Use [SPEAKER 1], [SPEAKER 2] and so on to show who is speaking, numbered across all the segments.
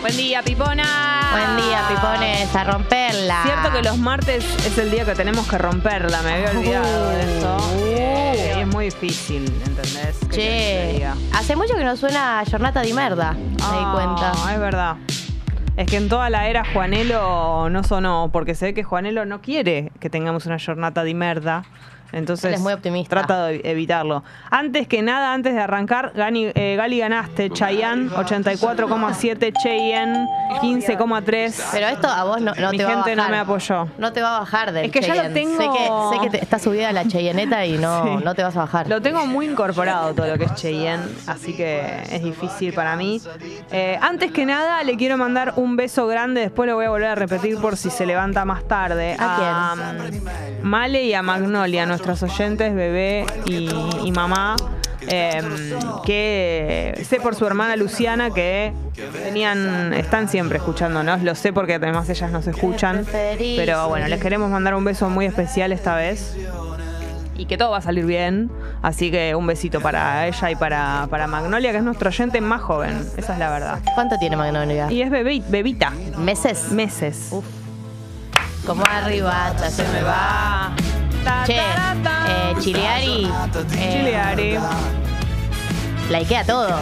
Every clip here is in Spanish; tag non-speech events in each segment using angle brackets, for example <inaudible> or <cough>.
[SPEAKER 1] Buen día, Pipona.
[SPEAKER 2] Buen día, pipones, a
[SPEAKER 1] Ah.
[SPEAKER 2] romperla.
[SPEAKER 1] Cierto que los martes es el día que tenemos que romperla, me había olvidado de eso.
[SPEAKER 2] Uh.
[SPEAKER 1] Y es muy difícil, ¿entendés? ¿Qué querés que te
[SPEAKER 2] Che,
[SPEAKER 1] diga?
[SPEAKER 2] hace mucho que no suena Jornata di Merda, me
[SPEAKER 1] Ah,
[SPEAKER 2] di cuenta.
[SPEAKER 1] Es verdad. Es que en toda la era Juanelo no sonó, porque se ve que Juanelo no quiere que tengamos una jornada de merda. Entonces,
[SPEAKER 2] Él es muy optimista.
[SPEAKER 1] trata de evitarlo. Antes que nada, antes de arrancar, Gani- eh, Gali ganaste. Chayanne, 84,7. Cheyenne, 15,3.
[SPEAKER 2] Pero esto a vos no, no
[SPEAKER 1] Mi
[SPEAKER 2] te va a
[SPEAKER 1] gente
[SPEAKER 2] bajar.
[SPEAKER 1] no me apoyó.
[SPEAKER 2] No te va a bajar del
[SPEAKER 1] Es que ya lo
[SPEAKER 2] Cheyenne.
[SPEAKER 1] tengo-
[SPEAKER 2] Sé que, sé que te- está subida la Cheyeneta y no,
[SPEAKER 1] <laughs> Sí.
[SPEAKER 2] no te vas a bajar.
[SPEAKER 1] Lo tengo muy incorporado todo lo que es Cheyenne, así que es difícil para mí. Eh, antes que nada, le quiero mandar un beso grande, después lo voy a volver a repetir por si se levanta más tarde.
[SPEAKER 2] ¿A
[SPEAKER 1] um, Male y a Magnolia, nuestras oyentes, bebé y, y mamá. eh, que sé por su hermana Luciana que tenían están siempre escuchándonos lo sé porque además ellas nos escuchan
[SPEAKER 2] preferís?
[SPEAKER 1] pero bueno les queremos mandar un beso muy especial esta vez y que todo va a salir bien. Así que un besito para ella y para, para Magnolia, que es nuestro oyente más joven. Esa es la verdad.
[SPEAKER 2] ¿Cuánto tiene Magnolia?
[SPEAKER 1] Y es bebé, bebita,
[SPEAKER 2] ¿Meses?
[SPEAKER 1] meses.
[SPEAKER 2] Uf. Como arriba, hasta se me va.
[SPEAKER 1] Va. Ta,
[SPEAKER 2] Che,
[SPEAKER 1] ta, ta.
[SPEAKER 2] eh, Chileari. eh,
[SPEAKER 1] Chileari.
[SPEAKER 2] Likea todo.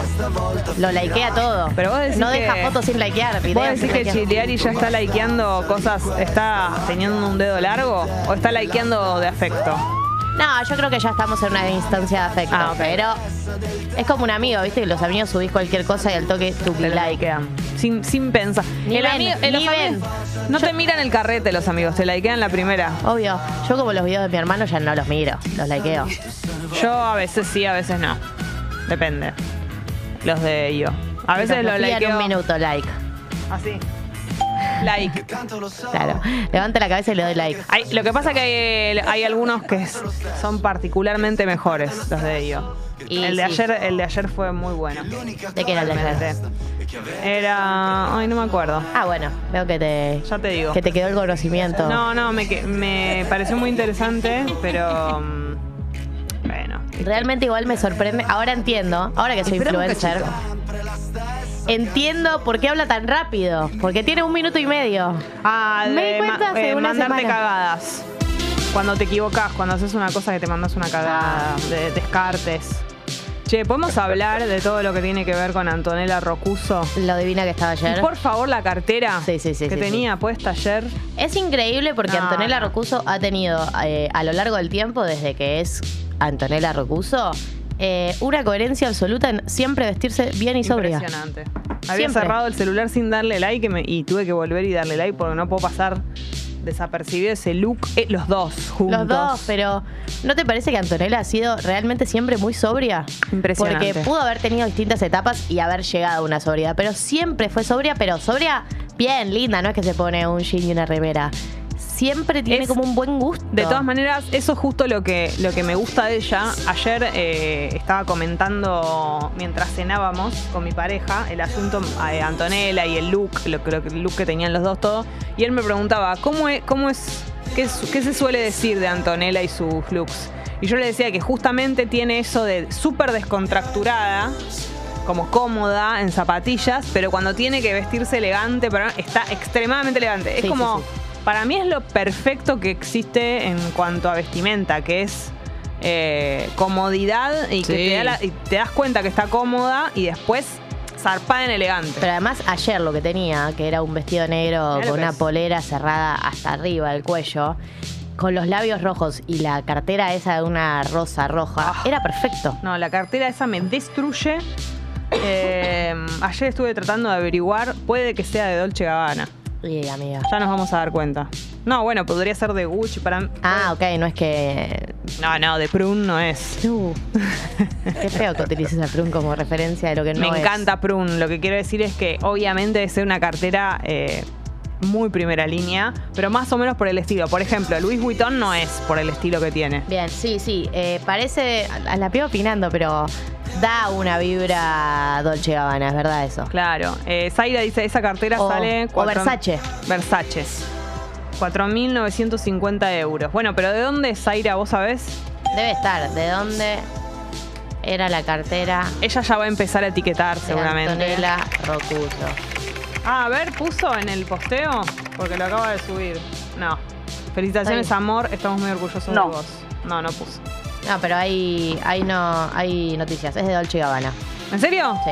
[SPEAKER 2] Lo likea todo.
[SPEAKER 1] Pero vos decís
[SPEAKER 2] no
[SPEAKER 1] que-
[SPEAKER 2] deja fotos sin likear, videos.
[SPEAKER 1] ¿Vos decís
[SPEAKER 2] sin
[SPEAKER 1] que
[SPEAKER 2] likear.
[SPEAKER 1] Chileari ya está likeando cosas, está teniendo un dedo largo o está likeando de afecto?
[SPEAKER 2] No, yo creo que ya estamos en una instancia de afecto.
[SPEAKER 1] Ah, ok.
[SPEAKER 2] Pero es como un amigo, ¿viste? Que los amigos subís cualquier cosa y al toque tu
[SPEAKER 1] Te lo
[SPEAKER 2] like.
[SPEAKER 1] likean. Sin, sin pensar.
[SPEAKER 2] Ni ven,
[SPEAKER 1] eh, los
[SPEAKER 2] ni ven.
[SPEAKER 1] No te miran el carrete los amigos, te likean la primera.
[SPEAKER 2] Obvio, yo como los videos de mi hermano ya no los miro, los likeo.
[SPEAKER 1] Yo a veces sí, a veces no. Depende. Los de yo. A veces lo
[SPEAKER 2] like. en
[SPEAKER 1] likeo.
[SPEAKER 2] un minuto, like.
[SPEAKER 1] Así. Like.
[SPEAKER 2] Claro. Levanto la cabeza y le doy like.
[SPEAKER 1] Hay- lo que pasa que hay, hay algunos que s- son particularmente mejores, los de yo.
[SPEAKER 2] Y
[SPEAKER 1] el, de
[SPEAKER 2] sí.
[SPEAKER 1] ayer, el de ayer fue muy bueno.
[SPEAKER 2] ¿De qué era el de ayer?
[SPEAKER 1] Era. Ay, no me acuerdo.
[SPEAKER 2] Ah, bueno, veo que te,
[SPEAKER 1] Ya te digo.
[SPEAKER 2] que te quedó el conocimiento.
[SPEAKER 1] No, no, me, que- me pareció muy interesante, pero. mm, Bueno.
[SPEAKER 2] Realmente igual me sorprende. Ahora entiendo, ahora que soy
[SPEAKER 1] Esperame un
[SPEAKER 2] influencer. Entiendo por qué habla tan rápido. Porque tiene un minuto y medio.
[SPEAKER 1] Ah,
[SPEAKER 2] Me
[SPEAKER 1] de
[SPEAKER 2] di cuenta
[SPEAKER 1] ma-
[SPEAKER 2] hace
[SPEAKER 1] eh,
[SPEAKER 2] una
[SPEAKER 1] mandarte
[SPEAKER 2] semana.
[SPEAKER 1] cagadas. Cuando te equivocas, cuando haces una cosa que te mandas una
[SPEAKER 2] Ah.
[SPEAKER 1] cagada, de descartes. Che, ¿podemos hablar de todo lo que tiene que ver con Antonella Rocuso?
[SPEAKER 2] Lo divina que estaba ayer.
[SPEAKER 1] Por favor, la cartera
[SPEAKER 2] Sí, sí, sí,
[SPEAKER 1] que
[SPEAKER 2] sí,
[SPEAKER 1] tenía puesta ayer.
[SPEAKER 2] Es increíble porque
[SPEAKER 1] No,
[SPEAKER 2] Antonella
[SPEAKER 1] no.
[SPEAKER 2] Rocuso ha tenido eh, a lo largo del tiempo, desde que es Antonella Rocuso, eh, una coherencia absoluta en siempre vestirse bien y sobria.
[SPEAKER 1] Impresionante. Había
[SPEAKER 2] Siempre.
[SPEAKER 1] cerrado el celular sin darle like y, me- y tuve que volver y darle like porque no puedo pasar desapercibido ese look. Eh, los dos juntos.
[SPEAKER 2] Los dos, pero ¿no te parece que Antonella ha sido realmente siempre muy sobria?
[SPEAKER 1] Impresionante.
[SPEAKER 2] Porque pudo haber tenido distintas etapas y haber llegado a una sobriedad, pero siempre fue sobria, pero sobria bien, linda, no es que se pone un jean y una remera. Siempre tiene
[SPEAKER 1] Es-
[SPEAKER 2] como un buen gusto.
[SPEAKER 1] De todas maneras, eso es justo lo que, lo que me gusta de ella. Ayer eh, estaba comentando mientras cenábamos con mi pareja el asunto eh, de Antonella y el look, lo, que- lo que- el look que tenían los dos, todo. Y él me preguntaba, ¿cómo es, cómo es, qué, es- qué se suele decir de Antonella y sus looks? Y yo le decía que justamente tiene eso de súper descontracturada, como cómoda en zapatillas, pero cuando tiene que vestirse elegante, pero está extremadamente elegante. Es
[SPEAKER 2] Sí, sí,
[SPEAKER 1] como,
[SPEAKER 2] sí.
[SPEAKER 1] para mí es lo perfecto que existe en cuanto a vestimenta, que es eh, comodidad y que
[SPEAKER 3] Sí.
[SPEAKER 1] te, da la- y te das cuenta que está cómoda y después zarpada en elegante.
[SPEAKER 2] Pero además ayer lo que tenía, que era un vestido
[SPEAKER 1] Mirá
[SPEAKER 2] negro
[SPEAKER 1] lo
[SPEAKER 2] con
[SPEAKER 1] que
[SPEAKER 2] una
[SPEAKER 1] es.
[SPEAKER 2] polera cerrada hasta arriba del cuello, con los labios rojos y la cartera esa de una rosa roja,
[SPEAKER 1] Ah.
[SPEAKER 2] era perfecto.
[SPEAKER 1] No, la cartera esa me destruye. Eh, ayer estuve tratando de averiguar, puede que sea de Dolce Gabbana.
[SPEAKER 2] Y amiga.
[SPEAKER 1] Ya nos vamos a dar cuenta. No, bueno, podría ser de Gucci para
[SPEAKER 2] Ah, ok, no es que
[SPEAKER 1] No, no, de Prune no es.
[SPEAKER 2] Uh, <laughs> qué feo que utilices a Prun como referencia de lo que no
[SPEAKER 1] Me
[SPEAKER 2] es.
[SPEAKER 1] encanta Prune. Lo que quiero decir es que obviamente debe ser una cartera eh, muy primera línea, pero más o menos por el estilo. Por ejemplo, Luis Vuitton no es por el estilo que tiene.
[SPEAKER 2] Bien, sí, sí. eh, parece. a La piba opinando, pero da una vibra Dolce Gabbana, es verdad eso.
[SPEAKER 1] Claro. Eh, Zaira dice, esa cartera
[SPEAKER 2] O-
[SPEAKER 1] sale...
[SPEAKER 2] o
[SPEAKER 1] cuatro-
[SPEAKER 2] Versace.
[SPEAKER 1] Versaces. 4.950 euros. Bueno, pero ¿de dónde es Zaira? ¿Vos sabés?
[SPEAKER 2] Debe estar. ¿De dónde era la cartera?
[SPEAKER 1] Ella ya va a empezar a etiquetar
[SPEAKER 2] de
[SPEAKER 1] seguramente.
[SPEAKER 2] Antonella Rocuso.
[SPEAKER 1] Ah, a ver, puso en el posteo, porque lo acaba de subir. No. Felicitaciones,
[SPEAKER 2] Está
[SPEAKER 1] amor, estamos muy orgullosos
[SPEAKER 3] No.
[SPEAKER 1] de vos. No, no puso.
[SPEAKER 2] No, pero hay, hay, no, hay noticias. Es de Dolce y Gabbana.
[SPEAKER 1] ¿En serio?
[SPEAKER 2] Sí.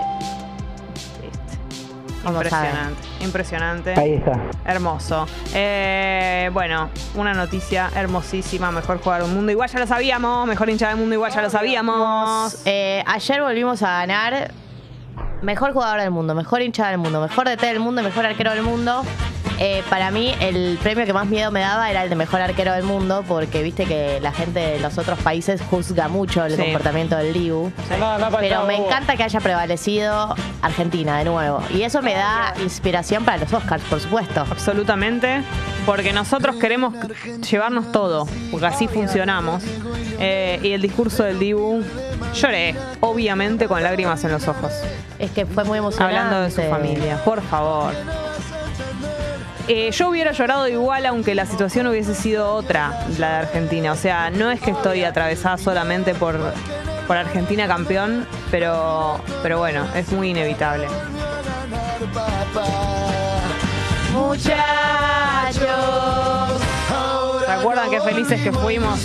[SPEAKER 2] Vamos a ver.
[SPEAKER 1] Impresionante, impresionante.
[SPEAKER 4] Ahí está.
[SPEAKER 1] Hermoso. Eh, bueno, una noticia hermosísima. Mejor jugar un mundo igual ya lo sabíamos. Mejor hincha del mundo igual ya lo sabíamos.
[SPEAKER 2] Eh, ayer volvimos a ganar. Mejor jugador del mundo, mejor hincha del mundo, mejor DT del mundo, mejor arquero del mundo. Eh, para mí, el premio que más miedo me daba era el de mejor arquero del mundo, porque viste que la gente de los otros países juzga mucho el
[SPEAKER 1] Sí.
[SPEAKER 2] comportamiento del Libu. Pero me encanta que haya prevalecido Argentina de nuevo. Y eso me da inspiración para los Oscars, por supuesto.
[SPEAKER 1] Absolutamente. Porque nosotros queremos llevarnos todo. Porque así funcionamos. Eh, y el discurso del Dibu. Lloré, obviamente, con lágrimas en los ojos.
[SPEAKER 2] Es que fue muy emocionante.
[SPEAKER 1] Hablando de su familia, por favor. Eh, yo hubiera llorado igual aunque la situación hubiese sido otra, la de Argentina. O sea, no es que estoy atravesada solamente por, por Argentina campeón, pero, pero bueno, es muy inevitable.
[SPEAKER 2] Muchachos.
[SPEAKER 1] ¿Se acuerdan qué felices que fuimos?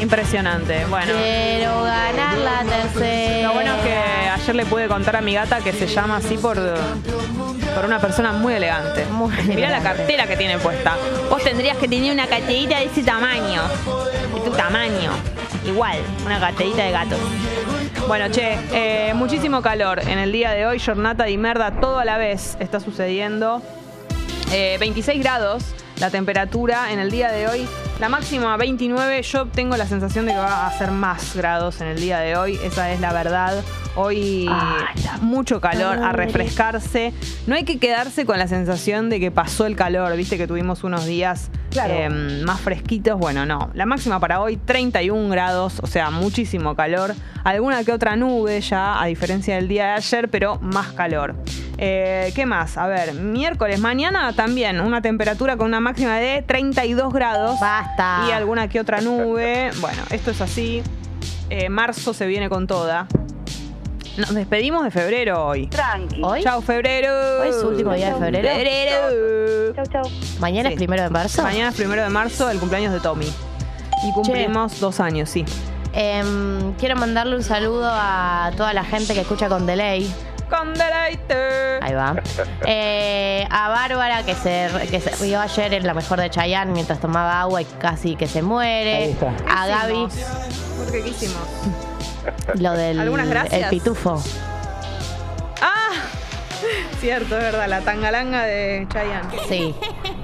[SPEAKER 1] Impresionante. Bueno,
[SPEAKER 2] Quiero ganar la tercera.
[SPEAKER 1] lo bueno es que ayer le pude contar a mi gata que se llama así por, por una persona muy elegante.
[SPEAKER 2] Muy
[SPEAKER 1] Mirá la
[SPEAKER 2] elegante.
[SPEAKER 1] cartera que tiene puesta. Vos tendrías que tener una carterita de ese tamaño. De tu tamaño. Igual, una carterita de gato. Bueno, che, eh, muchísimo calor en el día de hoy. Jornata y merda, todo a la vez está sucediendo. Eh, 26 grados la temperatura en el día de hoy. La máxima 29, yo tengo la sensación de que va a ser más grados en el día de hoy, esa es la verdad. Hoy mucho calor, a refrescarse. No hay que quedarse con la sensación de que pasó el calor, viste que tuvimos unos días
[SPEAKER 3] Claro.
[SPEAKER 1] em, más fresquitos. Bueno, no. La máxima para hoy 31 grados, o sea, muchísimo calor. Alguna que otra nube ya, a diferencia del día de ayer, pero más calor. Eh, ¿Qué más? A ver, miércoles, mañana también una temperatura con una máxima de 32 grados.
[SPEAKER 2] Basta.
[SPEAKER 1] Y alguna que otra nube. Bueno, esto es así. Eh, marzo se viene con toda. Nos despedimos de febrero hoy.
[SPEAKER 3] Tranqui.
[SPEAKER 2] ¿Hoy?
[SPEAKER 1] Chao, febrero.
[SPEAKER 2] ¿Hoy es su último día de febrero?
[SPEAKER 1] Febrero.
[SPEAKER 3] Chau, chau.
[SPEAKER 2] ¿Mañana
[SPEAKER 1] Sí.
[SPEAKER 2] es primero de marzo?
[SPEAKER 1] Mañana es primero de marzo, el cumpleaños de Tommy. Y cumplimos dos años, sí.
[SPEAKER 2] Em, quiero mandarle un saludo a toda la gente que escucha con delay.
[SPEAKER 1] Con deleite. <laughs>
[SPEAKER 2] Ahí va. Eh, a Bárbara, que se, que se rió ayer en la mejor de Chayanne mientras tomaba agua y casi que se
[SPEAKER 4] Ahí
[SPEAKER 2] muere.
[SPEAKER 4] está.
[SPEAKER 2] A Gaby,
[SPEAKER 1] Porque, ¿qué hicimos?
[SPEAKER 2] lo del
[SPEAKER 1] Algunas gracias.
[SPEAKER 2] el pitufo.
[SPEAKER 1] ¡Ah! <laughs> Cierto, es verdad, la tangalanga de Chayanne. <laughs>
[SPEAKER 2] Sí.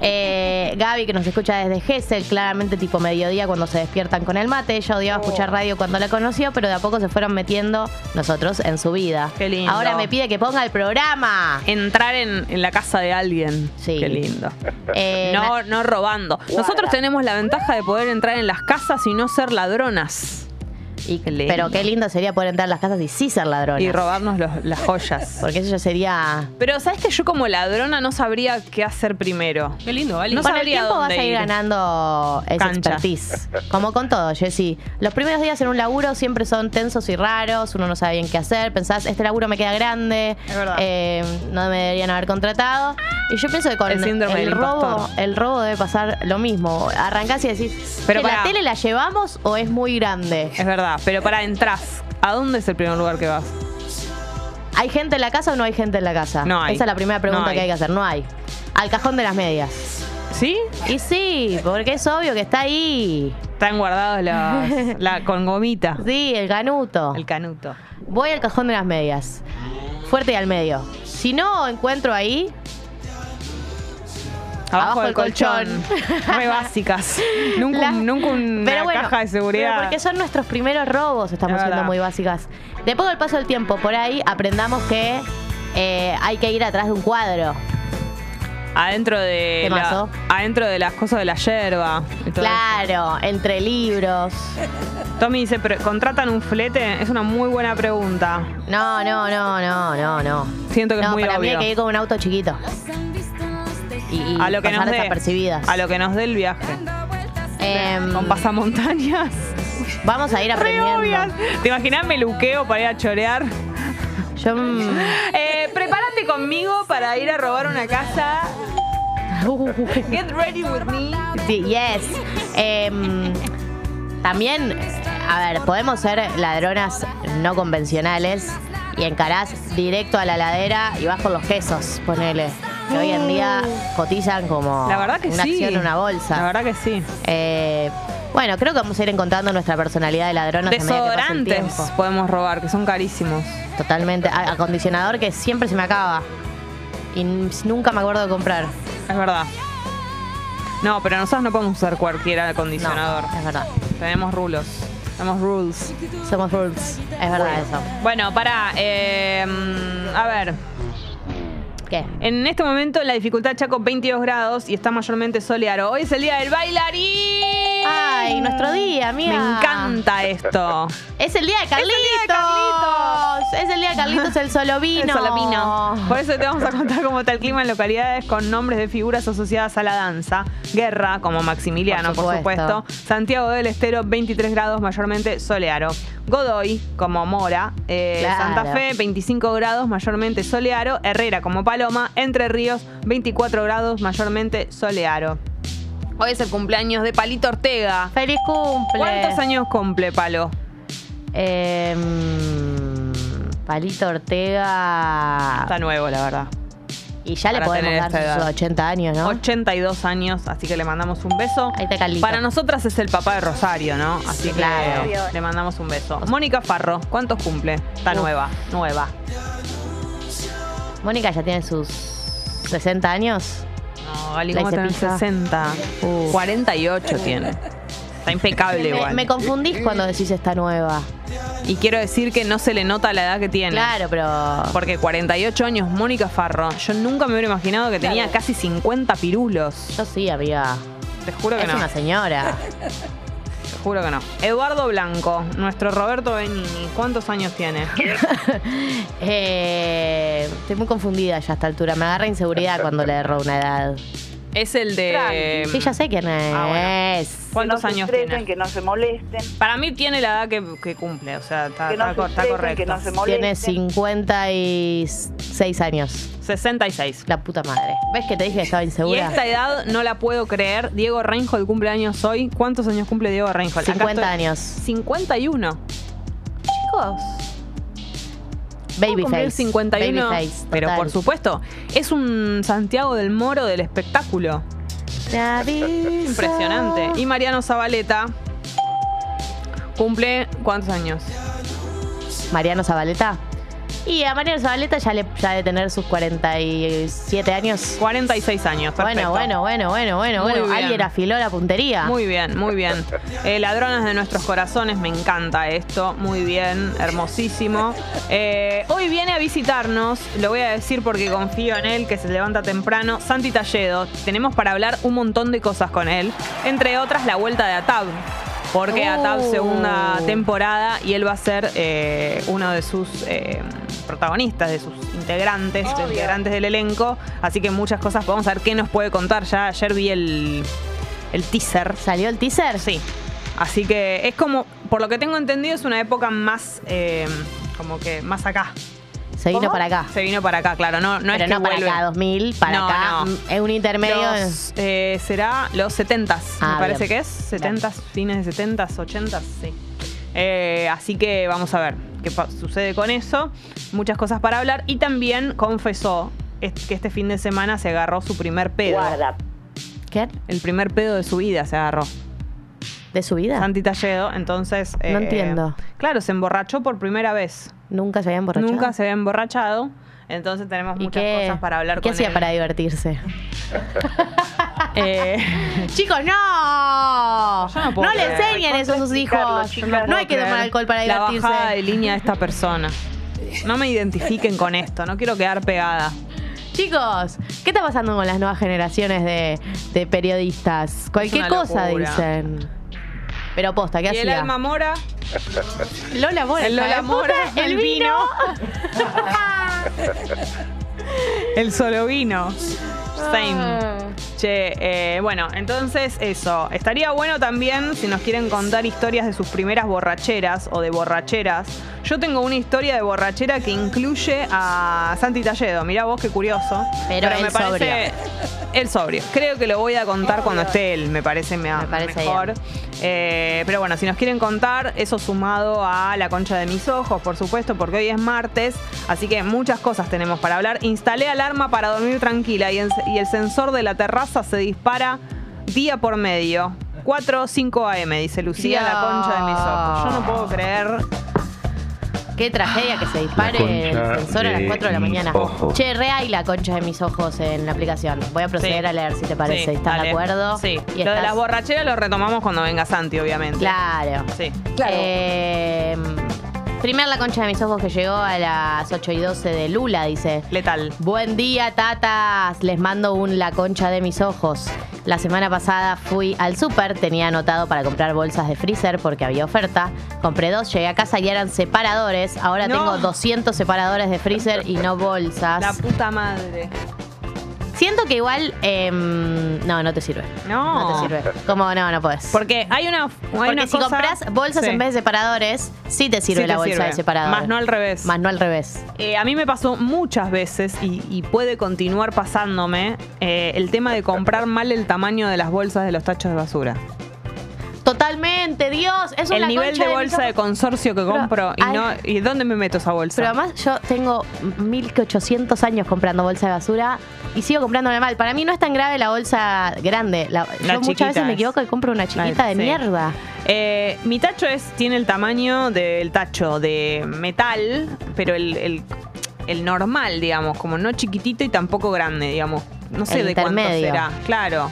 [SPEAKER 2] Eh, Gaby, que nos escucha desde Gessel, claramente tipo mediodía cuando se despiertan con el mate. Ella odiaba
[SPEAKER 1] Oh.
[SPEAKER 2] escuchar radio cuando la conoció, pero de a poco se fueron metiendo nosotros en su vida.
[SPEAKER 1] Qué lindo.
[SPEAKER 2] Ahora me pide que ponga el programa.
[SPEAKER 1] Entrar en, en la casa de alguien.
[SPEAKER 2] Sí.
[SPEAKER 1] Qué lindo.
[SPEAKER 2] Eh,
[SPEAKER 1] No, no robando. Nosotros tenemos la ventaja de poder entrar en las casas y no ser ladronas.
[SPEAKER 2] y-
[SPEAKER 1] qué lindo.
[SPEAKER 2] pero qué lindo sería poder entrar a las casas y sí ser ladrones.
[SPEAKER 1] Y robarnos los- las <laughs> joyas.
[SPEAKER 2] Porque eso ya sería.
[SPEAKER 1] Pero sabes que yo como ladrona no sabría qué hacer primero. Qué lindo, ¿vale? No
[SPEAKER 2] Con el
[SPEAKER 1] sabría
[SPEAKER 2] tiempo
[SPEAKER 1] dónde
[SPEAKER 2] vas a ir,
[SPEAKER 1] ir.
[SPEAKER 2] ganando esa
[SPEAKER 1] Cancha.
[SPEAKER 2] expertise. Como con todo, Jessy. Los primeros días en un laburo siempre son tensos y raros, uno no sabe bien qué hacer, pensás, este laburo me queda grande,
[SPEAKER 1] Es verdad.
[SPEAKER 2] eh, no me deberían haber contratado. Y yo pienso que con
[SPEAKER 1] El síndrome del
[SPEAKER 2] robo,
[SPEAKER 1] impostor.
[SPEAKER 2] el robo debe pasar lo mismo. Arrancás y decís,
[SPEAKER 1] Pero
[SPEAKER 2] "Che, ¿la
[SPEAKER 1] pará.
[SPEAKER 2] tele la llevamos o es muy grande?
[SPEAKER 1] Es verdad, pero para entras, ¿a dónde es el primer lugar que vas?
[SPEAKER 2] ¿Hay gente en la casa o no hay gente en la casa?
[SPEAKER 1] No hay.
[SPEAKER 2] Esa es la primera pregunta
[SPEAKER 1] No hay.
[SPEAKER 2] que hay que hacer, no hay. Al cajón de las medias.
[SPEAKER 1] ¿Sí?
[SPEAKER 2] Y sí, porque es obvio que está ahí.
[SPEAKER 1] Están guardados los, la con gomita,
[SPEAKER 2] Sí, el ganuto.
[SPEAKER 1] el canuto.
[SPEAKER 2] Voy al cajón de las medias. Fuerte y al medio. Si no encuentro ahí, Abajo el colchón.
[SPEAKER 1] Re básicas. Nunca,
[SPEAKER 2] la-
[SPEAKER 1] un- nunca una
[SPEAKER 2] Pero bueno,
[SPEAKER 1] Mm, caja de
[SPEAKER 2] pero
[SPEAKER 1] seguridad.
[SPEAKER 2] Porque son nuestros primeros robos, estamos
[SPEAKER 1] Es
[SPEAKER 2] siendo
[SPEAKER 1] verdad.
[SPEAKER 2] muy básicas. Después del paso del tiempo, por ahí aprendamos que eh, hay que ir atrás de un cuadro.
[SPEAKER 1] Adentro de, la,
[SPEAKER 2] Temazo.
[SPEAKER 1] adentro de las cosas de la yerba. y todo
[SPEAKER 2] Claro, entre libros.
[SPEAKER 1] eso. Tommy dice, pero ¿contratan un flete? Es una muy buena pregunta.
[SPEAKER 2] No, no, no, no, no, no.
[SPEAKER 1] Siento que
[SPEAKER 2] no,
[SPEAKER 1] es muy
[SPEAKER 2] para mí hay
[SPEAKER 1] obvio.
[SPEAKER 2] que ir con un auto chiquito. Y, y
[SPEAKER 1] a lo que
[SPEAKER 2] pasar
[SPEAKER 1] nos dé.
[SPEAKER 2] desapercibidas.
[SPEAKER 1] A lo que nos dé el viaje.
[SPEAKER 2] Em,
[SPEAKER 1] Con pasamontañas.
[SPEAKER 2] vamos a ir
[SPEAKER 1] <laughs> Re obvias.
[SPEAKER 2] aprendiendo.
[SPEAKER 1] ¿Te imaginas me luqueo para ir a chorear?
[SPEAKER 2] Yo mm,
[SPEAKER 1] Eh, prepárate conmigo para ir a robar una <laughs> casa. Get ready with me.
[SPEAKER 2] Sí, yes. Em, también, a ver, podemos ser ladronas no convencionales y encarás directo a la ladera y vas por los quesos, ponele. Que hoy en día cotizan como
[SPEAKER 1] Mm. La verdad que
[SPEAKER 2] una
[SPEAKER 1] sí.
[SPEAKER 2] acción, una bolsa.
[SPEAKER 1] La verdad que sí.
[SPEAKER 2] Eh, bueno, creo que vamos a ir encontrando nuestra personalidad de ladronas. a medida que pasa el
[SPEAKER 1] Desodorantes
[SPEAKER 2] tiempo.
[SPEAKER 1] podemos robar, que son carísimos.
[SPEAKER 2] Totalmente. A- Acondicionador que siempre se me acaba. Y n- nunca me acuerdo de comprar.
[SPEAKER 1] Es verdad. No, pero nosotros no podemos usar cualquier
[SPEAKER 2] No,
[SPEAKER 1] acondicionador.
[SPEAKER 2] es verdad.
[SPEAKER 1] Tenemos rulos. Tenemos rules.
[SPEAKER 2] Somos rules. Es verdad eso.
[SPEAKER 1] Bueno, para. a ver.
[SPEAKER 2] ¿Qué?
[SPEAKER 1] En este momento la dificultad Chaco 22 grados y está mayormente soleado. Hoy es el día del bailarín.
[SPEAKER 2] Ay, nuestro día, amiga.
[SPEAKER 1] Me encanta esto.
[SPEAKER 2] Es el día de Carlitos.
[SPEAKER 1] día de Carlitos.
[SPEAKER 2] Es el día de Carlitos, el solo vino.
[SPEAKER 1] El solapino. Por eso te vamos a contar cómo está el clima en localidades con nombres de figuras asociadas a la danza. Guerra, como Maximiliano, por
[SPEAKER 2] Por
[SPEAKER 1] supuesto.
[SPEAKER 2] supuesto.
[SPEAKER 1] Santiago del Estero, 23 grados, mayormente soleado. Godoy, como Mora. Eh,
[SPEAKER 2] Claro.
[SPEAKER 1] Santa Fe, 25 grados, mayormente soleado. Herrera, como Paloma. Entre Ríos, 24 grados, mayormente soleado. Hoy es el cumpleaños de Palito Ortega.
[SPEAKER 2] Feliz cumple.
[SPEAKER 1] ¿Cuántos años cumple, Palo?
[SPEAKER 2] Eh, mm, Palito Ortega.
[SPEAKER 1] Está nuevo, la verdad.
[SPEAKER 2] Y ya le
[SPEAKER 1] para
[SPEAKER 2] podemos
[SPEAKER 1] tener
[SPEAKER 2] dar
[SPEAKER 1] esta edad.
[SPEAKER 2] sus 80 años, ¿no?
[SPEAKER 1] 82 años, así que le mandamos un beso.
[SPEAKER 2] Ahí está Carlito.
[SPEAKER 1] Para nosotras es el papá de Rosario, ¿no? Así
[SPEAKER 2] Sí,
[SPEAKER 1] que
[SPEAKER 2] claro.
[SPEAKER 1] le mandamos un beso. Mónica Farro, ¿cuántos cumple? Está
[SPEAKER 2] Uf.
[SPEAKER 1] nueva, nueva.
[SPEAKER 2] Mónica ya tiene sus 60 años.
[SPEAKER 1] No, Gali,
[SPEAKER 2] La
[SPEAKER 1] ¿cómo
[SPEAKER 2] hice
[SPEAKER 1] tenés
[SPEAKER 2] pija.
[SPEAKER 1] 60?
[SPEAKER 2] Uh.
[SPEAKER 1] 48 tiene. Está impecable
[SPEAKER 2] Me,
[SPEAKER 1] igual.
[SPEAKER 2] me confundís cuando decís esta nueva.
[SPEAKER 1] Y quiero decir que no se le nota la edad que tiene.
[SPEAKER 2] Claro, pero.
[SPEAKER 1] Porque 48 años, Mónica Farro. Yo nunca me hubiera imaginado que tenía casi 50 pirulos.
[SPEAKER 2] Yo sí, amiga.
[SPEAKER 1] Te juro que
[SPEAKER 2] Es
[SPEAKER 1] no.
[SPEAKER 2] una señora.
[SPEAKER 1] Te juro que no. Eduardo Blanco, nuestro Roberto Benini. ¿Cuántos años tiene?
[SPEAKER 2] Eh, estoy muy confundida ya a esta altura. Me agarra inseguridad cuando le erro una edad.
[SPEAKER 1] Es el de.
[SPEAKER 2] Sí, ya sé quién es.
[SPEAKER 1] Ah, bueno. ¿Cuántos
[SPEAKER 3] que no se
[SPEAKER 1] años
[SPEAKER 3] estresen,
[SPEAKER 1] tiene?
[SPEAKER 3] que no se molesten,
[SPEAKER 1] Para mí tiene la edad que, que cumple, o sea, está,
[SPEAKER 3] que no
[SPEAKER 1] está
[SPEAKER 3] se
[SPEAKER 1] cor- está
[SPEAKER 3] estresen,
[SPEAKER 1] correcto.
[SPEAKER 3] que no se molesten.
[SPEAKER 2] Tiene 56 años.
[SPEAKER 1] 66.
[SPEAKER 2] La puta madre. ¿Ves que te dije que estaba
[SPEAKER 1] Y
[SPEAKER 2] insegura?
[SPEAKER 1] esta edad no la puedo creer. Diego Reinhold cumple años hoy. ¿Cuántos años cumple Diego Reinhold? Acá
[SPEAKER 2] 50
[SPEAKER 1] estoy-
[SPEAKER 2] años.
[SPEAKER 1] 51. Chicos. ¿cómo cumplir
[SPEAKER 2] Babyface.
[SPEAKER 1] 51.
[SPEAKER 2] Babyface,
[SPEAKER 1] pero
[SPEAKER 2] total.
[SPEAKER 1] por supuesto, es un Santiago del Moro del espectáculo.
[SPEAKER 2] Te aviso.
[SPEAKER 1] Impresionante. Y Mariano Zabaleta cumple ¿cuántos años?
[SPEAKER 2] Mariano Zabaleta. Y a Mariano Zabaleta ya le ya de tener sus 47 años.
[SPEAKER 1] 46 años. Perfecto.
[SPEAKER 2] Bueno, bueno, bueno, bueno, bueno,
[SPEAKER 1] Muy
[SPEAKER 2] bueno.
[SPEAKER 1] bien.
[SPEAKER 2] Alguien afiló la puntería.
[SPEAKER 1] Muy bien, muy bien. Eh, Ladronas de nuestros corazones, me encanta esto. Muy bien, hermosísimo. Eh, hoy viene a visitarnos, lo voy a decir porque confío en él, que se levanta temprano, Santi Talledo. Tenemos para hablar un montón de cosas con él, entre otras la vuelta de Atab. Porque
[SPEAKER 2] Uh.
[SPEAKER 1] Atab segunda temporada y él va a ser eh, uno de sus eh, protagonistas, de sus integrantes, de
[SPEAKER 3] Obvio.
[SPEAKER 1] integrantes del elenco. Así que muchas cosas, vamos a ver qué nos puede contar. Ya ayer vi el, el teaser.
[SPEAKER 2] ¿Salió el teaser?
[SPEAKER 1] Sí. Así que es como, por lo que tengo entendido, es una época más, eh, como que más acá.
[SPEAKER 2] Se vino
[SPEAKER 1] ¿Cómo?
[SPEAKER 2] para acá.
[SPEAKER 1] Se vino para acá, claro. No, no
[SPEAKER 2] Pero
[SPEAKER 1] es que
[SPEAKER 2] no para
[SPEAKER 1] vuelve.
[SPEAKER 2] acá, 2000, para
[SPEAKER 1] No,
[SPEAKER 2] acá.
[SPEAKER 1] no.
[SPEAKER 2] Es un intermedio.
[SPEAKER 1] Los, eh, será los 70s,
[SPEAKER 2] Ah,
[SPEAKER 1] me parece que
[SPEAKER 2] bien.
[SPEAKER 1] es. 70s, fines de 70s, 80s, sí. Eh, así que vamos a ver qué pa- sucede con eso. Muchas cosas para hablar. Y también confesó est- que este fin de semana se agarró su primer pedo.
[SPEAKER 3] Guarda.
[SPEAKER 2] ¿Qué?
[SPEAKER 1] El primer pedo de su vida se agarró.
[SPEAKER 2] ¿De su vida?
[SPEAKER 1] Santi Talledo, entonces... eh,
[SPEAKER 2] No entiendo.
[SPEAKER 1] Claro, se emborrachó por primera vez.
[SPEAKER 2] Nunca se había emborrachado.
[SPEAKER 1] Nunca se había emborrachado. Entonces tenemos
[SPEAKER 2] ¿Y
[SPEAKER 1] muchas
[SPEAKER 2] qué,
[SPEAKER 1] cosas para hablar
[SPEAKER 2] ¿qué
[SPEAKER 1] con
[SPEAKER 2] hacía
[SPEAKER 1] él.
[SPEAKER 2] para divertirse?
[SPEAKER 1] <laughs> Eh,
[SPEAKER 2] <laughs> Chicos, no.
[SPEAKER 1] Yo no puedo
[SPEAKER 2] le
[SPEAKER 1] creer.
[SPEAKER 2] enseñen eso a sus
[SPEAKER 3] explicarlo,
[SPEAKER 2] hijos. <laughs>
[SPEAKER 3] chicas,
[SPEAKER 2] No,
[SPEAKER 3] no
[SPEAKER 2] hay que tomar alcohol para divertirse.
[SPEAKER 1] La bajada de línea de esta persona. No me identifiquen con esto, no quiero quedar pegada.
[SPEAKER 2] Chicos, ¿qué está pasando con las nuevas generaciones de, de periodistas? Cualquier
[SPEAKER 1] una
[SPEAKER 2] cosa
[SPEAKER 1] locura.
[SPEAKER 2] dicen. Pero posta, ¿qué
[SPEAKER 1] Y el
[SPEAKER 2] hacía?
[SPEAKER 1] alma mora,
[SPEAKER 2] Lola Mora.
[SPEAKER 1] el Lola
[SPEAKER 2] hija de
[SPEAKER 1] Mora,
[SPEAKER 2] puta,
[SPEAKER 1] el vino. el solo vino. Same.
[SPEAKER 2] Ah.
[SPEAKER 1] Che, eh, bueno, entonces eso. Estaría bueno también si nos quieren contar historias de sus primeras borracheras o de borracheras. Yo tengo una historia de borrachera que incluye a Santi Talledo. Mirá vos qué curioso.
[SPEAKER 2] Pero él
[SPEAKER 1] me parece el sobrio. Creo que lo voy a contar cuando esté él, me parece, me,
[SPEAKER 2] Me parece
[SPEAKER 1] mejor. Eh, pero bueno, si nos quieren contar, eso sumado a la concha de mis ojos, por supuesto, porque hoy es martes, así que muchas cosas tenemos para hablar. Instalé alarma para dormir tranquila y, en- y el sensor de la terraza se dispara día por medio. 4 5 AM, dice Lucía, la concha de mis ojos. Yo no puedo creer.
[SPEAKER 2] Qué tragedia que se dispare el
[SPEAKER 3] concha
[SPEAKER 2] sensor a las
[SPEAKER 3] de
[SPEAKER 2] 4 de la
[SPEAKER 3] mis
[SPEAKER 2] mañana.
[SPEAKER 3] ojos.
[SPEAKER 2] Che, re hay la concha de mis ojos en la aplicación. Voy a proceder
[SPEAKER 1] Sí.
[SPEAKER 2] a leer si te parece.
[SPEAKER 1] Sí,
[SPEAKER 2] ¿Estás
[SPEAKER 1] dale.
[SPEAKER 2] de acuerdo?
[SPEAKER 1] Sí.
[SPEAKER 2] Y
[SPEAKER 1] Lo de
[SPEAKER 2] estás-
[SPEAKER 1] las borracheras lo retomamos cuando venga Santi, obviamente.
[SPEAKER 2] Claro.
[SPEAKER 1] Sí.
[SPEAKER 4] Claro.
[SPEAKER 2] Eh, primer la concha de mis ojos que llegó a las 8 y 12 de Lula, dice.
[SPEAKER 1] Letal.
[SPEAKER 2] Buen día, tatas. Les mando un la concha de mis ojos. La semana pasada fui al súper, tenía anotado para comprar bolsas de freezer porque había oferta. Compré dos, llegué a casa y eran separadores. Ahora
[SPEAKER 1] No.
[SPEAKER 2] tengo 200 separadores de freezer y no bolsas.
[SPEAKER 1] La puta madre.
[SPEAKER 2] Siento que igual... em, no, no te sirve.
[SPEAKER 1] No.
[SPEAKER 2] No te sirve. Como no, no puedes.
[SPEAKER 1] Porque hay una. Hay
[SPEAKER 2] Porque
[SPEAKER 1] una
[SPEAKER 2] si
[SPEAKER 1] cosa-
[SPEAKER 2] compras bolsas
[SPEAKER 1] Sí.
[SPEAKER 2] en vez de separadores, sí te sirve
[SPEAKER 1] Sí te
[SPEAKER 2] la bolsa
[SPEAKER 1] sirve.
[SPEAKER 2] de separador.
[SPEAKER 1] Más no al revés.
[SPEAKER 2] Más no al revés.
[SPEAKER 1] Eh, a mí me pasó muchas veces y, y puede continuar pasándome eh, el tema de comprar mal el tamaño de las bolsas de los tachos de basura.
[SPEAKER 2] Totalmente, Dios. Es
[SPEAKER 1] El
[SPEAKER 2] una
[SPEAKER 1] nivel
[SPEAKER 2] concha
[SPEAKER 1] de
[SPEAKER 2] mis
[SPEAKER 1] bolsa de
[SPEAKER 2] ojos.
[SPEAKER 1] consorcio que
[SPEAKER 2] Pero,
[SPEAKER 1] compro y
[SPEAKER 2] ay.
[SPEAKER 1] no y dónde me meto esa bolsa.
[SPEAKER 2] Pero además yo tengo 1800 años comprando bolsa de basura y sigo comprándome mal. Para mí no es tan grave la bolsa grande. La-
[SPEAKER 1] La chiquita
[SPEAKER 2] yo muchas veces me
[SPEAKER 1] es.
[SPEAKER 2] equivoco y compro una chiquita
[SPEAKER 1] Ay,
[SPEAKER 2] de
[SPEAKER 1] sí.
[SPEAKER 2] mierda.
[SPEAKER 1] Eh, mi tacho es tiene el tamaño del tacho de metal, pero el, el- el normal, digamos, como no chiquitito y tampoco grande, digamos. No sé
[SPEAKER 2] El
[SPEAKER 1] de cuánto
[SPEAKER 2] intermedio.
[SPEAKER 1] será, claro.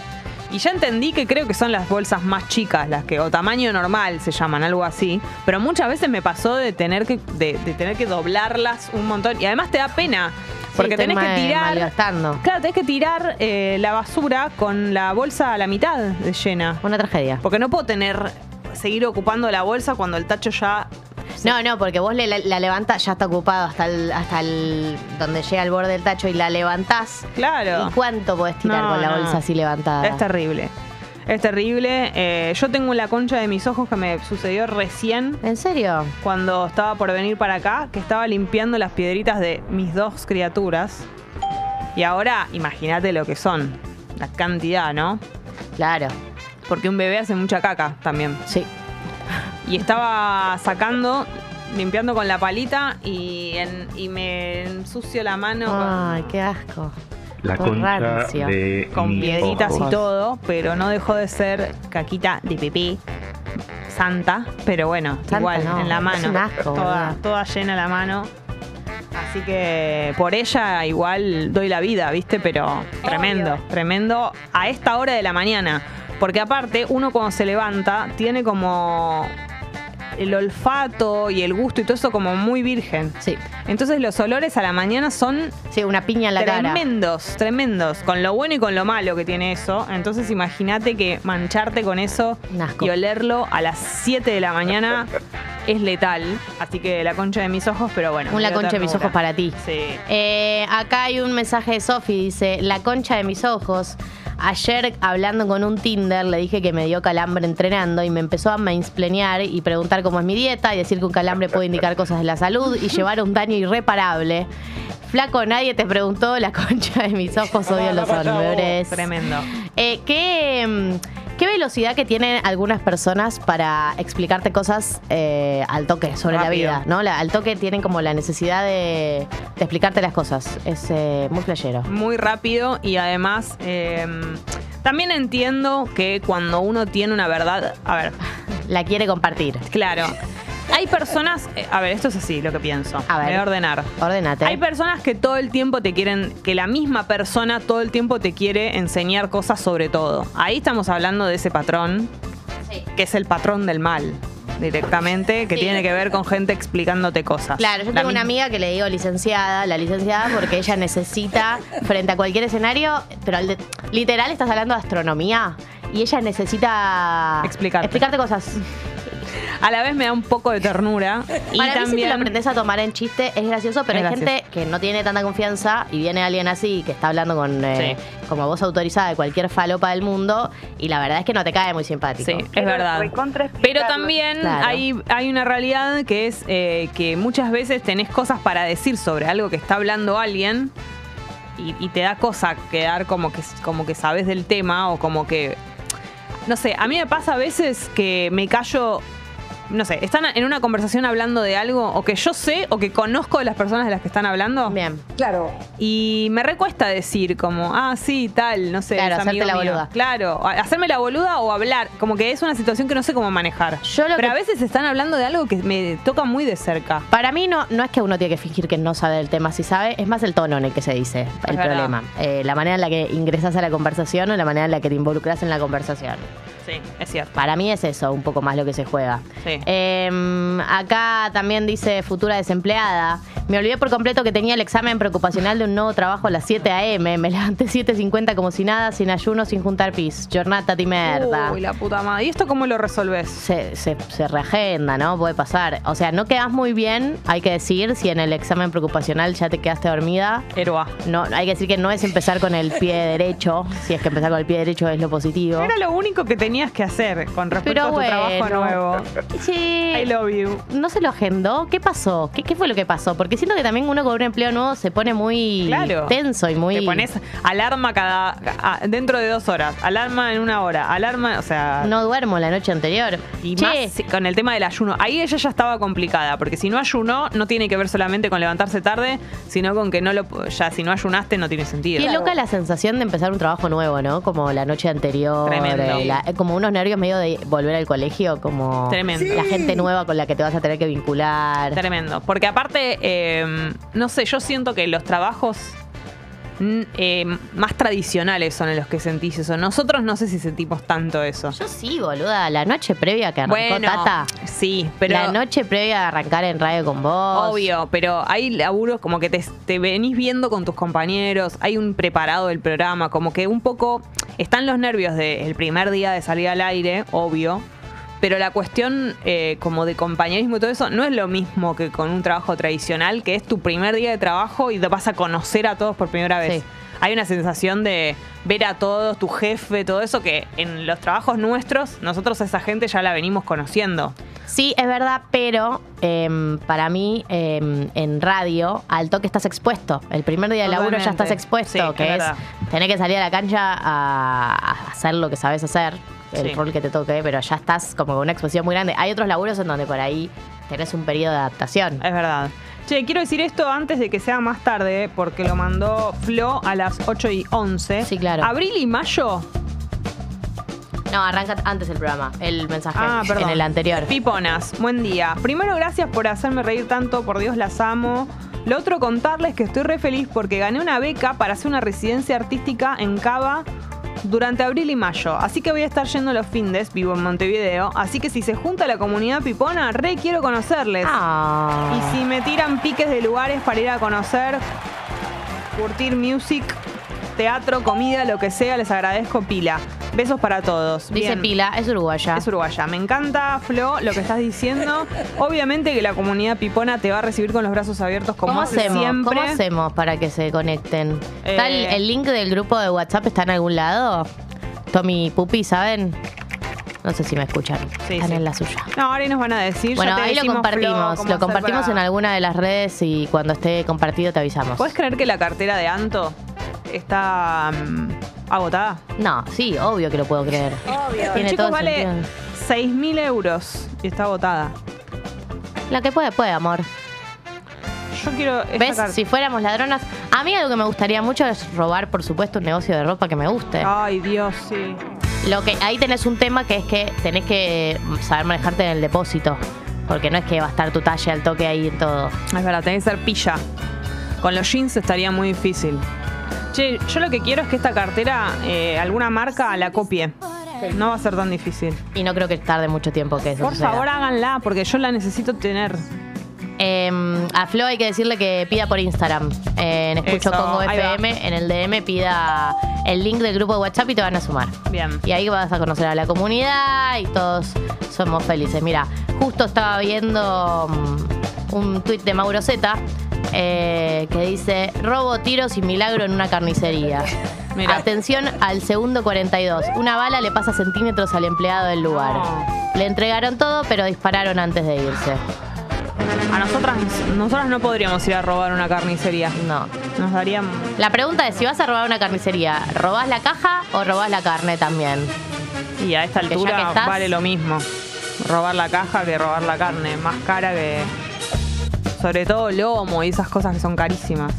[SPEAKER 1] Y ya entendí que creo que son las bolsas más chicas, las que, o tamaño normal se llaman, algo así. Pero muchas veces me pasó de tener que, de, de tener que doblarlas un montón. Y además te da pena. Porque
[SPEAKER 2] Sí, estoy
[SPEAKER 1] tenés que
[SPEAKER 2] mal-
[SPEAKER 1] tirar.
[SPEAKER 2] malgastando.
[SPEAKER 1] Claro, tenés que tirar eh, la basura con la bolsa a la mitad de llena.
[SPEAKER 2] Una tragedia.
[SPEAKER 1] Porque no puedo tener, seguir ocupando la bolsa cuando el tacho ya.
[SPEAKER 2] No, no, porque vos le- la, la levantás, ya está ocupado hasta el, hasta el donde llega el borde del tacho y la levantás.
[SPEAKER 1] Claro.
[SPEAKER 2] ¿Y cuánto podés tirar
[SPEAKER 1] No,
[SPEAKER 2] con la
[SPEAKER 1] no.
[SPEAKER 2] bolsa así levantada?
[SPEAKER 1] Es terrible. Es terrible. Eh, yo tengo la concha de mis ojos que me sucedió recién
[SPEAKER 2] ¿En serio?
[SPEAKER 1] cuando estaba por venir para acá, que estaba limpiando las piedritas de mis dos criaturas. Y ahora, imagínate lo que son. La cantidad, ¿no?
[SPEAKER 2] Claro,
[SPEAKER 1] Porque un bebé hace mucha caca también.
[SPEAKER 2] sí.
[SPEAKER 1] y estaba sacando, limpiando con la palita y, en- y me ensucio la mano
[SPEAKER 2] Ay, qué asco.
[SPEAKER 3] La
[SPEAKER 2] Todo
[SPEAKER 3] concha
[SPEAKER 2] rancio.
[SPEAKER 3] de
[SPEAKER 1] con, con
[SPEAKER 3] mis
[SPEAKER 1] piedritas
[SPEAKER 3] ojos.
[SPEAKER 1] y todo, pero no dejó de ser caquita de pipí santa, pero bueno,
[SPEAKER 2] Santa
[SPEAKER 1] igual
[SPEAKER 2] no,
[SPEAKER 1] en la
[SPEAKER 2] es
[SPEAKER 1] mano,
[SPEAKER 2] un asco,
[SPEAKER 1] toda,
[SPEAKER 2] boluda.
[SPEAKER 1] toda llena la mano. Así que por ella igual doy la vida, ¿viste? Pero tremendo, tremendo a esta hora de la mañana. Porque aparte, uno cuando se levanta tiene como el olfato y el gusto y todo eso como muy virgen.
[SPEAKER 2] Sí.
[SPEAKER 1] Entonces los olores a la mañana son
[SPEAKER 2] Sí, una piña en la cara.
[SPEAKER 1] tremendos, tremendos, con lo bueno y con lo malo que tiene eso. Entonces imagínate que mancharte con eso
[SPEAKER 2] Un asco.
[SPEAKER 1] y olerlo a las 7 de la mañana es letal. Así que la concha de mis ojos, pero bueno.
[SPEAKER 2] Un la
[SPEAKER 1] dio
[SPEAKER 2] concha de mis
[SPEAKER 1] ternura.
[SPEAKER 2] ojos para ti.
[SPEAKER 1] Sí.
[SPEAKER 2] Eh, acá hay un mensaje de Sofi, dice, la concha de mis ojos. Ayer hablando con un Tinder le dije que me dio calambre entrenando y me empezó a mainsplenear y preguntar cómo es mi dieta y decir que un calambre puede indicar cosas de la salud y llevar un daño irreparable. Flaco, nadie te preguntó la concha de mis ojos, odio los olores.
[SPEAKER 1] Tremendo.
[SPEAKER 2] Eh, ¿qué, mm, qué velocidad que tienen algunas personas para explicarte cosas eh, al toque sobre
[SPEAKER 1] Rápido.
[SPEAKER 2] la vida? ¿no? La- al toque tienen como la necesidad de, de explicarte las cosas. Es eh, muy playero.
[SPEAKER 1] muy rápido y además eh, también entiendo que cuando uno tiene una verdad, a ver,
[SPEAKER 2] La quiere compartir.
[SPEAKER 1] claro, hay personas, eh, a ver, esto es así lo que pienso,
[SPEAKER 2] A ver.
[SPEAKER 1] voy a ordenar.
[SPEAKER 2] Ordenate.
[SPEAKER 1] Hay personas que todo el tiempo te quieren, que la misma persona todo el tiempo te quiere enseñar cosas sobre todo. Ahí estamos hablando de ese patrón, que es el patrón del mal directamente, que
[SPEAKER 2] Sí.
[SPEAKER 1] tiene que ver con gente explicándote cosas.
[SPEAKER 2] Claro, yo
[SPEAKER 1] La
[SPEAKER 2] tengo una
[SPEAKER 1] misma-
[SPEAKER 2] amiga que le digo licenciada, la licenciada, porque ella <laughs> necesita, frente a cualquier escenario, pero al de- literal estás hablando de astronomía y ella necesita
[SPEAKER 1] Explicarte.
[SPEAKER 2] explicarte cosas.
[SPEAKER 1] A la vez me da un poco de ternura. Y
[SPEAKER 2] <laughs> Para mí, si te
[SPEAKER 1] también.
[SPEAKER 2] lo aprendes a tomar en chiste, es gracioso, pero
[SPEAKER 1] Es
[SPEAKER 2] hay
[SPEAKER 1] gracioso.
[SPEAKER 2] gente que no tiene tanta confianza y viene alguien así que está hablando con eh, como voz autorizada de cualquier falopa del mundo y la verdad es que no te cae muy simpático.
[SPEAKER 1] Sí, es verdad.
[SPEAKER 3] recontra explicarlo.
[SPEAKER 1] Pero también
[SPEAKER 2] Claro.
[SPEAKER 1] hay, hay una realidad que es eh, que muchas veces tenés cosas para decir sobre algo que está hablando alguien y, y te da cosa quedar como que, como que sabes del tema o como que... No sé, a mí me pasa a veces que me callo... No sé, están en una conversación hablando de algo o que yo sé o que conozco de las personas de las que están hablando
[SPEAKER 2] Bien.
[SPEAKER 3] Claro.
[SPEAKER 1] y me recuesta decir como, ah, sí, tal, no sé.
[SPEAKER 2] Claro,
[SPEAKER 1] es amigo
[SPEAKER 2] hacerte la
[SPEAKER 1] mío.
[SPEAKER 2] boluda.
[SPEAKER 1] Claro, a- hacerme la boluda o hablar, como que es una situación que no sé cómo manejar.
[SPEAKER 2] Yo lo
[SPEAKER 1] Pero
[SPEAKER 2] que-
[SPEAKER 1] a veces están hablando de algo que me toca muy de cerca.
[SPEAKER 2] Para mí no, no es que uno tiene que fingir que no sabe del tema, si sabe, es más el tono en el que se dice el
[SPEAKER 1] verdad.
[SPEAKER 2] problema. Eh, la manera en la que ingresas a la conversación o la manera en la que te involucras en la conversación.
[SPEAKER 1] Sí, es cierto.
[SPEAKER 2] Para mí es eso, un poco más lo que se juega.
[SPEAKER 1] Sí.
[SPEAKER 2] Eh, acá también dice futura desempleada. Me olvidé por completo que tenía el examen preocupacional de un nuevo trabajo a las 7 a.m. Me levanté <laughs> 7.50 como si nada, sin ayuno, sin juntar pis. Jornata de merda.
[SPEAKER 1] Uy, la puta madre. ¿Y esto cómo lo resolves?
[SPEAKER 2] Se, se, se reagenda, ¿no? Puede pasar. O sea, no quedas muy bien, hay que decir, si en el examen preocupacional ya te quedaste dormida.
[SPEAKER 1] Héroa.
[SPEAKER 2] No, hay que decir que no es empezar con el pie derecho, si es que empezar con el pie derecho es lo positivo.
[SPEAKER 1] Era lo único que tenías que hacer con respecto
[SPEAKER 2] Pero
[SPEAKER 1] a tu trabajo
[SPEAKER 2] bueno.
[SPEAKER 1] nuevo.
[SPEAKER 2] Sí.
[SPEAKER 1] I love you.
[SPEAKER 2] ¿No se lo agendó? ¿Qué pasó? ¿Qué, qué fue lo que pasó? Porque siento que también uno con un empleo nuevo se pone muy
[SPEAKER 1] Claro.
[SPEAKER 2] tenso y muy...
[SPEAKER 1] Te pones alarma cada a- dentro de dos horas, alarma en una hora, alarma, o sea,
[SPEAKER 2] No duermo la noche anterior.
[SPEAKER 1] Y
[SPEAKER 2] Che,
[SPEAKER 1] más si- con el tema del ayuno. Ahí ella ya estaba complicada, porque si no ayunó, no tiene que ver solamente con levantarse tarde, sino con que no lo ya si no ayunaste no tiene
[SPEAKER 2] Qué
[SPEAKER 1] sentido.
[SPEAKER 2] loca la sensación de empezar un trabajo nuevo, ¿no? Como la noche anterior.
[SPEAKER 1] Tremendo.
[SPEAKER 2] eh, la- eh, como unos nervios medio de volver al colegio, como
[SPEAKER 1] Tremendo.
[SPEAKER 2] la gente nueva con la que te vas a tener que vincular.
[SPEAKER 1] Tremendo. Porque aparte, eh, no sé, yo siento que los trabajos mm, eh, más tradicionales son en los que sentís eso. Nosotros no sé si sentimos tanto eso.
[SPEAKER 2] Yo sí, boluda. La noche previa que arrancó
[SPEAKER 1] Bueno,
[SPEAKER 2] Tata.
[SPEAKER 1] sí, pero
[SPEAKER 2] la noche previa de arrancar en radio con vos.
[SPEAKER 1] Obvio, pero hay laburos como que te, te venís viendo con tus compañeros, hay un preparado del programa, como que un poco están los nervios del primer día de salir al aire, obvio, pero la cuestión eh, como de compañerismo y todo eso no es lo mismo que con un trabajo tradicional, que es tu primer día de trabajo y te vas a conocer a todos por primera vez.
[SPEAKER 2] Sí.
[SPEAKER 1] Hay una sensación de ver a todos, tu jefe, todo eso, que en los trabajos nuestros, nosotros a esa gente ya la venimos conociendo.
[SPEAKER 2] Sí, es verdad, pero em, para mí em, en radio, al toque estás expuesto. El primer día de laburo ya
[SPEAKER 1] Totalmente.
[SPEAKER 2] estás
[SPEAKER 1] Sí,
[SPEAKER 2] expuesto,
[SPEAKER 1] es
[SPEAKER 2] que es,
[SPEAKER 1] verdad.
[SPEAKER 2] tener que salir a la cancha a, a hacer lo que sabes hacer, el
[SPEAKER 1] Sí.
[SPEAKER 2] rol que te toque, pero ya estás como con una exposición muy grande. Hay otros laburos en donde por ahí tenés un periodo de adaptación.
[SPEAKER 1] Es verdad. Che, quiero decir esto antes de que sea más tarde, porque lo mandó Flo a las 8 y 11.
[SPEAKER 2] Sí, claro.
[SPEAKER 1] Abril y mayo.
[SPEAKER 2] No, arranca antes el programa, el mensaje
[SPEAKER 1] Ah, perdón.
[SPEAKER 2] en el anterior.
[SPEAKER 1] Piponas, buen día. Primero, gracias por hacerme reír tanto, por Dios las amo. Lo otro, contarles que estoy re feliz porque gané una beca para hacer una residencia artística en Cava durante abril y mayo. Así que voy a estar yendo los findes, vivo en Montevideo. Así que si se junta la comunidad pipona, re quiero conocerles.
[SPEAKER 2] Ah.
[SPEAKER 1] Y si me tiran piques de lugares para ir a conocer, curtir music, teatro, comida, lo que sea, les agradezco pila. Besos para todos.
[SPEAKER 2] Dice
[SPEAKER 1] Bien.
[SPEAKER 2] Pila, es uruguaya.
[SPEAKER 1] Es uruguaya. Me encanta, Flo, lo que estás diciendo. Obviamente que la comunidad pipona te va a recibir con los brazos abiertos como
[SPEAKER 2] ¿Cómo
[SPEAKER 1] hace
[SPEAKER 2] hacemos?
[SPEAKER 1] siempre.
[SPEAKER 2] ¿Cómo hacemos para que se conecten?
[SPEAKER 1] Eh.
[SPEAKER 2] ¿Está el, el link del grupo de WhatsApp está en algún lado? Tommy y Pupi, ¿saben? No sé si me escuchan.
[SPEAKER 1] Sí,
[SPEAKER 2] Están
[SPEAKER 1] sí.
[SPEAKER 2] en la suya.
[SPEAKER 1] No, ahora nos van a decir.
[SPEAKER 2] Bueno,
[SPEAKER 1] ya te
[SPEAKER 2] ahí lo
[SPEAKER 1] decimos, Flo,
[SPEAKER 2] compartimos.
[SPEAKER 1] cómo
[SPEAKER 2] lo
[SPEAKER 1] hacer
[SPEAKER 2] compartimos
[SPEAKER 1] para-
[SPEAKER 2] en alguna de las redes y cuando esté compartido te avisamos.
[SPEAKER 1] ¿Puedes creer que la cartera de Anto está mm, agotada?
[SPEAKER 2] No, sí, obvio que lo puedo creer.
[SPEAKER 3] Obvio.
[SPEAKER 2] Tiene
[SPEAKER 1] Chicos,
[SPEAKER 2] todo el
[SPEAKER 1] vale
[SPEAKER 2] sentido.
[SPEAKER 1] 6.000 euros y está agotada.
[SPEAKER 2] La que puede, puede, amor.
[SPEAKER 1] Yo quiero. esta
[SPEAKER 2] ¿Ves?
[SPEAKER 1] carta.
[SPEAKER 2] Si fuéramos ladronas. A mí algo que me gustaría mucho es robar, por supuesto, un negocio de ropa que me guste.
[SPEAKER 1] Ay, Dios, sí.
[SPEAKER 2] Lo que ahí tenés un tema que es que tenés que saber manejarte en el depósito, porque no es que va a estar tu talla al toque ahí en todo.
[SPEAKER 1] Es verdad, tenés que ser pilla. Con los jeans estaría muy difícil. Che, yo lo que quiero es que esta cartera, eh, alguna marca la copie. No va a ser tan difícil.
[SPEAKER 2] Y no creo que tarde mucho tiempo que eso
[SPEAKER 1] Por
[SPEAKER 2] suceda.
[SPEAKER 1] favor, háganla, porque yo la necesito tener.
[SPEAKER 2] Eh, a Flo hay que decirle que pida por Instagram. Eh, en Escucho
[SPEAKER 1] Eso,
[SPEAKER 2] Congo
[SPEAKER 1] ahí va.
[SPEAKER 2] FM, en el DM pida el link del grupo de WhatsApp y te van a sumar.
[SPEAKER 1] Bien.
[SPEAKER 2] Y ahí vas a conocer a la comunidad y todos somos felices. Mira, Justo estaba viendo mm, un tuit de Mauro Zeta eh, que dice: Robo, tiros y milagro en una carnicería.
[SPEAKER 1] <laughs> Mirá.
[SPEAKER 2] Atención al segundo 42. Una bala le pasa centímetros al empleado del lugar.
[SPEAKER 1] No.
[SPEAKER 2] Le entregaron todo, pero dispararon antes de irse.
[SPEAKER 1] A nosotras, nosotras no podríamos ir a robar una carnicería.
[SPEAKER 2] No.
[SPEAKER 1] Nos darían.
[SPEAKER 2] La pregunta es: si vas a robar una carnicería, ¿robás la caja o robás la carne también?
[SPEAKER 1] Y a esta
[SPEAKER 2] Que ya
[SPEAKER 1] altura
[SPEAKER 2] que estás-
[SPEAKER 1] vale lo mismo. Robar la caja que robar la carne. Más cara que. Sobre todo lomo y esas cosas que son carísimas.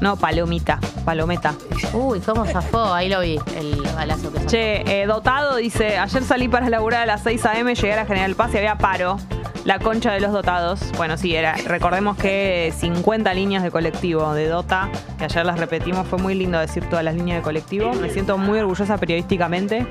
[SPEAKER 1] No, palomita, palometa.
[SPEAKER 2] Uy, cómo zafó, ahí lo vi, el balazo que zafó.
[SPEAKER 1] Che, eh, Dotado dice, ayer salí para laburar a las 6 a.m., llegué a la General Paz y había paro. La concha de los dotados. Bueno, sí, era. Recordemos que 50 líneas de colectivo de Dota, que ayer las repetimos, fue muy lindo decir todas las líneas de colectivo. Me siento muy orgullosa periodísticamente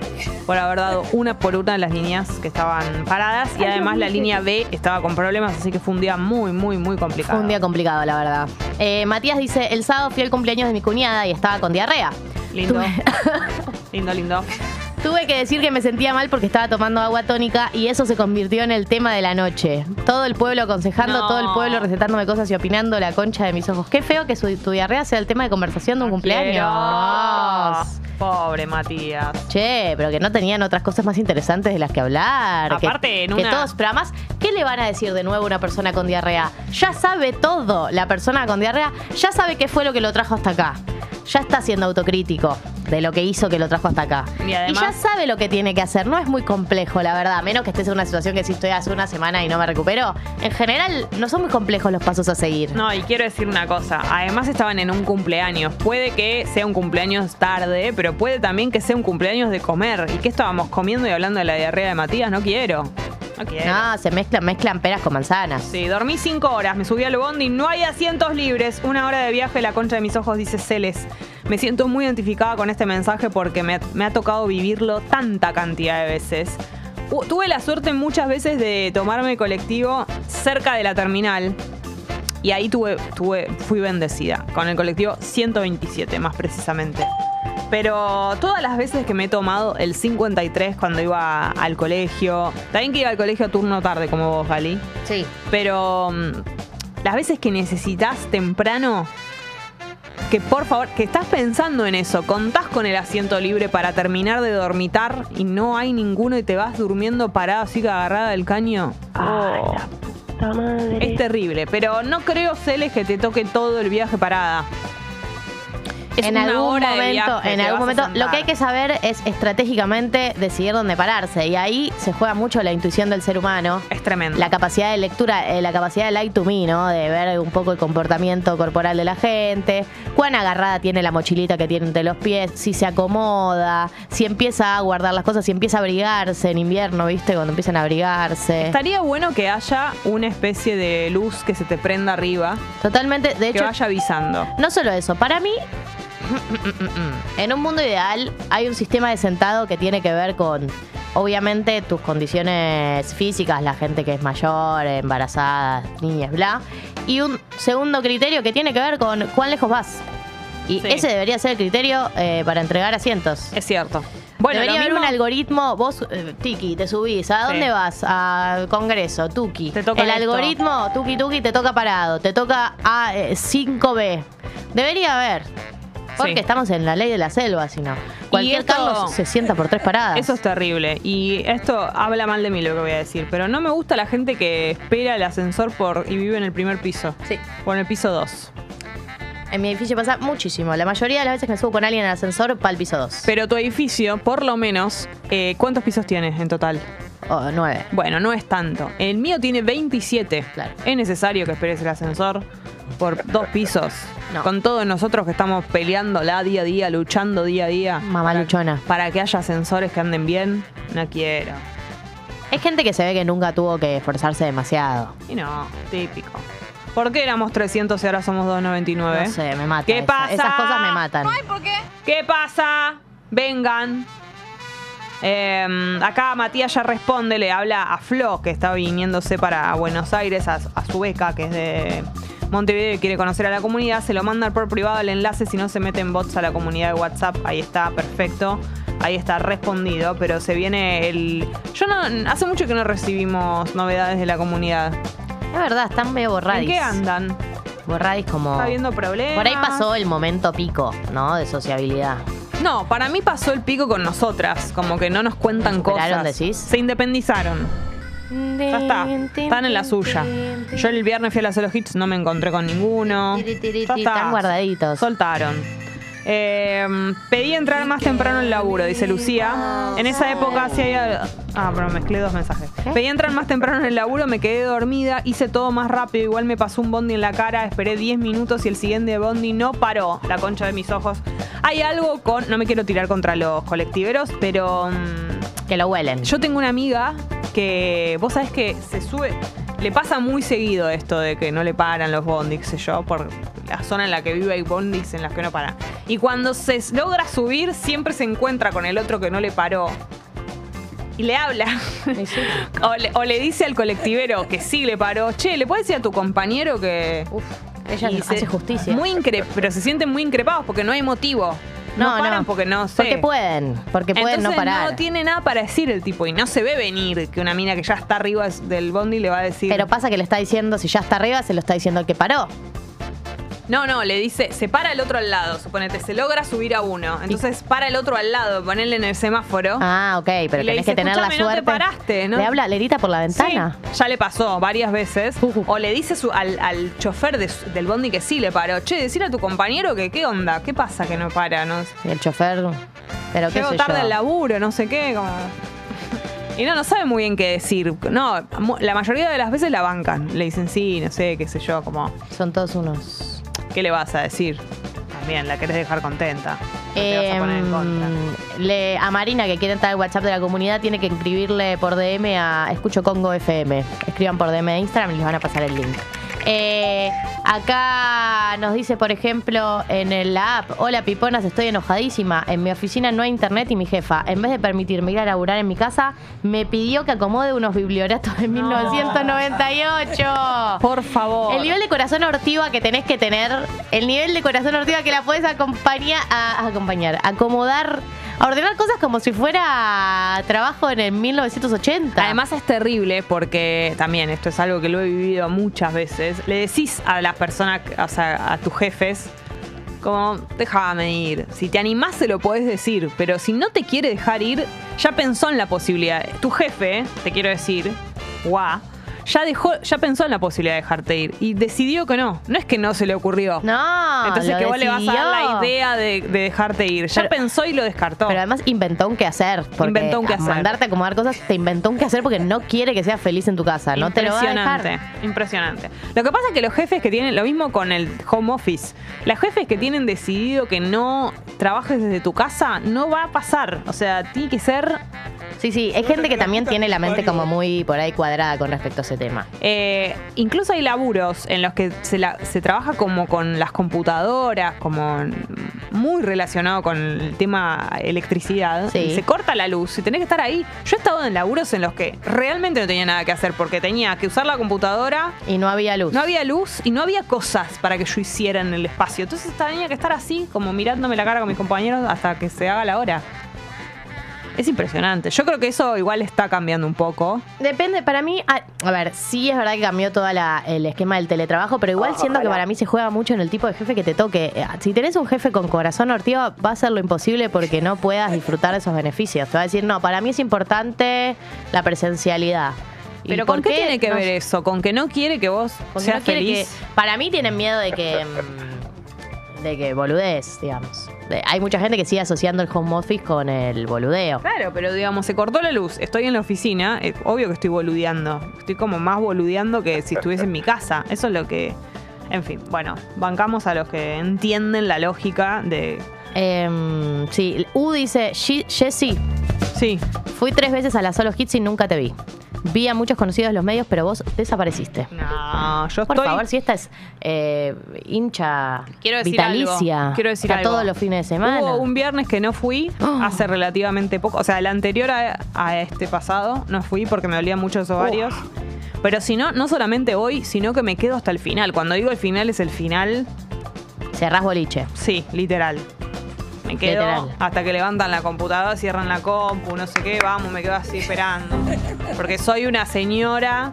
[SPEAKER 1] por haber dado una por una de las líneas que estaban paradas. Y además la línea B estaba con problemas, así que fue un día muy, muy, muy complicado.
[SPEAKER 2] Fue un día complicado, la verdad. Eh, Matías dice, el sábado fui al cumpleaños de mi cuñada y estaba con diarrea. <laughs>
[SPEAKER 1] Lindo.
[SPEAKER 2] Tuve,
[SPEAKER 1] lindo, lindo.
[SPEAKER 2] tuve que decir que me sentía mal porque estaba tomando agua tónica y eso se convirtió en el tema de la noche. Todo el pueblo aconsejando,
[SPEAKER 1] No.
[SPEAKER 2] todo el pueblo recetándome cosas y opinando la concha de mis ojos. Qué feo que su, tu diarrea sea el tema de conversación de un cumpleaños.
[SPEAKER 1] Quiero. Pobre Matías.
[SPEAKER 2] Che, pero que no tenían otras cosas más interesantes de las que hablar. que-
[SPEAKER 1] Aparte, en
[SPEAKER 2] que
[SPEAKER 1] una-
[SPEAKER 2] todos, pero además, ¿qué le van a decir de nuevo a una persona con diarrea? Ya sabe todo. La persona con diarrea ya sabe qué fue lo que lo trajo hasta acá. Ya está siendo autocrítico de lo que hizo que lo trajo hasta acá.
[SPEAKER 1] Y además-
[SPEAKER 2] ya sabe lo que tiene que hacer. No es muy complejo, la verdad. a Menos que estés en una situación que si estoy hace una semana y no me recupero. En general, no son muy complejos los pasos a seguir.
[SPEAKER 1] No, y quiero decir una cosa. Además estaban en un cumpleaños. Puede que sea un cumpleaños tarde, pero puede también que sea un cumpleaños de comer. ¿Y qué estábamos comiendo y hablando de la diarrea de Matías? No quiero. No quiero.
[SPEAKER 2] No, se mezclan, mezclan peras con manzanas.
[SPEAKER 1] Sí, dormí cinco horas, me subí al bondi, no hay asientos libres, una hora de viaje, la concha de mis ojos dice Celes. Me siento muy identificada con este mensaje porque me, me ha tocado vivirlo tanta cantidad de veces. U- Tuve la suerte muchas veces de tomarme el colectivo cerca de la terminal y ahí tuve, tuve, fui bendecida con el colectivo 127 más precisamente. Pero todas las veces que me he tomado el 53 cuando iba al colegio, también que iba al colegio a turno tarde como vos, Gali.
[SPEAKER 2] sí.
[SPEAKER 1] Pero mm, las veces que necesitas temprano, que por favor, que estás pensando en eso, contás con el asiento libre para terminar de dormitar y no hay ninguno y te vas durmiendo parada así que agarrada del caño. Oh,
[SPEAKER 3] Puta madre.
[SPEAKER 1] es terrible, pero no creo, Celes, que te toque todo el viaje parada. Es
[SPEAKER 2] en
[SPEAKER 1] una
[SPEAKER 2] algún
[SPEAKER 1] hora de
[SPEAKER 2] momento,
[SPEAKER 1] viaje,
[SPEAKER 2] en
[SPEAKER 1] te
[SPEAKER 2] algún
[SPEAKER 1] vas a
[SPEAKER 2] momento, lo que hay
[SPEAKER 1] sentar.
[SPEAKER 2] que saber es estratégicamente decidir dónde pararse y ahí se juega mucho la intuición del ser humano,
[SPEAKER 1] Es tremendo.
[SPEAKER 2] la capacidad de lectura, eh, la capacidad del eye to me, ¿no? De ver un poco el comportamiento corporal de la gente, cuán agarrada tiene la mochilita que tiene entre los pies, si se acomoda, si empieza a guardar las cosas, si empieza a abrigarse en invierno, ¿viste? Cuando empiezan a abrigarse.
[SPEAKER 1] Estaría bueno que haya una especie de luz que se te prenda arriba,
[SPEAKER 2] Totalmente, de
[SPEAKER 1] que
[SPEAKER 2] hecho,
[SPEAKER 1] vaya avisando.
[SPEAKER 2] No solo eso, para mí, en un mundo ideal hay un sistema de sentado que tiene que ver con, obviamente, tus condiciones físicas, la gente que es mayor, embarazadas, niñas, bla. Y un segundo criterio que tiene que ver con cuán lejos vas. Y
[SPEAKER 1] Sí.
[SPEAKER 2] ese debería ser el criterio eh, para entregar asientos.
[SPEAKER 1] Es cierto. Bueno,
[SPEAKER 2] debería
[SPEAKER 1] lo
[SPEAKER 2] haber
[SPEAKER 1] mismo-
[SPEAKER 2] un algoritmo, vos, eh, Tiki, te subís, ¿a dónde
[SPEAKER 1] Sí.
[SPEAKER 2] vas? Al Congreso, Tuki.
[SPEAKER 1] Te toca
[SPEAKER 2] el
[SPEAKER 1] esto.
[SPEAKER 2] algoritmo, Tuki Tuki, te toca parado, te toca a 5B. Debería haber. Porque
[SPEAKER 1] Sí.
[SPEAKER 2] estamos en la ley de la selva, si no. Cualquier
[SPEAKER 1] esto-
[SPEAKER 2] Carlos se sienta por tres paradas.
[SPEAKER 1] Eso es terrible. Y esto habla mal de mí lo que voy a decir. Pero no me gusta la gente que espera el ascensor por y vive en el primer piso.
[SPEAKER 2] Sí.
[SPEAKER 1] O en el piso 2.
[SPEAKER 2] En mi edificio pasa muchísimo. La mayoría de las veces que me subo con alguien en el ascensor, para el piso 2.
[SPEAKER 1] Pero tu edificio, por lo menos, eh, ¿cuántos pisos tienes en total?
[SPEAKER 2] O 9.
[SPEAKER 1] Bueno, no es tanto. El mío tiene 27.
[SPEAKER 2] Claro.
[SPEAKER 1] Es necesario que esperes el ascensor por dos pisos.
[SPEAKER 2] No.
[SPEAKER 1] Con todos nosotros que estamos peleándola día a día, luchando día a día.
[SPEAKER 2] Mamá
[SPEAKER 1] para-
[SPEAKER 2] luchona.
[SPEAKER 1] Para que haya ascensores que anden bien. No quiero.
[SPEAKER 2] Hay gente que se ve que nunca tuvo que esforzarse demasiado.
[SPEAKER 1] Y no, típico. ¿Por qué éramos 300 y ahora somos 299?
[SPEAKER 2] No sé, me mata.
[SPEAKER 1] ¿Qué
[SPEAKER 2] eso.
[SPEAKER 1] pasa?
[SPEAKER 2] Esas cosas me matan.
[SPEAKER 1] ¿Qué pasa? Vengan. Eh, acá Matías ya responde, le habla a Flo, que está viniéndose para Buenos Aires, a, a su beca, que es de Montevideo y quiere conocer a la comunidad. Se lo mandan por privado el enlace si no se meten bots a la comunidad de WhatsApp. Ahí está, perfecto. ahí está respondido, pero se viene el... Yo no, hace mucho que no recibimos novedades de la comunidad.
[SPEAKER 2] Es verdad, están medio borradis.
[SPEAKER 1] ¿En qué andan?
[SPEAKER 2] Borradis como...
[SPEAKER 1] ¿Está habiendo problemas?
[SPEAKER 2] Por ahí pasó el momento pico, ¿no? De sociabilidad.
[SPEAKER 1] No, para mí pasó el pico con nosotras, como que no nos cuentan
[SPEAKER 2] ¿Superaron,
[SPEAKER 1] cosas.
[SPEAKER 2] decís?
[SPEAKER 1] Se independizaron. Ya está. Están en la suya. Yo el viernes fui a la Solo Hits, no me encontré con ninguno. Ya está.
[SPEAKER 2] Están guardaditos.
[SPEAKER 1] Soltaron. Eh, pedí entrar más temprano al laburo, dice Lucía. En esa época sí había. Ah, pero mezclé dos mensajes.
[SPEAKER 2] ¿Qué?
[SPEAKER 1] Pedí entrar más temprano en el laburo, me quedé dormida, hice todo más rápido. Igual me pasó un bondi en la cara, esperé 10 minutos y el siguiente bondi no paró. La concha de mis ojos. Hay algo con. No me quiero tirar contra los colectiveros, pero. mm,
[SPEAKER 2] Que lo huelen.
[SPEAKER 1] yo tengo una amiga que vos sabés que se sube, le pasa muy seguido esto de que no le paran los bondis, qué sé yo, por la zona en la que vive hay bondis en las que no paran. Y cuando se logra subir, siempre se encuentra con el otro que no le paró. Y le habla. <laughs> o, le, o le dice al colectivero que sí le paró, che, ¿le puedes decir a tu compañero que...
[SPEAKER 2] Uf, ella
[SPEAKER 1] Y
[SPEAKER 2] hace
[SPEAKER 1] se-
[SPEAKER 2] justicia.
[SPEAKER 1] Muy incre- pero se sienten muy increpados porque no hay motivo. No,
[SPEAKER 2] No,
[SPEAKER 1] paran
[SPEAKER 2] no.
[SPEAKER 1] porque no sé.
[SPEAKER 2] Porque pueden, porque pueden no
[SPEAKER 1] Entonces,
[SPEAKER 2] parar.
[SPEAKER 1] tiene nada para decir el tipo y no se ve venir que una mina que ya está arriba del bondi le va a decir.
[SPEAKER 2] Pero pasa que le está diciendo, si ya está arriba, se lo está diciendo el que paró.
[SPEAKER 1] no, no, le dice, se para el otro al lado, suponete, se logra subir a uno. Entonces para el otro al lado, ponerle en el semáforo.
[SPEAKER 2] Ah, ok, pero
[SPEAKER 1] Y le
[SPEAKER 2] tenés
[SPEAKER 1] dice,
[SPEAKER 2] que tener la
[SPEAKER 1] "Escuchame, no te
[SPEAKER 2] suerte.
[SPEAKER 1] paraste, ¿no?
[SPEAKER 2] Le habla, le grita por la
[SPEAKER 1] Sí,
[SPEAKER 2] ventana.
[SPEAKER 1] ya le pasó varias veces.
[SPEAKER 2] Ujú.
[SPEAKER 1] O le dice su- al, al chofer de su- del bondi que sí le paró. Che, decir a tu compañero que qué onda, qué pasa que no para, no sé.
[SPEAKER 2] Y El chofer. Pero qué
[SPEAKER 1] Llego
[SPEAKER 2] sé
[SPEAKER 1] tarde
[SPEAKER 2] yo.
[SPEAKER 1] al laburo, no sé qué. como- Y no, no sabe muy bien qué decir. No, mu- la mayoría de las veces la bancan. Le dicen sí, no sé, qué sé yo, como,
[SPEAKER 2] Son todos unos.
[SPEAKER 1] ¿qué le vas a decir? También la querés dejar contenta. No te vas a poner en contra.
[SPEAKER 2] Em, le, a Marina, que quiere entrar al WhatsApp de la comunidad, tiene que escribirle por DM a Escucho Congo FM. Escriban por DM a Instagram y les van a pasar el link. Eh, acá nos dice, por ejemplo, en el- la app, hola Piponas, estoy enojadísima. En mi oficina no hay internet y mi jefa, en vez de permitirme ir a laburar en mi casa, me pidió que acomode unos biblioratos de
[SPEAKER 1] <laughs>
[SPEAKER 2] 1998.
[SPEAKER 1] Por favor.
[SPEAKER 2] El nivel de corazón ortiva que tenés que tener, el nivel de corazón ortiva que la puedes acompañar, a, acompañar, acomodar, a ordenar cosas como si fuera trabajo en el 1980.
[SPEAKER 1] Además es terrible porque también esto es algo que lo he vivido muchas veces. Le decís a las personas, o sea, a tus jefes, como, déjame ir. Si te animás se lo podés decir, pero si no te quiere dejar ir, ya pensó en la posibilidad. Tu jefe, te quiero decir, guau, ya dejó, ya pensó en la posibilidad de dejarte ir y decidió que no. No es que no se le ocurrió.
[SPEAKER 2] no,
[SPEAKER 1] Entonces
[SPEAKER 2] lo
[SPEAKER 1] que vos le vas a dar
[SPEAKER 2] decidió.
[SPEAKER 1] la idea de, de dejarte ir. Ya
[SPEAKER 2] Pero-
[SPEAKER 1] pensó y lo descartó.
[SPEAKER 2] Pero además inventó un quehacer. Porque
[SPEAKER 1] Inventó un quehacer.
[SPEAKER 2] Mandarte a acomodar cosas, te inventó un quehacer porque no quiere que seas feliz en tu casa. No te lo va a dejar.
[SPEAKER 1] impresionante, impresionante. Lo que pasa es que los jefes que tienen, lo mismo con el home office, las jefes que tienen decidido que no trabajes desde tu casa, no va a pasar. O sea, tiene que ser
[SPEAKER 2] Sí, sí. Es gente que también tiene la mente como muy por ahí cuadrada con respecto a ese tema.
[SPEAKER 1] Eh, incluso hay laburos en los que se, la- se trabaja como con las computadoras, como muy relacionado con el tema electricidad.
[SPEAKER 2] Sí.
[SPEAKER 1] Se corta la luz y tenés que estar ahí. Yo he estado en laburos en los que realmente no tenía nada que hacer porque tenía que usar la computadora,
[SPEAKER 2] Y no había luz.
[SPEAKER 1] no había luz y no había cosas para que yo hiciera en el espacio. Entonces tenía que estar así, como mirándome la cara con mis compañeros hasta que se haga la hora. Es impresionante. Yo creo que eso igual está cambiando un poco.
[SPEAKER 2] Depende, para mí, a, a ver, sí es verdad que cambió todo el esquema del teletrabajo, pero igual siento que para mí se juega mucho en el tipo de jefe que te toque. Eh, Si tenés un jefe con corazón ortiva, va a ser lo imposible porque no puedas disfrutar de esos beneficios. Te va a decir, no, para mí es importante la presencialidad. ¿Y
[SPEAKER 1] ¿Pero
[SPEAKER 2] por
[SPEAKER 1] con qué, tiene que
[SPEAKER 2] No
[SPEAKER 1] ver
[SPEAKER 2] sé,
[SPEAKER 1] eso? ¿Con que no quiere que vos
[SPEAKER 2] porque
[SPEAKER 1] seas
[SPEAKER 2] no quiere
[SPEAKER 1] feliz?
[SPEAKER 2] que- para mí tienen miedo de que... mm, de que boludez, digamos. De- hay mucha gente que sigue asociando el home office con el boludeo.
[SPEAKER 1] Claro, pero digamos, se cortó la luz, estoy en la oficina, eh, obvio que estoy boludeando. Estoy como más boludeando que si estuviese en mi casa. Eso es lo que. En fin, bueno, bancamos a los que entienden la lógica de.
[SPEAKER 2] Em, sí, U dice, "Ye- Jessy,
[SPEAKER 1] Sí,
[SPEAKER 2] Fui tres veces a la Solo Hits y nunca te vi. Vi a muchos conocidos de los medios, pero vos desapareciste.
[SPEAKER 1] no, yo
[SPEAKER 2] Por
[SPEAKER 1] estoy.
[SPEAKER 2] favor, si esta es eh, hincha
[SPEAKER 1] Quiero decir
[SPEAKER 2] vitalicia,
[SPEAKER 1] algo. Quiero decir
[SPEAKER 2] está
[SPEAKER 1] algo.
[SPEAKER 2] todos los fines de semana.
[SPEAKER 1] Hubo un viernes que no
[SPEAKER 2] <gasps>
[SPEAKER 1] fui
[SPEAKER 2] Oh.
[SPEAKER 1] hace relativamente poco. O sea, el anterior a, a este pasado no fui porque me dolían mucho los ovarios. Pero si no, no solamente hoy, sino que me quedo hasta el final. Cuando digo el final es el final,
[SPEAKER 2] Cerrás boliche.
[SPEAKER 1] sí, literal. Me quedo
[SPEAKER 2] Literal.
[SPEAKER 1] hasta que levantan la computadora, cierran la compu, no sé qué, vamos, me quedo así esperando. Porque soy una señora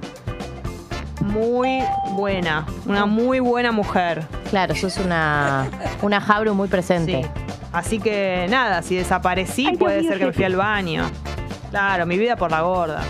[SPEAKER 1] muy buena, una muy buena mujer.
[SPEAKER 2] Claro, sos una, una Jabru muy presente.
[SPEAKER 1] Sí. Así que nada, si desaparecí puede ser que me fui al baño. Claro, mi vida por la gorda.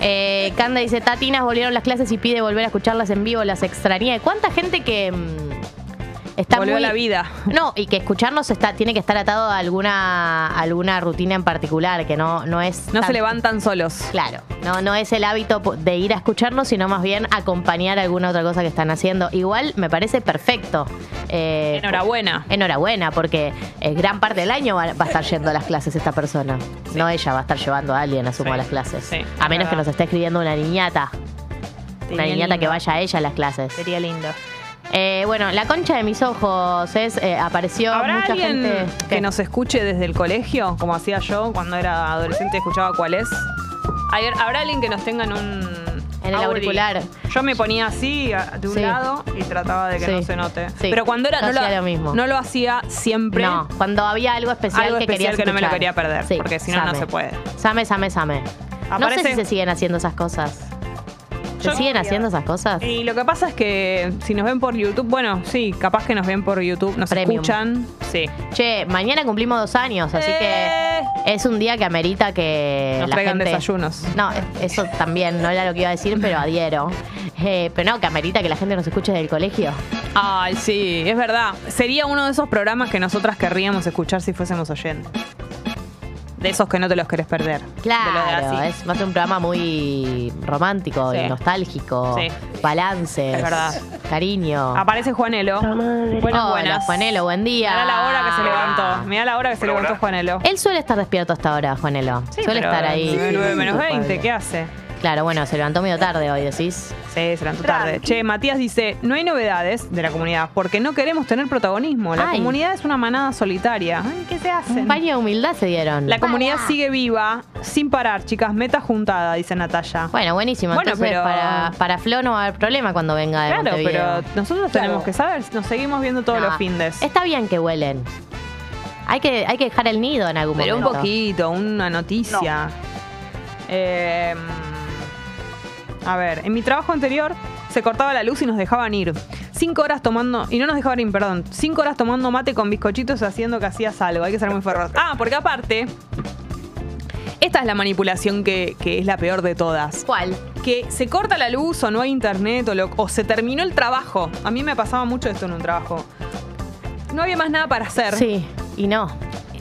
[SPEAKER 2] Eh, Canda dice, Tatinas volvieron las clases y pide volver a escucharlas en vivo, las extrañé. ¿Cuánta gente que mm, está
[SPEAKER 1] Volvió
[SPEAKER 2] muy...
[SPEAKER 1] la vida.
[SPEAKER 2] No, y que escucharnos está, tiene que estar atado a alguna, alguna rutina en particular, que no, no es...
[SPEAKER 1] No
[SPEAKER 2] tan-
[SPEAKER 1] se levantan solos.
[SPEAKER 2] Claro, no, no es el hábito po- de ir a escucharnos, sino más bien acompañar alguna otra cosa que están haciendo. Igual me parece perfecto. Eh,
[SPEAKER 1] Enhorabuena.
[SPEAKER 2] Enhorabuena, porque eh, gran parte del año va, va a estar yendo a las clases esta persona. No ella va a estar llevando a alguien, asumo,
[SPEAKER 1] Sí,
[SPEAKER 2] a las clases.
[SPEAKER 1] sí, es
[SPEAKER 2] a menos
[SPEAKER 1] verdad.
[SPEAKER 2] que nos esté escribiendo una niñata. Una
[SPEAKER 1] Sería
[SPEAKER 2] niñata que
[SPEAKER 1] lindo.
[SPEAKER 2] vaya a ella a las clases.
[SPEAKER 1] Sería lindo.
[SPEAKER 2] Eh, bueno, la concha de mis ojos es, eh, apareció
[SPEAKER 1] ¿Habrá
[SPEAKER 2] mucha
[SPEAKER 1] alguien
[SPEAKER 2] gente
[SPEAKER 1] que nos escuche desde el colegio, como hacía yo cuando era adolescente, escuchaba cuál es? Hay- ¿Habrá alguien que nos tenga en un...
[SPEAKER 2] En el
[SPEAKER 1] Audi?
[SPEAKER 2] auricular.
[SPEAKER 1] Yo me ponía así, a- de un
[SPEAKER 2] Sí.
[SPEAKER 1] lado, y trataba de que
[SPEAKER 2] Sí.
[SPEAKER 1] no se note.
[SPEAKER 2] Sí.
[SPEAKER 1] Pero cuando era...
[SPEAKER 2] Yo
[SPEAKER 1] No lo,
[SPEAKER 2] hacía lo mismo.
[SPEAKER 1] no lo hacía siempre.
[SPEAKER 2] No, cuando había algo especial
[SPEAKER 1] Algo
[SPEAKER 2] que
[SPEAKER 1] especial
[SPEAKER 2] querías
[SPEAKER 1] que no me lo
[SPEAKER 2] escuchar.
[SPEAKER 1] quería perder,
[SPEAKER 2] Sí,
[SPEAKER 1] porque si no, no
[SPEAKER 2] same.
[SPEAKER 1] se puede.
[SPEAKER 2] Same, same, same. No sé
[SPEAKER 1] Aparece-
[SPEAKER 2] si se siguen haciendo esas cosas. ¿Se
[SPEAKER 1] Yo-
[SPEAKER 2] siguen haciendo esas cosas?
[SPEAKER 1] Y lo que pasa es que si nos ven por YouTube, bueno, sí, capaz que nos ven por YouTube, nos
[SPEAKER 2] Premium.
[SPEAKER 1] escuchan. Sí.
[SPEAKER 2] Che, mañana cumplimos dos años, así que
[SPEAKER 1] Eh,
[SPEAKER 2] es un día que amerita que
[SPEAKER 1] Nos
[SPEAKER 2] la
[SPEAKER 1] traigan
[SPEAKER 2] gente...
[SPEAKER 1] desayunos.
[SPEAKER 2] No, es- eso también, no era lo que iba a decir,
[SPEAKER 1] <laughs>
[SPEAKER 2] pero adhiero. Eh, pero no, que amerita que la gente nos escuche del colegio.
[SPEAKER 1] Ay, sí, es verdad. Sería uno de esos programas que nosotras querríamos escuchar si fuésemos oyentes. De esos que no te los querés perder. De lo de
[SPEAKER 2] Claro,
[SPEAKER 1] así.
[SPEAKER 2] es, va a ser un programa muy romántico y
[SPEAKER 1] Sí.
[SPEAKER 2] nostálgico.
[SPEAKER 1] Sí.
[SPEAKER 2] Balances.
[SPEAKER 1] Es verdad.
[SPEAKER 2] Cariño.
[SPEAKER 1] Aparece Juanelo. Buenas,
[SPEAKER 2] Ah. Hola,
[SPEAKER 1] buenas.
[SPEAKER 2] Juanelo, buen día.
[SPEAKER 1] Mirá la hora que se levantó. Mirá la hora que se levantó Juanelo.
[SPEAKER 2] Él suele estar despierto hasta ahora, Juanelo.
[SPEAKER 1] Sí,
[SPEAKER 2] Eh, suele
[SPEAKER 1] pero
[SPEAKER 2] estar ahí.
[SPEAKER 1] 9 menos
[SPEAKER 2] culpable.
[SPEAKER 1] 20, ¿qué hace?
[SPEAKER 2] Claro, bueno, se levantó medio tarde hoy, decís.
[SPEAKER 1] Sí, se levantó tarde. Che, Matías dice, no hay novedades de la comunidad porque no queremos tener protagonismo. La
[SPEAKER 2] Ay.
[SPEAKER 1] comunidad es una manada solitaria. Ay, ¿Qué se
[SPEAKER 2] Un
[SPEAKER 1] hacen?
[SPEAKER 2] baño de humildad se dieron.
[SPEAKER 1] La comunidad sigue viva, sin parar, chicas. Meta juntada, dice Natalia.
[SPEAKER 2] Bueno, buenísimo.
[SPEAKER 1] Bueno,
[SPEAKER 2] Entonces,
[SPEAKER 1] pero-
[SPEAKER 2] para, para Flo no va a haber problema cuando venga de
[SPEAKER 1] Claro,
[SPEAKER 2] Montevideo.
[SPEAKER 1] pero nosotros tenemos que saber, nos seguimos viendo todos
[SPEAKER 2] No.
[SPEAKER 1] los findes.
[SPEAKER 2] Está bien que huelen. Hay que, hay que dejar el nido en algún
[SPEAKER 1] Pero un
[SPEAKER 2] momento.
[SPEAKER 1] poquito, una noticia. Eh, a ver, en mi trabajo anterior se cortaba la luz y nos dejaban ir. Cinco horas tomando, y no nos dejaban ir, perdón, cinco horas tomando mate con bizcochitos haciendo que hacías algo. Hay que ser muy ferros. Ah, porque aparte, esta es la manipulación que, que es la peor de todas.
[SPEAKER 2] ¿Cuál?
[SPEAKER 1] que se corta la luz o no hay internet o, lo- o se terminó el trabajo. A mí me pasaba mucho esto en un trabajo. No había más nada para hacer.
[SPEAKER 2] Sí, y no.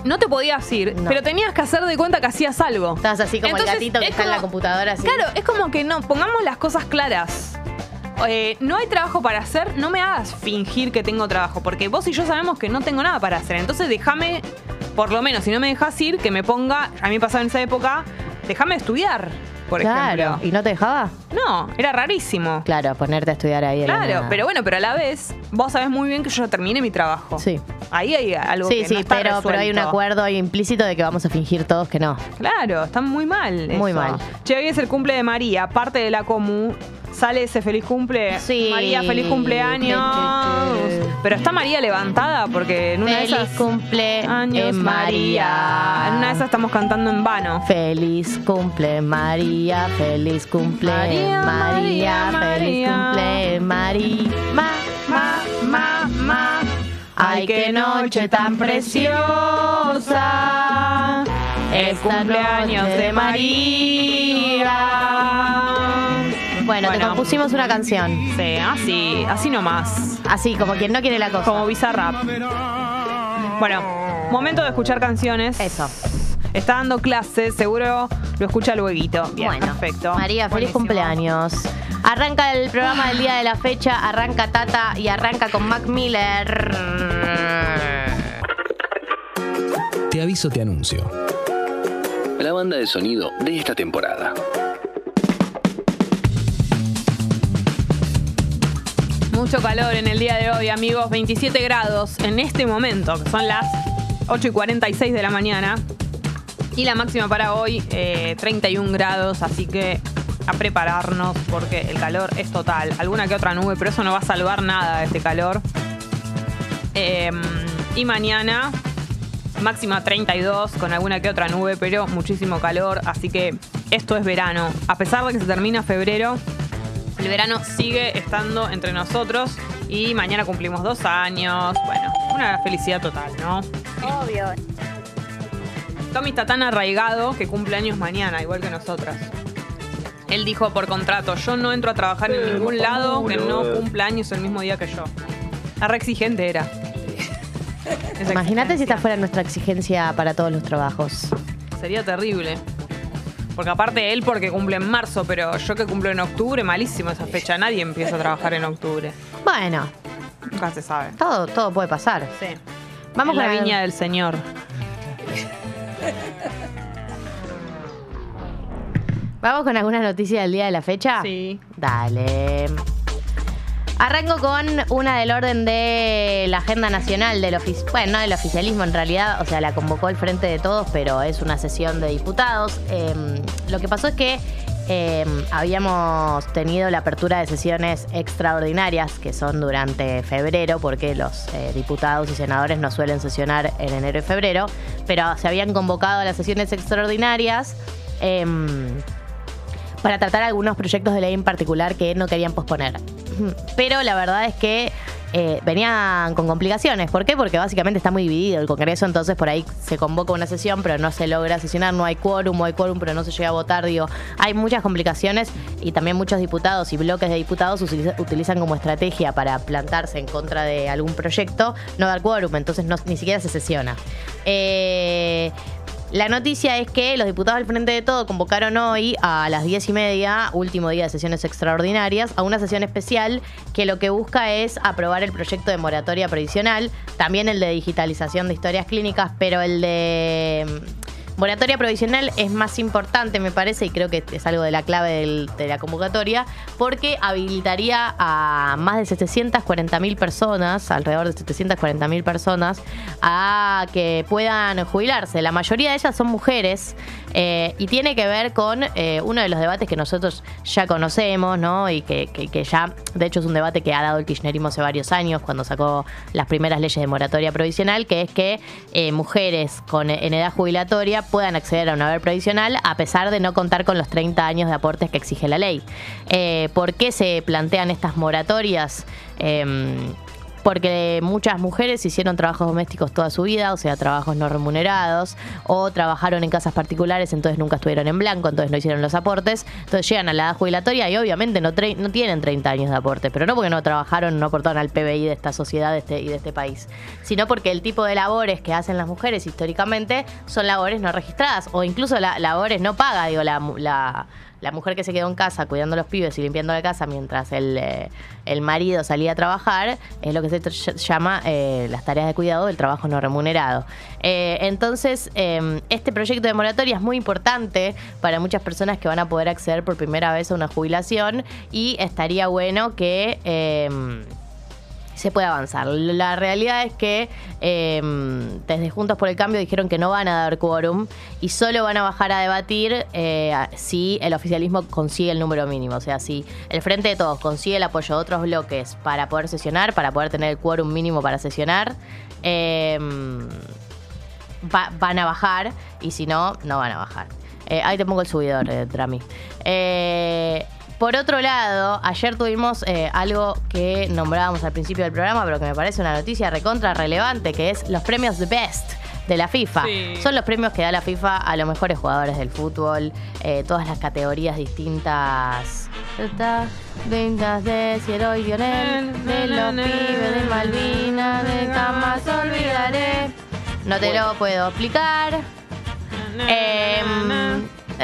[SPEAKER 1] No te podías ir,
[SPEAKER 2] No.
[SPEAKER 1] pero tenías que hacer de cuenta que hacías algo.
[SPEAKER 2] Estás así como
[SPEAKER 1] Entonces,
[SPEAKER 2] el gatito que
[SPEAKER 1] es
[SPEAKER 2] está en la
[SPEAKER 1] como-
[SPEAKER 2] computadora. Así.
[SPEAKER 1] Claro, es como que no, pongamos las cosas claras. Eh, no hay trabajo para hacer, no me hagas fingir que tengo trabajo, porque vos y yo sabemos que no tengo nada para hacer. Entonces déjame, por lo menos, si no me dejas ir, que me ponga, a mí pasaba en esa época, déjame estudiar, por
[SPEAKER 2] Claro.
[SPEAKER 1] ejemplo.
[SPEAKER 2] ¿Y no te dejaba?
[SPEAKER 1] No, era rarísimo.
[SPEAKER 2] Claro, ponerte a estudiar ahí. de la
[SPEAKER 1] Claro,
[SPEAKER 2] nada.
[SPEAKER 1] pero bueno, pero a la vez, vos sabés muy bien que yo ya terminé mi trabajo.
[SPEAKER 2] Sí.
[SPEAKER 1] Ahí hay algo
[SPEAKER 2] Sí,
[SPEAKER 1] que
[SPEAKER 2] sí,
[SPEAKER 1] no está
[SPEAKER 2] pero, pero hay un
[SPEAKER 1] resuelto.
[SPEAKER 2] acuerdo implícito de que vamos a fingir todos que no.
[SPEAKER 1] Claro, están muy mal.
[SPEAKER 2] Muy
[SPEAKER 1] eso.
[SPEAKER 2] mal.
[SPEAKER 1] Che, hoy es el cumple de María, parte de la comú. Sale ese feliz cumple.
[SPEAKER 2] Sí.
[SPEAKER 1] María, feliz cumpleaños. Pero está María levantada porque en una de
[SPEAKER 2] Feliz
[SPEAKER 1] esas.
[SPEAKER 2] cumple eh,
[SPEAKER 1] Años María. En una de esas estamos cantando en vano.
[SPEAKER 2] Feliz cumple María, feliz cumple
[SPEAKER 1] María,
[SPEAKER 2] María,
[SPEAKER 1] María,
[SPEAKER 2] feliz
[SPEAKER 1] María.
[SPEAKER 2] cumple María. Ma,
[SPEAKER 1] Ma, ma, ma. Ay, qué noche tan preciosa. El
[SPEAKER 2] Esta
[SPEAKER 1] cumpleaños
[SPEAKER 2] noche
[SPEAKER 1] de
[SPEAKER 2] de
[SPEAKER 1] María.
[SPEAKER 2] Bueno, te compusimos una canción.
[SPEAKER 1] Sí, así, así nomás.
[SPEAKER 2] Así, como quien no quiere la cosa.
[SPEAKER 1] Como bizarrap. Bueno, momento de escuchar canciones.
[SPEAKER 2] Eso.
[SPEAKER 1] Está dando clases, seguro lo escucha luego. Bien,
[SPEAKER 2] bueno,
[SPEAKER 1] perfecto.
[SPEAKER 2] María, feliz
[SPEAKER 1] Buenísimo.
[SPEAKER 2] cumpleaños. Arranca el programa del día de la fecha, arranca Tata y arranca con Mac Miller.
[SPEAKER 3] Te aviso, te anuncio. La banda de sonido de esta temporada.
[SPEAKER 1] Mucho calor en el día de hoy, amigos. 27 grados en este momento, que son las 8 y 46 de la mañana. Y la máxima para hoy, eh, 31 grados, así que a prepararnos porque el calor es total. Alguna que otra nube, pero eso no va a salvar nada de este calor. Eh, y Em, mañana máxima 32 con alguna que otra nube, pero muchísimo calor, así que esto es verano. A pesar de que se termina febrero, el verano sigue estando entre nosotros y mañana cumplimos dos años. Bueno, una felicidad total, ¿no?
[SPEAKER 4] Obvio.
[SPEAKER 1] Tommy está tan arraigado que cumple años mañana, igual que nosotras. Él dijo por contrato, yo no entro a trabajar en ningún lado que no cumpla años el mismo día que yo. La re exigente era.
[SPEAKER 2] Imagínate si esta fuera nuestra exigencia para todos los trabajos.
[SPEAKER 1] Sería terrible. Porque aparte él porque cumple en marzo, pero yo que cumplo en octubre, malísimo esa fecha. Nadie empieza a trabajar en octubre.
[SPEAKER 2] Bueno.
[SPEAKER 1] Nunca se sabe.
[SPEAKER 2] Todo, todo puede pasar.
[SPEAKER 1] Sí. Vamos a la, la viña del señor.
[SPEAKER 2] ¿Vamos con algunas noticias del día de la fecha?
[SPEAKER 1] Sí.
[SPEAKER 2] Dale. Arranco con una del orden de la agenda nacional del ofici bueno, no del oficialismo en realidad, o sea, la convocó el Frente de Todos, pero es una sesión de diputados. Eh, lo que pasó es que eh, habíamos tenido la apertura de sesiones extraordinarias que son durante febrero, porque los eh, diputados y senadores no suelen sesionar en enero y febrero, pero se habían convocado a las sesiones extraordinarias Em, para tratar algunos proyectos de ley en particular que no querían posponer pero la verdad es que eh, venían con complicaciones. ¿Por qué? Porque básicamente está muy dividido el Congreso, entonces por ahí se convoca una sesión, pero no se logra sesionar, no hay quórum, hay quórum, pero no se llega a votar. Digo, hay muchas complicaciones y también muchos diputados y bloques de diputados utiliza, utilizan como estrategia para plantarse en contra de algún proyecto, no dar quórum, entonces no, ni siquiera se sesiona. Eh. La noticia es que los diputados del Frente de Todo convocaron hoy a las diez y media, último día de sesiones extraordinarias, a una sesión especial que lo que busca es aprobar el proyecto de moratoria provisional, también el de digitalización de historias clínicas, pero el de moratoria provisional es más importante, me parece, y creo que es algo de la clave del, de la convocatoria, porque habilitaría a más de 740 mil personas, alrededor de 740 mil personas, a que puedan jubilarse. La mayoría de ellas son mujeres eh, y tiene que ver con eh, uno de los debates que nosotros ya conocemos, ¿no? Y que, que, que ya, de hecho, es un debate que ha dado el kirchnerismo hace varios años, cuando sacó las primeras leyes de moratoria provisional, que es que eh, mujeres con, en edad jubilatoria puedan acceder a una haber provisional a pesar de no contar con los 30 años de aportes que exige la ley. Eh, ¿Por qué se plantean estas moratorias? Eh, porque muchas mujeres hicieron trabajos domésticos toda su vida, o sea, trabajos no remunerados, o trabajaron en casas particulares, entonces nunca estuvieron en blanco, entonces no hicieron los aportes, entonces llegan a la edad jubilatoria y obviamente no, no tienen 30 años de aportes, pero no porque no trabajaron, no aportaron al PBI de esta sociedad de este, y de este país, sino porque el tipo de labores que hacen las mujeres históricamente son labores no registradas, o incluso la, labores no paga, digo, la, la la mujer que se quedó en casa cuidando a los pibes y limpiando la casa mientras el, eh, el marido salía a trabajar es lo que se llama eh, las tareas de cuidado del trabajo no remunerado. Eh, entonces, este proyecto de moratoria es muy importante para muchas personas que van a poder acceder por primera vez a una jubilación y estaría bueno que... em, se pueda avanzar. La realidad es que em, desde Juntos por el Cambio dijeron que no van a dar quórum y solo van a bajar a debatir eh, si el oficialismo consigue el número mínimo. O sea, si el Frente de Todos consigue el apoyo de otros bloques para poder sesionar, para poder tener el quórum mínimo para sesionar, eh, va, van a bajar y si no, no van a bajar. Eh, ahí te pongo el subidor, Drami. por otro lado, ayer tuvimos algo que nombrábamos al principio del programa, pero que me parece una noticia recontra relevante, que es los premios The Best de la FIFA. Sí. Son los premios que da la FIFA a los mejores jugadores del fútbol, eh, todas las categorías distintas. Vengas de Ciro y Lionel, de los pibes de Malvinas, de jamás olvidaré. No te lo puedo explicar. Eh,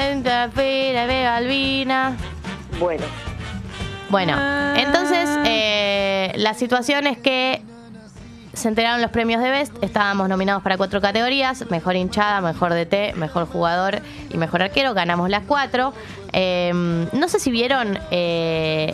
[SPEAKER 2] de Malvinas.
[SPEAKER 4] Bueno.
[SPEAKER 2] Bueno,
[SPEAKER 1] Ah.
[SPEAKER 2] entonces eh, la situación es que se enteraron los premios de Best, estábamos nominados para cuatro categorías, mejor hinchada, mejor DT, mejor jugador y mejor arquero, ganamos las cuatro. Eh, no sé si vieron eh,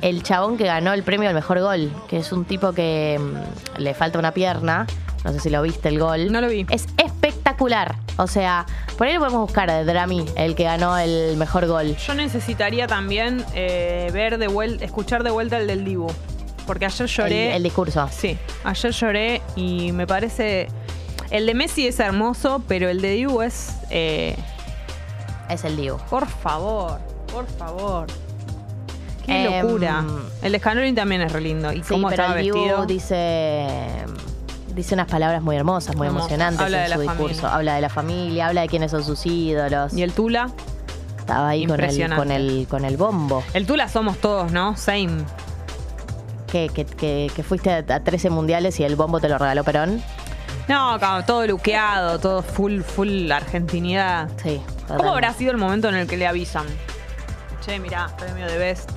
[SPEAKER 2] el chabón que ganó el premio al mejor gol, que es un tipo que mm, le falta una pierna, no sé si lo viste el gol.
[SPEAKER 1] No lo vi.
[SPEAKER 2] Es espectacular, o sea, por ahí lo podemos buscar de Drami, el que ganó el mejor gol.
[SPEAKER 1] Yo necesitaría también eh, ver de vuelta, escuchar de vuelta el del Dibu porque ayer lloré.
[SPEAKER 2] El, el, discurso.
[SPEAKER 1] Sí, ayer lloré y me parece. El de Messi es hermoso, pero el de Dibu es. eh,
[SPEAKER 2] Es el Dibu.
[SPEAKER 1] por favor, por favor. Qué
[SPEAKER 2] Em,
[SPEAKER 1] locura. El de Scaloni también es re lindo. ¿Y
[SPEAKER 2] Sí,
[SPEAKER 1] cómo
[SPEAKER 2] pero
[SPEAKER 1] estaba
[SPEAKER 2] el Dibu
[SPEAKER 1] vestido?
[SPEAKER 2] dice dice unas palabras muy hermosas, muy
[SPEAKER 1] Hermosas.
[SPEAKER 2] emocionantes
[SPEAKER 1] Habla de
[SPEAKER 2] en su
[SPEAKER 1] la
[SPEAKER 2] discurso.
[SPEAKER 1] familia.
[SPEAKER 2] Habla de la familia, habla de quiénes son sus ídolos.
[SPEAKER 1] ¿Y el Tula?
[SPEAKER 2] Estaba ahí con el,
[SPEAKER 1] Impresionante.
[SPEAKER 2] con el con el bombo.
[SPEAKER 1] El Tula somos todos, ¿no? Same.
[SPEAKER 2] Que, que, que, que fuiste a, a 13 mundiales y el bombo te lo regaló Perón.
[SPEAKER 1] No, como todo luqueado, todo full, full argentinidad.
[SPEAKER 2] Sí.
[SPEAKER 1] ¿Cómo
[SPEAKER 2] totalmente.
[SPEAKER 1] habrá sido el momento en el que le avisan? Che, mirá, premio de Best.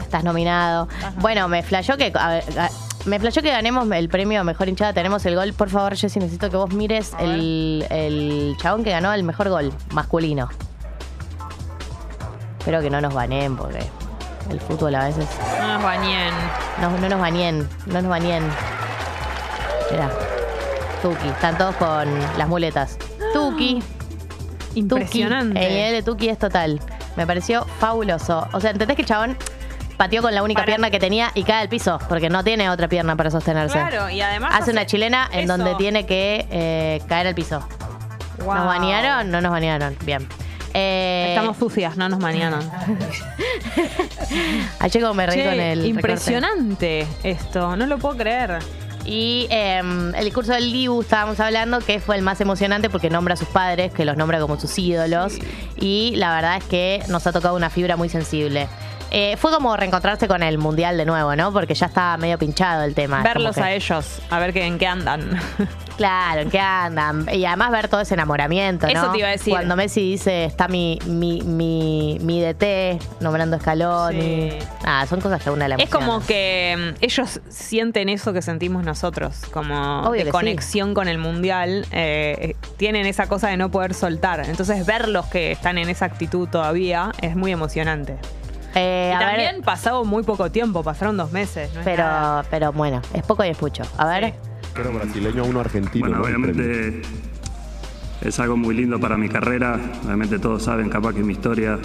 [SPEAKER 2] Estás nominado. Bueno, me flashó que a ver, ga- me flashó que ganemos el premio Mejor hinchada, tenemos el gol. Por favor, Jessy, necesito que vos mires
[SPEAKER 1] A ver.
[SPEAKER 2] el, el chabón que ganó el mejor gol masculino. Espero que no nos baneen porque el fútbol a veces
[SPEAKER 1] No nos bañen.
[SPEAKER 2] no, no nos baneen, no nos baneen. Mirá. Tuki, están todos con
[SPEAKER 1] <gasps>
[SPEAKER 2] las muletas. Tuki. Tuki. El
[SPEAKER 1] Impresionante.
[SPEAKER 2] nivel de Tuki es total. Me pareció fabuloso. O sea, ¿entendés que el chabón pateó con la única
[SPEAKER 1] Para-
[SPEAKER 2] pierna que tenía y cae al piso? Porque no tiene otra pierna para sostenerse.
[SPEAKER 1] Claro, y además.
[SPEAKER 2] Hace una chilena en
[SPEAKER 1] eso.
[SPEAKER 2] donde tiene que eh, caer al piso.
[SPEAKER 1] Wow.
[SPEAKER 2] ¿Nos banearon? No nos banearon. Bien. Eh,
[SPEAKER 1] Estamos sucias, no nos
[SPEAKER 2] <laughs>
[SPEAKER 1] bañaron.
[SPEAKER 2] Ayer como me reí
[SPEAKER 1] Che,
[SPEAKER 2] con el recorte. Ah,
[SPEAKER 1] impresionante esto, no lo puedo creer.
[SPEAKER 2] Y eh, el discurso del Dibu estábamos hablando que fue el más emocionante porque nombra a sus padres, que los nombra como sus ídolos. Y la verdad es que nos ha tocado una fibra muy sensible. Eh, fue como reencontrarse con el mundial de nuevo, ¿no? Porque ya estaba medio pinchado el tema.
[SPEAKER 1] Verlos
[SPEAKER 2] Como que-
[SPEAKER 1] a ellos, a ver qué, en qué andan.
[SPEAKER 2] Claro, ¿en qué andan? Y además ver todo ese enamoramiento, ¿no?
[SPEAKER 1] Eso te iba a decir.
[SPEAKER 2] Cuando Messi dice, está mi, mi, mi, mi DT, nombrando escalón.
[SPEAKER 1] Sí.
[SPEAKER 2] Ah, son cosas que a una la
[SPEAKER 1] es como que mm, ellos sienten eso que sentimos nosotros, como
[SPEAKER 2] Obvio que sí.
[SPEAKER 1] de conexión con el mundial. eh, eh, tienen esa cosa de no poder soltar. Entonces, verlos que están en esa actitud todavía es muy emocionante.
[SPEAKER 2] Eh,
[SPEAKER 1] Y
[SPEAKER 2] a ver,
[SPEAKER 1] también pasado muy poco tiempo, pasaron dos meses. no es nada.
[SPEAKER 2] pero, pero bueno, es poco y escucho. A ver.
[SPEAKER 1] Sí.
[SPEAKER 4] Pero brasileño a uno argentino.
[SPEAKER 5] Bueno,
[SPEAKER 4] ¿no? El premio.
[SPEAKER 5] obviamente es algo muy lindo para mi carrera. Obviamente todos saben, capaz que mi historia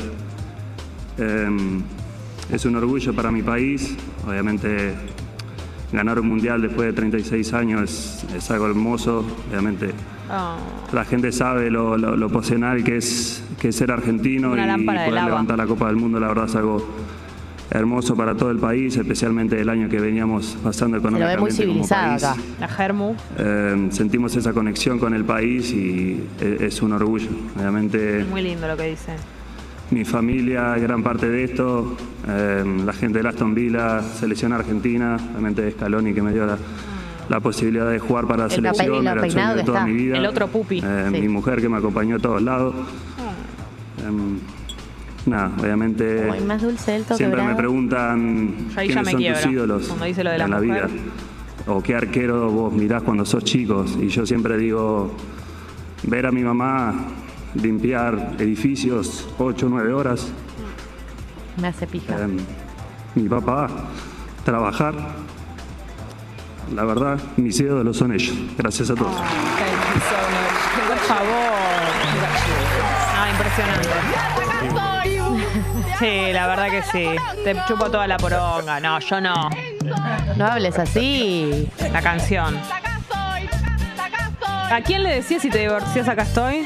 [SPEAKER 5] eh, es un orgullo para mi país. Obviamente ganar un mundial después de 36 años es, es algo hermoso. Obviamente
[SPEAKER 1] Oh,
[SPEAKER 5] la gente sabe lo, lo, lo pasional que es, que es ser argentino y
[SPEAKER 1] Una lámpara de
[SPEAKER 5] poder
[SPEAKER 1] lava.
[SPEAKER 5] levantar la Copa del Mundo, la verdad es algo hermoso para todo el país, especialmente el año que veníamos pasando
[SPEAKER 2] muy
[SPEAKER 5] económicamente como
[SPEAKER 2] civilizado
[SPEAKER 5] país.
[SPEAKER 2] acá.
[SPEAKER 1] la Germu.
[SPEAKER 5] Eh, sentimos esa conexión con el país y e- es un orgullo. Obviamente
[SPEAKER 1] Es muy lindo lo que dicen.
[SPEAKER 5] mi familia, gran parte de esto, eh, la gente de Aston Villa, selección argentina, obviamente Scaloni que me dio la, la posibilidad de jugar para la
[SPEAKER 2] El papel y
[SPEAKER 5] selección,
[SPEAKER 2] lo
[SPEAKER 5] era el
[SPEAKER 2] peinado
[SPEAKER 5] sueño de
[SPEAKER 2] que
[SPEAKER 5] toda
[SPEAKER 2] está.
[SPEAKER 5] mi vida.
[SPEAKER 1] El otro pupi.
[SPEAKER 5] Eh,
[SPEAKER 2] Sí.
[SPEAKER 5] Mi mujer que me acompañó a todos lados. Em, nada,
[SPEAKER 1] Eh,
[SPEAKER 5] obviamente
[SPEAKER 2] Ay, más dulce el toque
[SPEAKER 5] siempre me
[SPEAKER 2] bravo.
[SPEAKER 5] preguntan
[SPEAKER 1] Yo ahí ya
[SPEAKER 5] quiénes
[SPEAKER 1] me
[SPEAKER 5] son tus
[SPEAKER 1] quiebro,
[SPEAKER 5] ídolos
[SPEAKER 1] cuando dice lo de la
[SPEAKER 5] en la
[SPEAKER 1] mujer.
[SPEAKER 5] vida o qué arquero vos mirás cuando sos chicos. Y yo siempre digo, ver a mi mamá limpiar edificios 8 o 9 horas,
[SPEAKER 2] Me hace pija.
[SPEAKER 5] eh, mi papá trabajar, la verdad, mis ídolos son ellos. Gracias a todos.
[SPEAKER 1] Por favor. Ah, impresionante. Sí, la verdad que sí. Te chupo toda la poronga. No, yo no.
[SPEAKER 2] No hables así.
[SPEAKER 1] La canción. ¿A quién le decías si te divorcias acá estoy?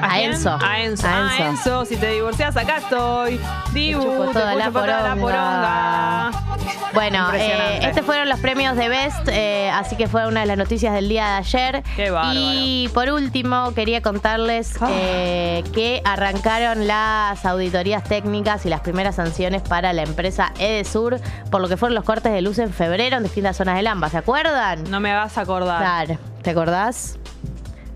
[SPEAKER 2] A
[SPEAKER 1] quién?
[SPEAKER 2] Enzo.
[SPEAKER 1] A Enzo.
[SPEAKER 2] A
[SPEAKER 1] A
[SPEAKER 2] Enzo.
[SPEAKER 1] Enzo, si te divorcias acá estoy. Dibu,
[SPEAKER 2] Te chupo
[SPEAKER 1] te
[SPEAKER 2] toda
[SPEAKER 1] puedo
[SPEAKER 2] la
[SPEAKER 1] chupar toda la
[SPEAKER 2] poronga.
[SPEAKER 1] poronga.
[SPEAKER 2] Bueno,
[SPEAKER 1] Impresionante.
[SPEAKER 2] eh, estos fueron los premios de Best, eh, así que fue una de las noticias del día de ayer.
[SPEAKER 1] Qué bárbaro.
[SPEAKER 2] y por último, quería contarles
[SPEAKER 1] Ah.
[SPEAKER 2] eh, que arrancaron las auditorías técnicas y las primeras sanciones para la empresa Edesur, por lo que fueron los cortes de luz en febrero en distintas zonas del AMBA. ¿Se acuerdan?
[SPEAKER 1] No me vas a acordar.
[SPEAKER 2] Claro. ¿Te acordás?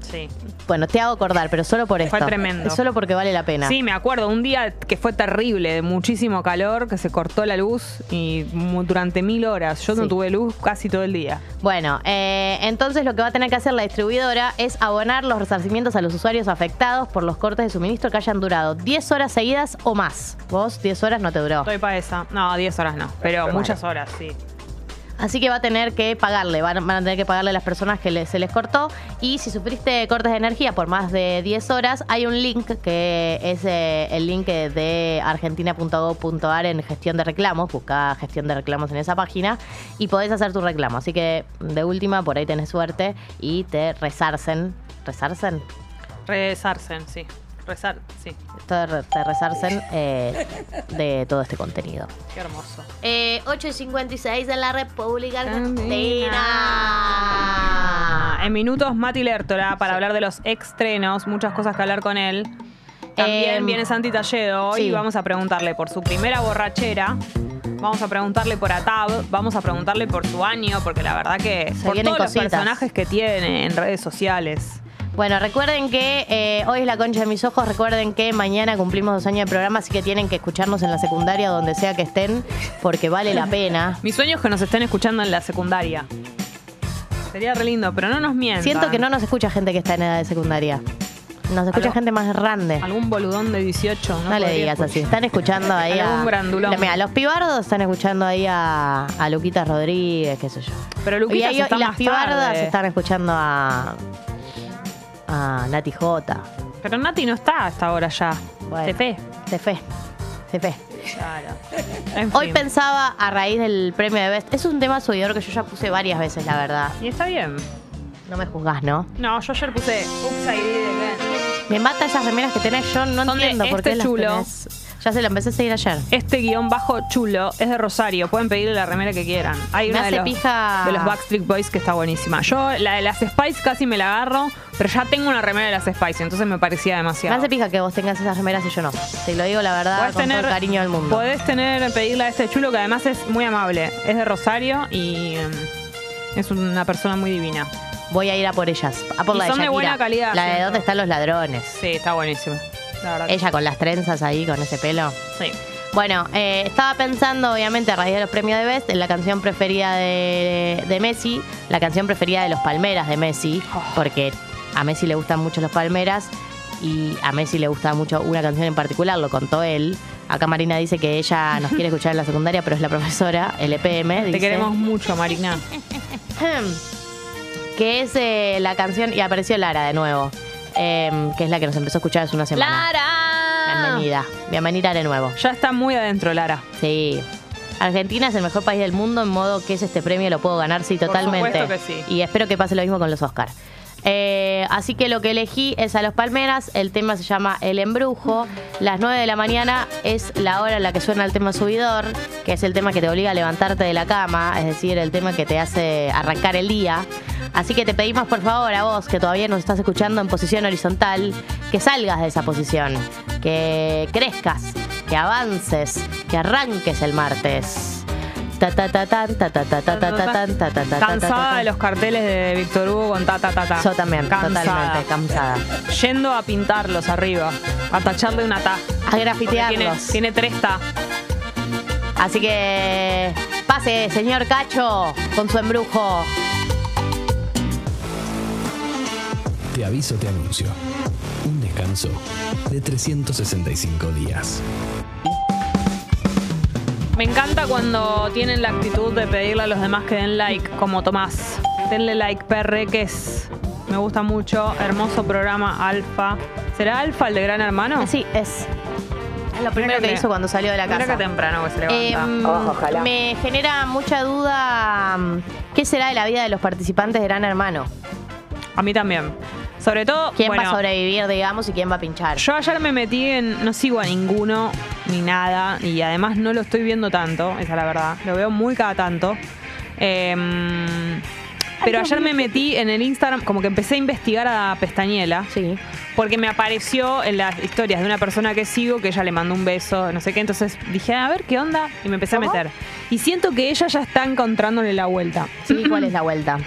[SPEAKER 1] Sí.
[SPEAKER 2] Bueno, te hago acordar, pero solo por esto.
[SPEAKER 1] Fue tremendo.
[SPEAKER 2] Solo porque vale la pena.
[SPEAKER 1] Sí, me acuerdo, un día que fue terrible, de muchísimo calor, que se cortó la luz y mu- durante mil horas. Yo no
[SPEAKER 2] Sí.
[SPEAKER 1] tuve luz casi todo el día.
[SPEAKER 2] Bueno, eh, entonces lo que va a tener que hacer la distribuidora es abonar los resarcimientos a los usuarios afectados por los cortes de suministro que hayan durado 10 horas seguidas o más. Vos 10 horas no te duró.
[SPEAKER 1] Estoy para esa. No, 10 horas no, pero muchas horas, sí.
[SPEAKER 2] Así que va a tener que pagarle, van, van a tener que pagarle a las personas que le- se les cortó. Y si sufriste cortes de energía por más de 10 horas, hay un link que es eh, el link de argentina.gov.ar en gestión de reclamos. Busca gestión de reclamos en esa página y podés hacer tu reclamo. Así que de última, por ahí tenés suerte y te resarcen. ¿Resarcen?
[SPEAKER 1] Rezarsen, sí. Rezar, sí.
[SPEAKER 2] Te, re- te resarcen eh, de todo este contenido.
[SPEAKER 1] Qué hermoso.
[SPEAKER 2] Eh, 8.56 en la República
[SPEAKER 1] Argentina.
[SPEAKER 2] Argentina.
[SPEAKER 1] Ah, En minutos, Mati Lertora para hablar de los estrenos, muchas cosas que hablar con él. También
[SPEAKER 2] Em,
[SPEAKER 1] viene Santi Talledo
[SPEAKER 2] sí.
[SPEAKER 1] y vamos a preguntarle por su primera borrachera. Vamos a preguntarle por Atab, vamos a preguntarle por su año, porque la verdad que
[SPEAKER 2] Se
[SPEAKER 1] por
[SPEAKER 2] vienen
[SPEAKER 1] todos
[SPEAKER 2] cositas.
[SPEAKER 1] los personajes que tiene en redes sociales.
[SPEAKER 2] Bueno, recuerden que eh, hoy es la concha de mis ojos. Recuerden que mañana cumplimos dos años de programa, así que tienen que escucharnos en la secundaria, donde sea que estén, porque vale
[SPEAKER 1] <laughs>
[SPEAKER 2] la pena.
[SPEAKER 1] Mi sueño es que nos estén escuchando en la secundaria. Sería re lindo, pero no nos mientan.
[SPEAKER 2] Siento que no nos escucha gente que está en edad de secundaria. Nos escucha
[SPEAKER 1] Aló.
[SPEAKER 2] gente más grande.
[SPEAKER 1] Algún boludón de 18, ¿no?
[SPEAKER 2] No le
[SPEAKER 1] Podría
[SPEAKER 2] digas así.
[SPEAKER 1] escuchar.
[SPEAKER 2] Están escuchando ahí a.
[SPEAKER 1] Algún grandulón.
[SPEAKER 2] Mira, los pibardos están escuchando ahí a, a Luquita Rodríguez, qué sé yo.
[SPEAKER 1] Pero Luquitas
[SPEAKER 2] y, ahí-
[SPEAKER 1] está
[SPEAKER 2] y las
[SPEAKER 1] más
[SPEAKER 2] pibardas
[SPEAKER 1] tarde.
[SPEAKER 2] están escuchando a. a Nati J.
[SPEAKER 1] Pero Nati no está hasta ahora ya.
[SPEAKER 2] Bueno.
[SPEAKER 1] TP.
[SPEAKER 2] Tefe. Tefe.
[SPEAKER 1] Claro. En
[SPEAKER 2] Hoy
[SPEAKER 1] fin.
[SPEAKER 2] pensaba a raíz del premio de Best. Es un tema subidor que yo ya puse varias veces, la verdad.
[SPEAKER 1] Y está bien.
[SPEAKER 2] No me juzgás, ¿no?
[SPEAKER 1] No, yo ayer puse Upside
[SPEAKER 2] Me mata esas remeras que tenés, yo no
[SPEAKER 1] Son de
[SPEAKER 2] entiendo por
[SPEAKER 1] este
[SPEAKER 2] qué las
[SPEAKER 1] chulo.
[SPEAKER 2] tenés. Ya se lo empecé a seguir ayer.
[SPEAKER 1] Este guión bajo chulo es de Rosario. Pueden pedirle la remera que quieran. Hay
[SPEAKER 2] Me
[SPEAKER 1] una
[SPEAKER 2] hace
[SPEAKER 1] de los,
[SPEAKER 2] pija-
[SPEAKER 1] de los Backstreet Boys que está buenísima. Yo la de las Spice casi me la agarro, pero ya tengo una remera de las Spice, entonces me parecía
[SPEAKER 2] Me
[SPEAKER 1] demasiado.
[SPEAKER 2] hace pija que vos tengas esas remeras y yo no. Te lo digo la verdad
[SPEAKER 1] Podés
[SPEAKER 2] con todo el cariño del mundo.
[SPEAKER 1] Podés tener, pedirle a este chulo que además es muy amable. Es de Rosario y mm, es una persona muy divina.
[SPEAKER 2] Voy a ir a por ellas. A por
[SPEAKER 1] Y
[SPEAKER 2] la de
[SPEAKER 1] son de
[SPEAKER 2] Shakira.
[SPEAKER 1] buena calidad,
[SPEAKER 2] La de
[SPEAKER 1] siento.
[SPEAKER 2] dónde están los ladrones.
[SPEAKER 1] Sí, está buenísimo. La verdad. que
[SPEAKER 2] Ella con las trenzas ahí, con ese pelo.
[SPEAKER 1] sí.
[SPEAKER 2] Bueno, eh, estaba pensando, obviamente, a raíz de los premios de Best, en la canción preferida de, de Messi, la canción preferida de los Palmeras de Messi,
[SPEAKER 1] Oh.
[SPEAKER 2] porque a Messi le gustan mucho los Palmeras y a Messi le gusta mucho una canción en particular, lo contó él. Acá Marina dice que ella nos quiere escuchar en la secundaria, pero es la profesora, E LPM.
[SPEAKER 1] Te queremos mucho, Marina.
[SPEAKER 2] <clears throat> Que es eh, la canción, y apareció Lara de nuevo, em, que es la que nos empezó a escuchar hace una semana.
[SPEAKER 1] ¡Lara!
[SPEAKER 2] Bienvenida, bienvenida de nuevo.
[SPEAKER 1] Ya está muy adentro, Lara.
[SPEAKER 2] Sí. Argentina es el mejor país del mundo, en modo que es este premio lo puedo ganar, sí,
[SPEAKER 1] Por
[SPEAKER 2] totalmente.
[SPEAKER 1] supuesto que sí.
[SPEAKER 2] Y espero que pase lo mismo con los Oscars. así que lo que elegí es a los Palmeras, el tema se llama El Embrujo, las 9 de la mañana es la hora en la que suena el tema subidor, que es el tema que te obliga a levantarte de la cama, es decir, el tema que te hace arrancar el día. Así que te pedimos por favor a vos, que todavía nos estás escuchando en posición horizontal, que salgas de esa posición, que crezcas, que avances, que arranques el martes. Ta, ta, ta, tan, ta, ta, ta, ta, ta, ta, tan, ta, ta, ta, ta, ta,
[SPEAKER 1] Cansada
[SPEAKER 2] ta.
[SPEAKER 1] de los carteles de Víctor Hugo con ta ta ta ta.
[SPEAKER 2] Yo también,
[SPEAKER 1] Cansada.
[SPEAKER 2] totalmente cansada.
[SPEAKER 1] Yendo a pintarlos arriba, a tacharle una ta.
[SPEAKER 2] A
[SPEAKER 1] Porque Tiene,
[SPEAKER 2] grafitearlos.
[SPEAKER 1] tiene tres ta.
[SPEAKER 2] Así que pase, señor Cacho, con su embrujo.
[SPEAKER 3] Te aviso, te anuncio. Un descanso de 365 días.
[SPEAKER 1] Me encanta cuando tienen la actitud de pedirle a los demás que den like, como Tomás. Denle like, perre, que es. Me gusta mucho. Hermoso programa, Alfa. ¿Será Alfa el de Gran Hermano?
[SPEAKER 2] Así es. Es lo
[SPEAKER 1] Mira
[SPEAKER 2] primero que
[SPEAKER 1] te-
[SPEAKER 2] hizo cuando salió de la
[SPEAKER 1] Mira
[SPEAKER 2] casa.
[SPEAKER 1] que temprano que se levanta.
[SPEAKER 2] Em, me genera mucha duda mm, qué será de la vida de los participantes de Gran Hermano.
[SPEAKER 1] a mí también. Sobre todo.
[SPEAKER 2] ¿Quién va
[SPEAKER 1] bueno,
[SPEAKER 2] a sobrevivir, digamos, y quién va a pinchar?
[SPEAKER 1] Yo ayer me metí en. No sigo a ninguno ni nada. Y además no lo estoy viendo tanto, esa es la verdad. Lo veo muy cada tanto. Em, pero ayer me metí en el Instagram, como que empecé a investigar a Pestañela.
[SPEAKER 2] Sí.
[SPEAKER 1] Porque me apareció en las historias de una persona que sigo que ella le mandó un beso, no sé qué. Entonces dije, a ver qué onda. Y me empecé
[SPEAKER 2] ¿Cómo?
[SPEAKER 1] a meter. Y siento que ella ya está encontrándole la vuelta.
[SPEAKER 2] Sí, ¿cuál es la vuelta?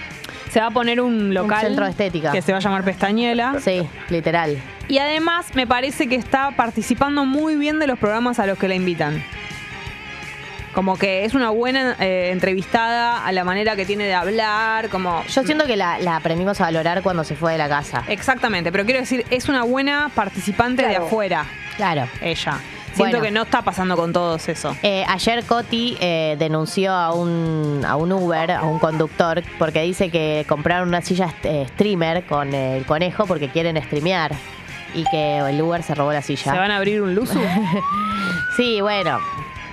[SPEAKER 1] Se va a poner un local.
[SPEAKER 2] centro de estética.
[SPEAKER 1] Que se va a llamar Pestañela.
[SPEAKER 2] Sí, literal.
[SPEAKER 1] Y además me parece que está participando muy bien de los programas a los que la invitan. Como que es una buena eh, entrevistada a la manera que tiene de hablar, como...
[SPEAKER 2] Yo siento que la, la aprendimos a valorar cuando se fue de la casa.
[SPEAKER 1] Eh, Exactamente, pero quiero decir, es una buena participante de afuera,
[SPEAKER 2] Claro.
[SPEAKER 1] ella. Siento
[SPEAKER 2] Bueno.
[SPEAKER 1] que no está pasando con todos eso.
[SPEAKER 2] Eh, ayer Coti eh, denunció a un, a un Uber, a un conductor, porque dice que compraron una silla st- eh, streamer con el conejo porque quieren streamear y que el Uber se robó la silla.
[SPEAKER 1] ¿Se van a abrir un luzu?
[SPEAKER 2] Sí, bueno,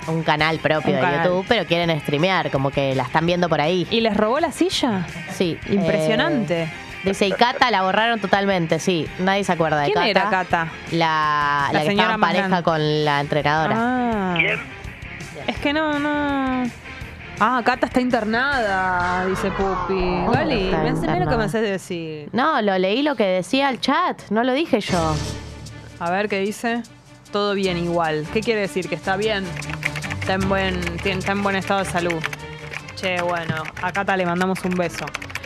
[SPEAKER 2] un canal propio
[SPEAKER 1] Un
[SPEAKER 2] de
[SPEAKER 1] canal.
[SPEAKER 2] YouTube, pero quieren streamear, como que la están viendo por ahí.
[SPEAKER 1] <laughs> ¿Y les robó la silla?
[SPEAKER 2] Sí.
[SPEAKER 1] Impresionante.
[SPEAKER 2] eh, dice, y Cata la borraron totalmente, sí. Nadie se acuerda de
[SPEAKER 1] ¿Quién
[SPEAKER 2] Cata.
[SPEAKER 1] era Cata?
[SPEAKER 2] La,
[SPEAKER 1] La
[SPEAKER 2] la, que
[SPEAKER 1] señora
[SPEAKER 2] estaba en
[SPEAKER 1] más
[SPEAKER 2] pareja
[SPEAKER 1] grande.
[SPEAKER 2] con la entrenadora.
[SPEAKER 1] Ah. Es que no, no. Ah, Cata está internada, dice Pupi.
[SPEAKER 2] ¿Cómo
[SPEAKER 1] Gali,
[SPEAKER 2] Oh, está
[SPEAKER 1] me hace mira lo que
[SPEAKER 2] internada?
[SPEAKER 1] me haces decir.
[SPEAKER 2] No, lo leí lo que decía el chat, no lo dije yo.
[SPEAKER 1] A ver qué dice. Todo bien igual. ¿Qué quiere decir? Que está bien. Está en buen, tien- está en buen estado de salud. Che, bueno, a Cata le mandamos un beso.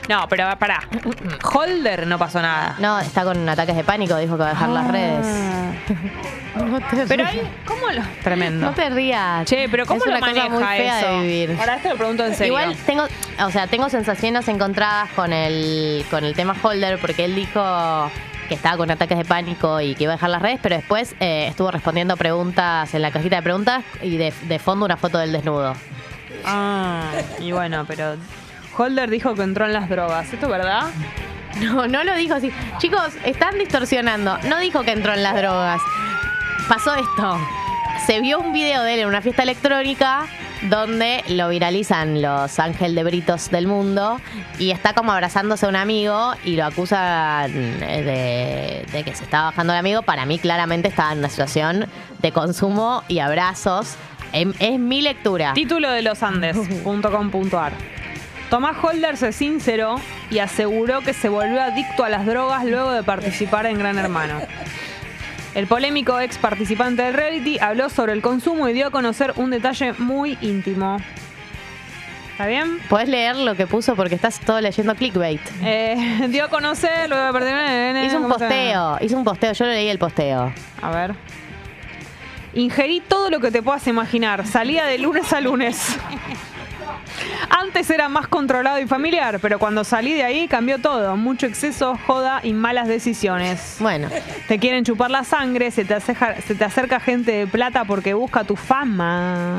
[SPEAKER 1] No, pero pará. Holder no pasó nada. Ah.
[SPEAKER 2] No, está con ataques de pánico, dijo que va a dejar las redes. Ah, No te
[SPEAKER 1] Pero
[SPEAKER 2] rías.
[SPEAKER 1] ahí, ¿cómo lo.? Tremendo.
[SPEAKER 2] No te rías.
[SPEAKER 1] Che, pero ¿cómo
[SPEAKER 2] es
[SPEAKER 1] lo
[SPEAKER 2] una
[SPEAKER 1] maneja
[SPEAKER 2] cosa muy fea
[SPEAKER 1] eso?
[SPEAKER 2] de vivir.
[SPEAKER 1] Ahora esto lo pregunto en serio.
[SPEAKER 2] Igual tengo, o sea, tengo sensaciones encontradas con el, con el tema Holder, porque él dijo que estaba con ataques de pánico y que iba a dejar las redes, pero después eh, estuvo respondiendo preguntas en la cajita de preguntas y de, de fondo una foto del desnudo.
[SPEAKER 1] Ah, y bueno, pero. Holder dijo que entró en las drogas. ¿Esto es verdad?
[SPEAKER 2] <laughs> No, no lo dijo así. Chicos, están distorsionando. No dijo que entró en las drogas. Pasó esto. Se vio un video de él en una fiesta electrónica donde lo viralizan los ángel de britos del mundo y está como abrazándose a un amigo y lo acusan eh, de, de que se está bajando el amigo. Para mí claramente estaba en una situación de consumo y abrazos. Em- es mi lectura.
[SPEAKER 1] Título de los Andes.com.ar. Tomás Holder se sinceró y aseguró que se volvió adicto a las drogas luego de participar en Gran Hermano. El polémico ex participante del reality habló sobre el consumo y dio a conocer un detalle muy íntimo. ¿Está bien?
[SPEAKER 2] Podés leer lo que puso porque estás todo leyendo clickbait.
[SPEAKER 1] Eh, <laughs> dio a conocer luego de participar.
[SPEAKER 2] Hizo un
[SPEAKER 1] ¿cómo se llama?
[SPEAKER 2] posteo, hizo un posteo, yo lo leí el posteo.
[SPEAKER 1] A ver. Ingerí todo lo que te puedas imaginar. Salía de lunes a lunes. <laughs> Antes era más controlado y familiar, pero cuando salí de ahí cambió todo. Mucho exceso, joda y malas decisiones.
[SPEAKER 2] Bueno,
[SPEAKER 1] Te quieren chupar la sangre, se te, acerca, se te acerca gente de plata porque busca tu fama.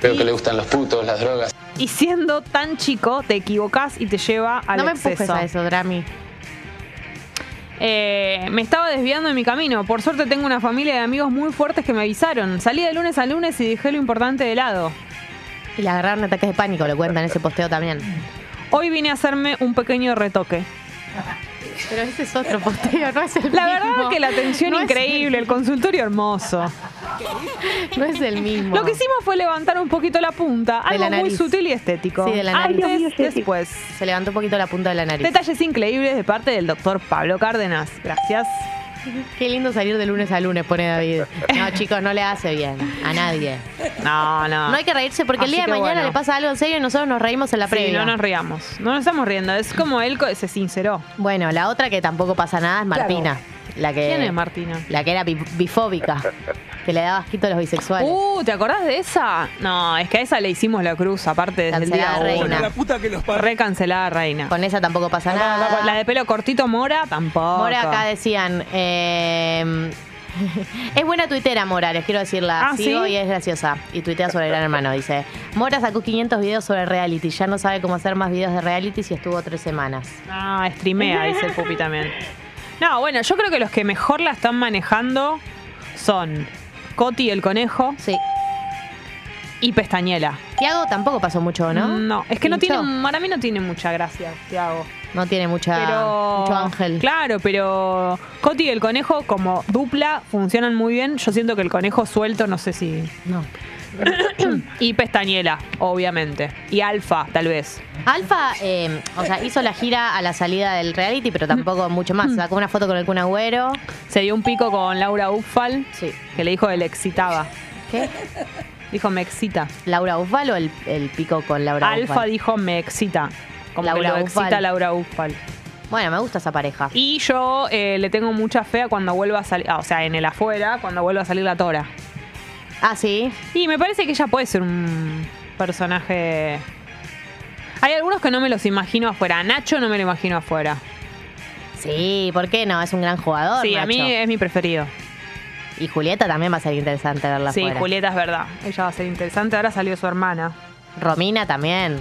[SPEAKER 6] Creo que le gustan los putos, las drogas.
[SPEAKER 1] Y siendo tan chico, te equivocas y te lleva al
[SPEAKER 2] no me
[SPEAKER 1] exceso.
[SPEAKER 2] empujes a eso, Drami.
[SPEAKER 1] Eh, me estaba desviando de mi camino. Por suerte tengo una familia de amigos muy fuertes que me avisaron. Salí de lunes a lunes y dejé lo importante de lado.
[SPEAKER 2] Y le agarraron ataques de pánico, lo cuentan en ese posteo también.
[SPEAKER 1] Hoy vine a hacerme un pequeño retoque.
[SPEAKER 2] Pero ese es otro posteo, no es el <laughs>
[SPEAKER 1] La
[SPEAKER 2] mismo.
[SPEAKER 1] verdad que la atención
[SPEAKER 2] No es
[SPEAKER 1] increíble, el consultorio hermoso.
[SPEAKER 2] el- <laughs> no es el mismo.
[SPEAKER 1] Lo que hicimos fue levantar un poquito la punta,
[SPEAKER 2] De
[SPEAKER 1] algo
[SPEAKER 2] la
[SPEAKER 1] muy
[SPEAKER 2] nariz.
[SPEAKER 1] sutil y estético.
[SPEAKER 2] Sí, de la nariz.
[SPEAKER 1] Antes,
[SPEAKER 2] Ay, Dios mío,
[SPEAKER 1] después.
[SPEAKER 2] Se levantó un poquito la punta de la nariz.
[SPEAKER 1] Detalles increíbles de parte del doctor Pablo Cárdenas. Gracias.
[SPEAKER 2] Qué lindo salir de lunes a lunes, pone David. No, chicos, no le hace bien a nadie.
[SPEAKER 1] No,
[SPEAKER 2] No hay que reírse porque el
[SPEAKER 1] Ah. Así
[SPEAKER 2] día de
[SPEAKER 1] que
[SPEAKER 2] mañana
[SPEAKER 1] bueno.
[SPEAKER 2] le pasa algo en serio y nosotros nos reímos en la
[SPEAKER 1] Sí,
[SPEAKER 2] previa.
[SPEAKER 1] no nos riamos. No nos estamos riendo. Es como él co- se sinceró.
[SPEAKER 2] Bueno, la otra que tampoco pasa nada es Martina. La que,
[SPEAKER 1] ¿Quién es Martina?
[SPEAKER 2] La que era bi- bifóbica, que le daba asquito a los bisexuales.
[SPEAKER 1] Uh, ¿te acordás de esa? No, es que a esa le hicimos la cruz, aparte desde
[SPEAKER 2] Cancelada
[SPEAKER 1] el día
[SPEAKER 2] reina.
[SPEAKER 1] uno. Re cancelada reina.
[SPEAKER 2] Con esa tampoco pasa nada.
[SPEAKER 1] La de pelo cortito mora, tampoco.
[SPEAKER 2] Mora acá decían. eh, <laughs> es buena tuitera Mora, les quiero decirla.
[SPEAKER 1] Ah,
[SPEAKER 2] Sigo
[SPEAKER 1] ¿sí?
[SPEAKER 2] y es graciosa. Y tuitea sobre Gran Hermano, dice. Mora sacó 500 videos sobre reality. Ya no sabe cómo hacer más videos de reality si estuvo tres semanas.
[SPEAKER 1] Ah, streamea,
[SPEAKER 2] <laughs>
[SPEAKER 1] dice el Pupi también. No, bueno, yo creo que los que mejor la están manejando son Coti el conejo
[SPEAKER 2] Sí.
[SPEAKER 1] y Pestañela.
[SPEAKER 2] Tiago tampoco pasó mucho, ¿no?
[SPEAKER 1] es que Mm, no
[SPEAKER 2] Mucho.
[SPEAKER 1] tiene, para mí no tiene mucha gracia, Tiago.
[SPEAKER 2] No tiene mucha,
[SPEAKER 1] Pero.
[SPEAKER 2] mucho ángel.
[SPEAKER 1] Claro, pero Coti y el conejo como dupla funcionan muy bien. Yo siento que el conejo suelto, no sé si.
[SPEAKER 2] No.
[SPEAKER 1] Y Pestañela, obviamente. Y Alfa, tal vez.
[SPEAKER 2] Alfa, eh, o sea, hizo la gira a la salida del reality,
[SPEAKER 1] <laughs>
[SPEAKER 2] pero tampoco mucho más. Sacó una foto con el Kun Agüero.
[SPEAKER 1] Se dio un pico con Laura Ufal,
[SPEAKER 2] Sí.
[SPEAKER 1] que le dijo que le excitaba.
[SPEAKER 2] ¿Qué?
[SPEAKER 1] Dijo, me excita.
[SPEAKER 2] ¿Laura Ufal o el, el pico con Laura
[SPEAKER 1] Alfa
[SPEAKER 2] Ufal?
[SPEAKER 1] dijo, me excita. Como
[SPEAKER 2] Laura
[SPEAKER 1] que lo
[SPEAKER 2] Ufal.
[SPEAKER 1] excita Laura Ufal.
[SPEAKER 2] Bueno, me gusta esa pareja.
[SPEAKER 1] Y yo eh, le tengo mucha fe a cuando vuelva a salir, ah, o sea, en el afuera, cuando vuelva a salir la Tora.
[SPEAKER 2] Ah, sí.
[SPEAKER 1] Y me parece que ella puede ser un personaje... Hay algunos que no me los imagino afuera. A Nacho no me lo imagino afuera.
[SPEAKER 2] Sí, ¿por qué no? Es un gran jugador.
[SPEAKER 1] Sí, a
[SPEAKER 2] Oh, Nacho.
[SPEAKER 1] mí es mi preferido.
[SPEAKER 2] Y Julieta también va a ser interesante verla
[SPEAKER 1] Sí,
[SPEAKER 2] afuera.
[SPEAKER 1] Julieta es verdad. Ella va a ser interesante. Ahora salió su hermana,
[SPEAKER 2] Romina también.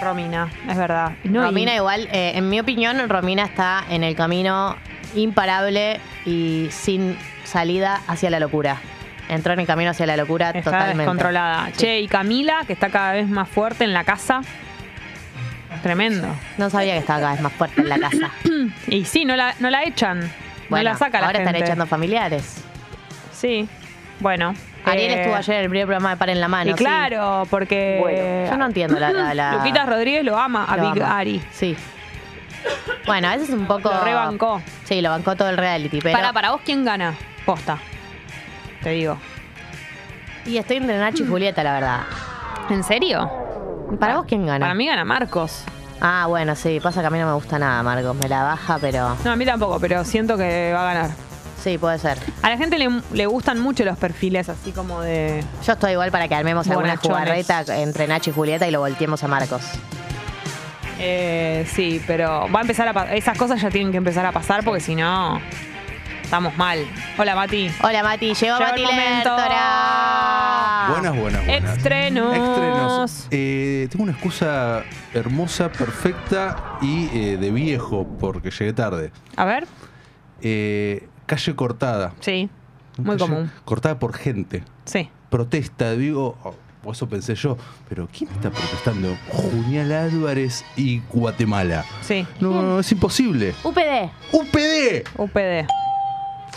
[SPEAKER 1] Romina, es verdad. No, y-
[SPEAKER 2] Romina igual, eh, en mi opinión, Romina está en el camino imparable y sin salida hacia la locura. Entró en el camino hacia la locura
[SPEAKER 1] está
[SPEAKER 2] totalmente.
[SPEAKER 1] descontrolada.
[SPEAKER 2] Sí.
[SPEAKER 1] Che, y Camila, que está cada vez más fuerte en la casa. Tremendo.
[SPEAKER 2] No sabía que estaba cada vez más fuerte en la casa.
[SPEAKER 1] Y sí, <coughs> no la, no la echan.
[SPEAKER 2] Bueno,
[SPEAKER 1] no la saca la
[SPEAKER 2] ahora están
[SPEAKER 1] gente.
[SPEAKER 2] echando familiares.
[SPEAKER 1] Sí. Bueno.
[SPEAKER 2] Ariel
[SPEAKER 1] eh,
[SPEAKER 2] estuvo ayer en el primer programa de Par en la Mano.
[SPEAKER 1] y
[SPEAKER 2] sí.
[SPEAKER 1] claro, porque.
[SPEAKER 2] Bueno, yo no entiendo la- la- la-
[SPEAKER 1] Luquita Rodríguez lo ama a
[SPEAKER 2] Lo
[SPEAKER 1] Big
[SPEAKER 2] amo.
[SPEAKER 1] Ari.
[SPEAKER 2] Sí. Bueno, eso es un poco...
[SPEAKER 1] Lo rebancó.
[SPEAKER 2] Sí, lo bancó todo el reality, pero...
[SPEAKER 1] Para, para vos, ¿quién gana? Posta. Te digo.
[SPEAKER 2] Y estoy entre Nacho y Julieta, la verdad.
[SPEAKER 1] ¿En serio?
[SPEAKER 2] ¿Para vos quién gana?
[SPEAKER 1] Para mí gana Marcos.
[SPEAKER 2] Ah, bueno, sí, pasa que a mí no me gusta nada, Marcos. Me la baja, pero
[SPEAKER 1] No, a mí tampoco, pero siento que va a ganar.
[SPEAKER 2] sí, puede ser.
[SPEAKER 1] A la gente le, le gustan mucho los perfiles así como de.
[SPEAKER 2] Yo estoy igual para que armemos alguna
[SPEAKER 1] Bonachones.
[SPEAKER 2] jugarreta entre Nacho y Julieta y lo volteemos a Marcos.
[SPEAKER 1] Eh, sí, pero va a empezar a pa- Esas cosas ya tienen que empezar a pasar porque si no. Estamos mal. Hola, Mati.
[SPEAKER 2] Hola, Mati.
[SPEAKER 1] Llegó
[SPEAKER 2] Llegó
[SPEAKER 1] el
[SPEAKER 2] Mati
[SPEAKER 1] momento.
[SPEAKER 2] Lertora.
[SPEAKER 7] Buenas, buenas, buenas.
[SPEAKER 1] Estrenos.
[SPEAKER 7] Estrenos. Eh, tengo una excusa hermosa, perfecta y eh, de viejo, porque llegué tarde.
[SPEAKER 1] A ver.
[SPEAKER 7] Eh, calle cortada.
[SPEAKER 1] Sí. Muy
[SPEAKER 7] Calle
[SPEAKER 1] común.
[SPEAKER 7] Cortada por gente.
[SPEAKER 1] Sí.
[SPEAKER 7] Protesta, digo, oh, o eso pensé yo, pero ¿quién está protestando? Junial Álvarez y Guatemala.
[SPEAKER 1] Sí.
[SPEAKER 7] No, no, es imposible.
[SPEAKER 2] UPD.
[SPEAKER 7] ¡UPD!
[SPEAKER 1] UPD.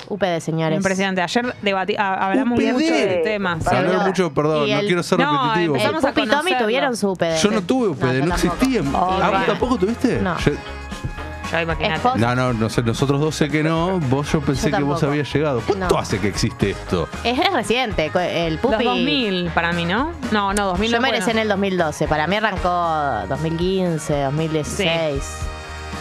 [SPEAKER 2] UPD, señores.
[SPEAKER 1] Impresionante. Ayer debatí, a- hablamos
[SPEAKER 7] UPD.
[SPEAKER 1] mucho de temas.
[SPEAKER 7] Se habló
[SPEAKER 2] Pero-
[SPEAKER 7] mucho, perdón,
[SPEAKER 2] y
[SPEAKER 7] no
[SPEAKER 2] el-
[SPEAKER 7] quiero ser
[SPEAKER 1] No,
[SPEAKER 7] repetitivo.
[SPEAKER 2] El
[SPEAKER 1] empezamos Vamos a
[SPEAKER 2] Eh, Pupi y Tommy
[SPEAKER 1] conocerlo.
[SPEAKER 2] tuvieron su UPD.
[SPEAKER 7] Yo no tuve UPD, no,
[SPEAKER 2] yo tampoco.
[SPEAKER 7] existía. Ah, ¿vos
[SPEAKER 2] bien.
[SPEAKER 7] tampoco tuviste?
[SPEAKER 2] No.
[SPEAKER 7] Yo-
[SPEAKER 1] Ya,
[SPEAKER 2] Es
[SPEAKER 1] imagínate.
[SPEAKER 2] post-
[SPEAKER 7] No, no, no sé, nosotros dos sé que no, vos yo pensé
[SPEAKER 2] Yo
[SPEAKER 7] que vos
[SPEAKER 2] tampoco.
[SPEAKER 7] habías llegado. ¿Cuánto
[SPEAKER 2] No.
[SPEAKER 7] hace que existe esto?
[SPEAKER 2] Es es reciente, co- el
[SPEAKER 1] Los
[SPEAKER 2] Pupi.
[SPEAKER 1] 2000 para mí, ¿no? No, no, 2000
[SPEAKER 2] Yo
[SPEAKER 1] no,
[SPEAKER 2] me
[SPEAKER 1] bueno.
[SPEAKER 2] egresé en el 2012. Para mí arrancó 2015, 2016.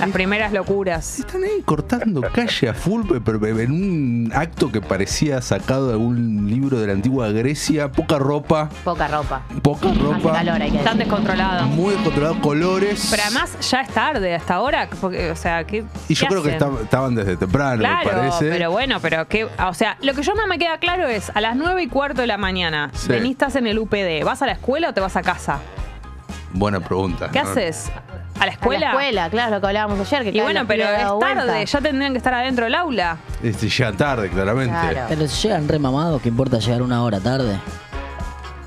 [SPEAKER 1] Las primeras locuras.
[SPEAKER 7] Están ahí cortando calle a full, pe- pe- pe- en un acto que parecía sacado de algún libro de la antigua Grecia, poca ropa,
[SPEAKER 2] Poca ropa.
[SPEAKER 7] poca
[SPEAKER 2] Hace
[SPEAKER 7] ropa,
[SPEAKER 2] calor, hay que
[SPEAKER 1] Están
[SPEAKER 2] decir.
[SPEAKER 1] descontroladas.
[SPEAKER 7] muy controlado, colores.
[SPEAKER 1] Pero además ya es tarde hasta ahora, porque, o sea, ¿qué
[SPEAKER 7] y yo
[SPEAKER 1] qué
[SPEAKER 7] creo que
[SPEAKER 1] hacen?
[SPEAKER 7] esta- estaban desde temprano, me
[SPEAKER 1] Claro,
[SPEAKER 7] parece.
[SPEAKER 1] pero bueno, pero que, o sea, lo que yo más me queda claro es a las 9 y cuarto de la mañana,
[SPEAKER 7] Sí.
[SPEAKER 1] venís, estás en el UPD, ¿vas a la escuela o te vas a casa?
[SPEAKER 7] Buena pregunta.
[SPEAKER 1] ¿Qué
[SPEAKER 7] ¿no?
[SPEAKER 1] haces? ¿A la
[SPEAKER 2] A la
[SPEAKER 1] escuela?
[SPEAKER 2] escuela, claro, lo que hablábamos ayer. Que
[SPEAKER 1] Y bueno, pero es tarde,
[SPEAKER 2] Yo
[SPEAKER 1] ya tendrían que estar adentro del aula.
[SPEAKER 7] Este, ya tarde, claramente.
[SPEAKER 2] Claro.
[SPEAKER 8] Pero si llegan re mamados, ¿qué importa llegar una hora tarde?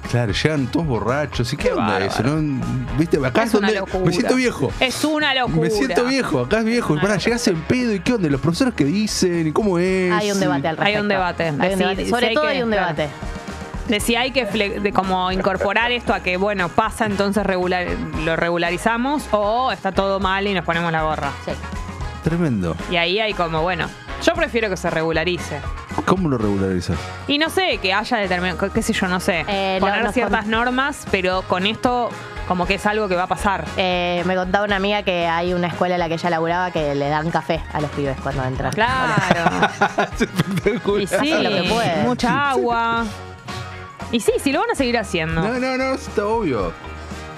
[SPEAKER 7] Claro, llegan todos borrachos. ¿Y qué, onda eso? ¿no? ¿Viste? Acá es
[SPEAKER 1] es una
[SPEAKER 7] donde
[SPEAKER 1] locura.
[SPEAKER 7] me siento viejo.
[SPEAKER 1] Es una locura.
[SPEAKER 7] Me siento viejo, acá es viejo. Y
[SPEAKER 1] Una
[SPEAKER 7] pará,
[SPEAKER 1] locura.
[SPEAKER 7] llegás en pedo y qué onda, ¿Y los profesores que dicen y cómo es.
[SPEAKER 2] Hay un debate al respecto.
[SPEAKER 1] Hay un debate.
[SPEAKER 2] Hay un
[SPEAKER 1] Decí-
[SPEAKER 2] debate.
[SPEAKER 1] si
[SPEAKER 2] Sobre
[SPEAKER 1] hay
[SPEAKER 2] todo
[SPEAKER 1] que-
[SPEAKER 2] hay un
[SPEAKER 1] claro.
[SPEAKER 2] debate.
[SPEAKER 1] De si hay que fle- de como incorporar esto a que, bueno, pasa, entonces regular, lo regularizamos o está todo mal y nos ponemos la gorra.
[SPEAKER 2] Sí.
[SPEAKER 7] Tremendo.
[SPEAKER 1] Y ahí hay como, bueno, yo prefiero que se regularice.
[SPEAKER 7] ¿Cómo lo regularizas?
[SPEAKER 1] Y no sé, que haya determinado, qué sé yo, no sé,
[SPEAKER 2] Eh, lo-
[SPEAKER 1] poner
[SPEAKER 2] nos
[SPEAKER 1] ciertas
[SPEAKER 2] con-
[SPEAKER 1] normas, pero con esto como que es algo que va a pasar.
[SPEAKER 2] Eh, me contaba una amiga que hay una escuela en la que ella laburaba que le dan café a los pibes cuando entran.
[SPEAKER 1] Claro.
[SPEAKER 2] <laughs>
[SPEAKER 7] es espectacular.
[SPEAKER 1] y sí,
[SPEAKER 2] Hacen lo que pueden.
[SPEAKER 1] mucha agua. Y sí, sí, lo van a seguir haciendo.
[SPEAKER 7] No, no, no, eso está obvio.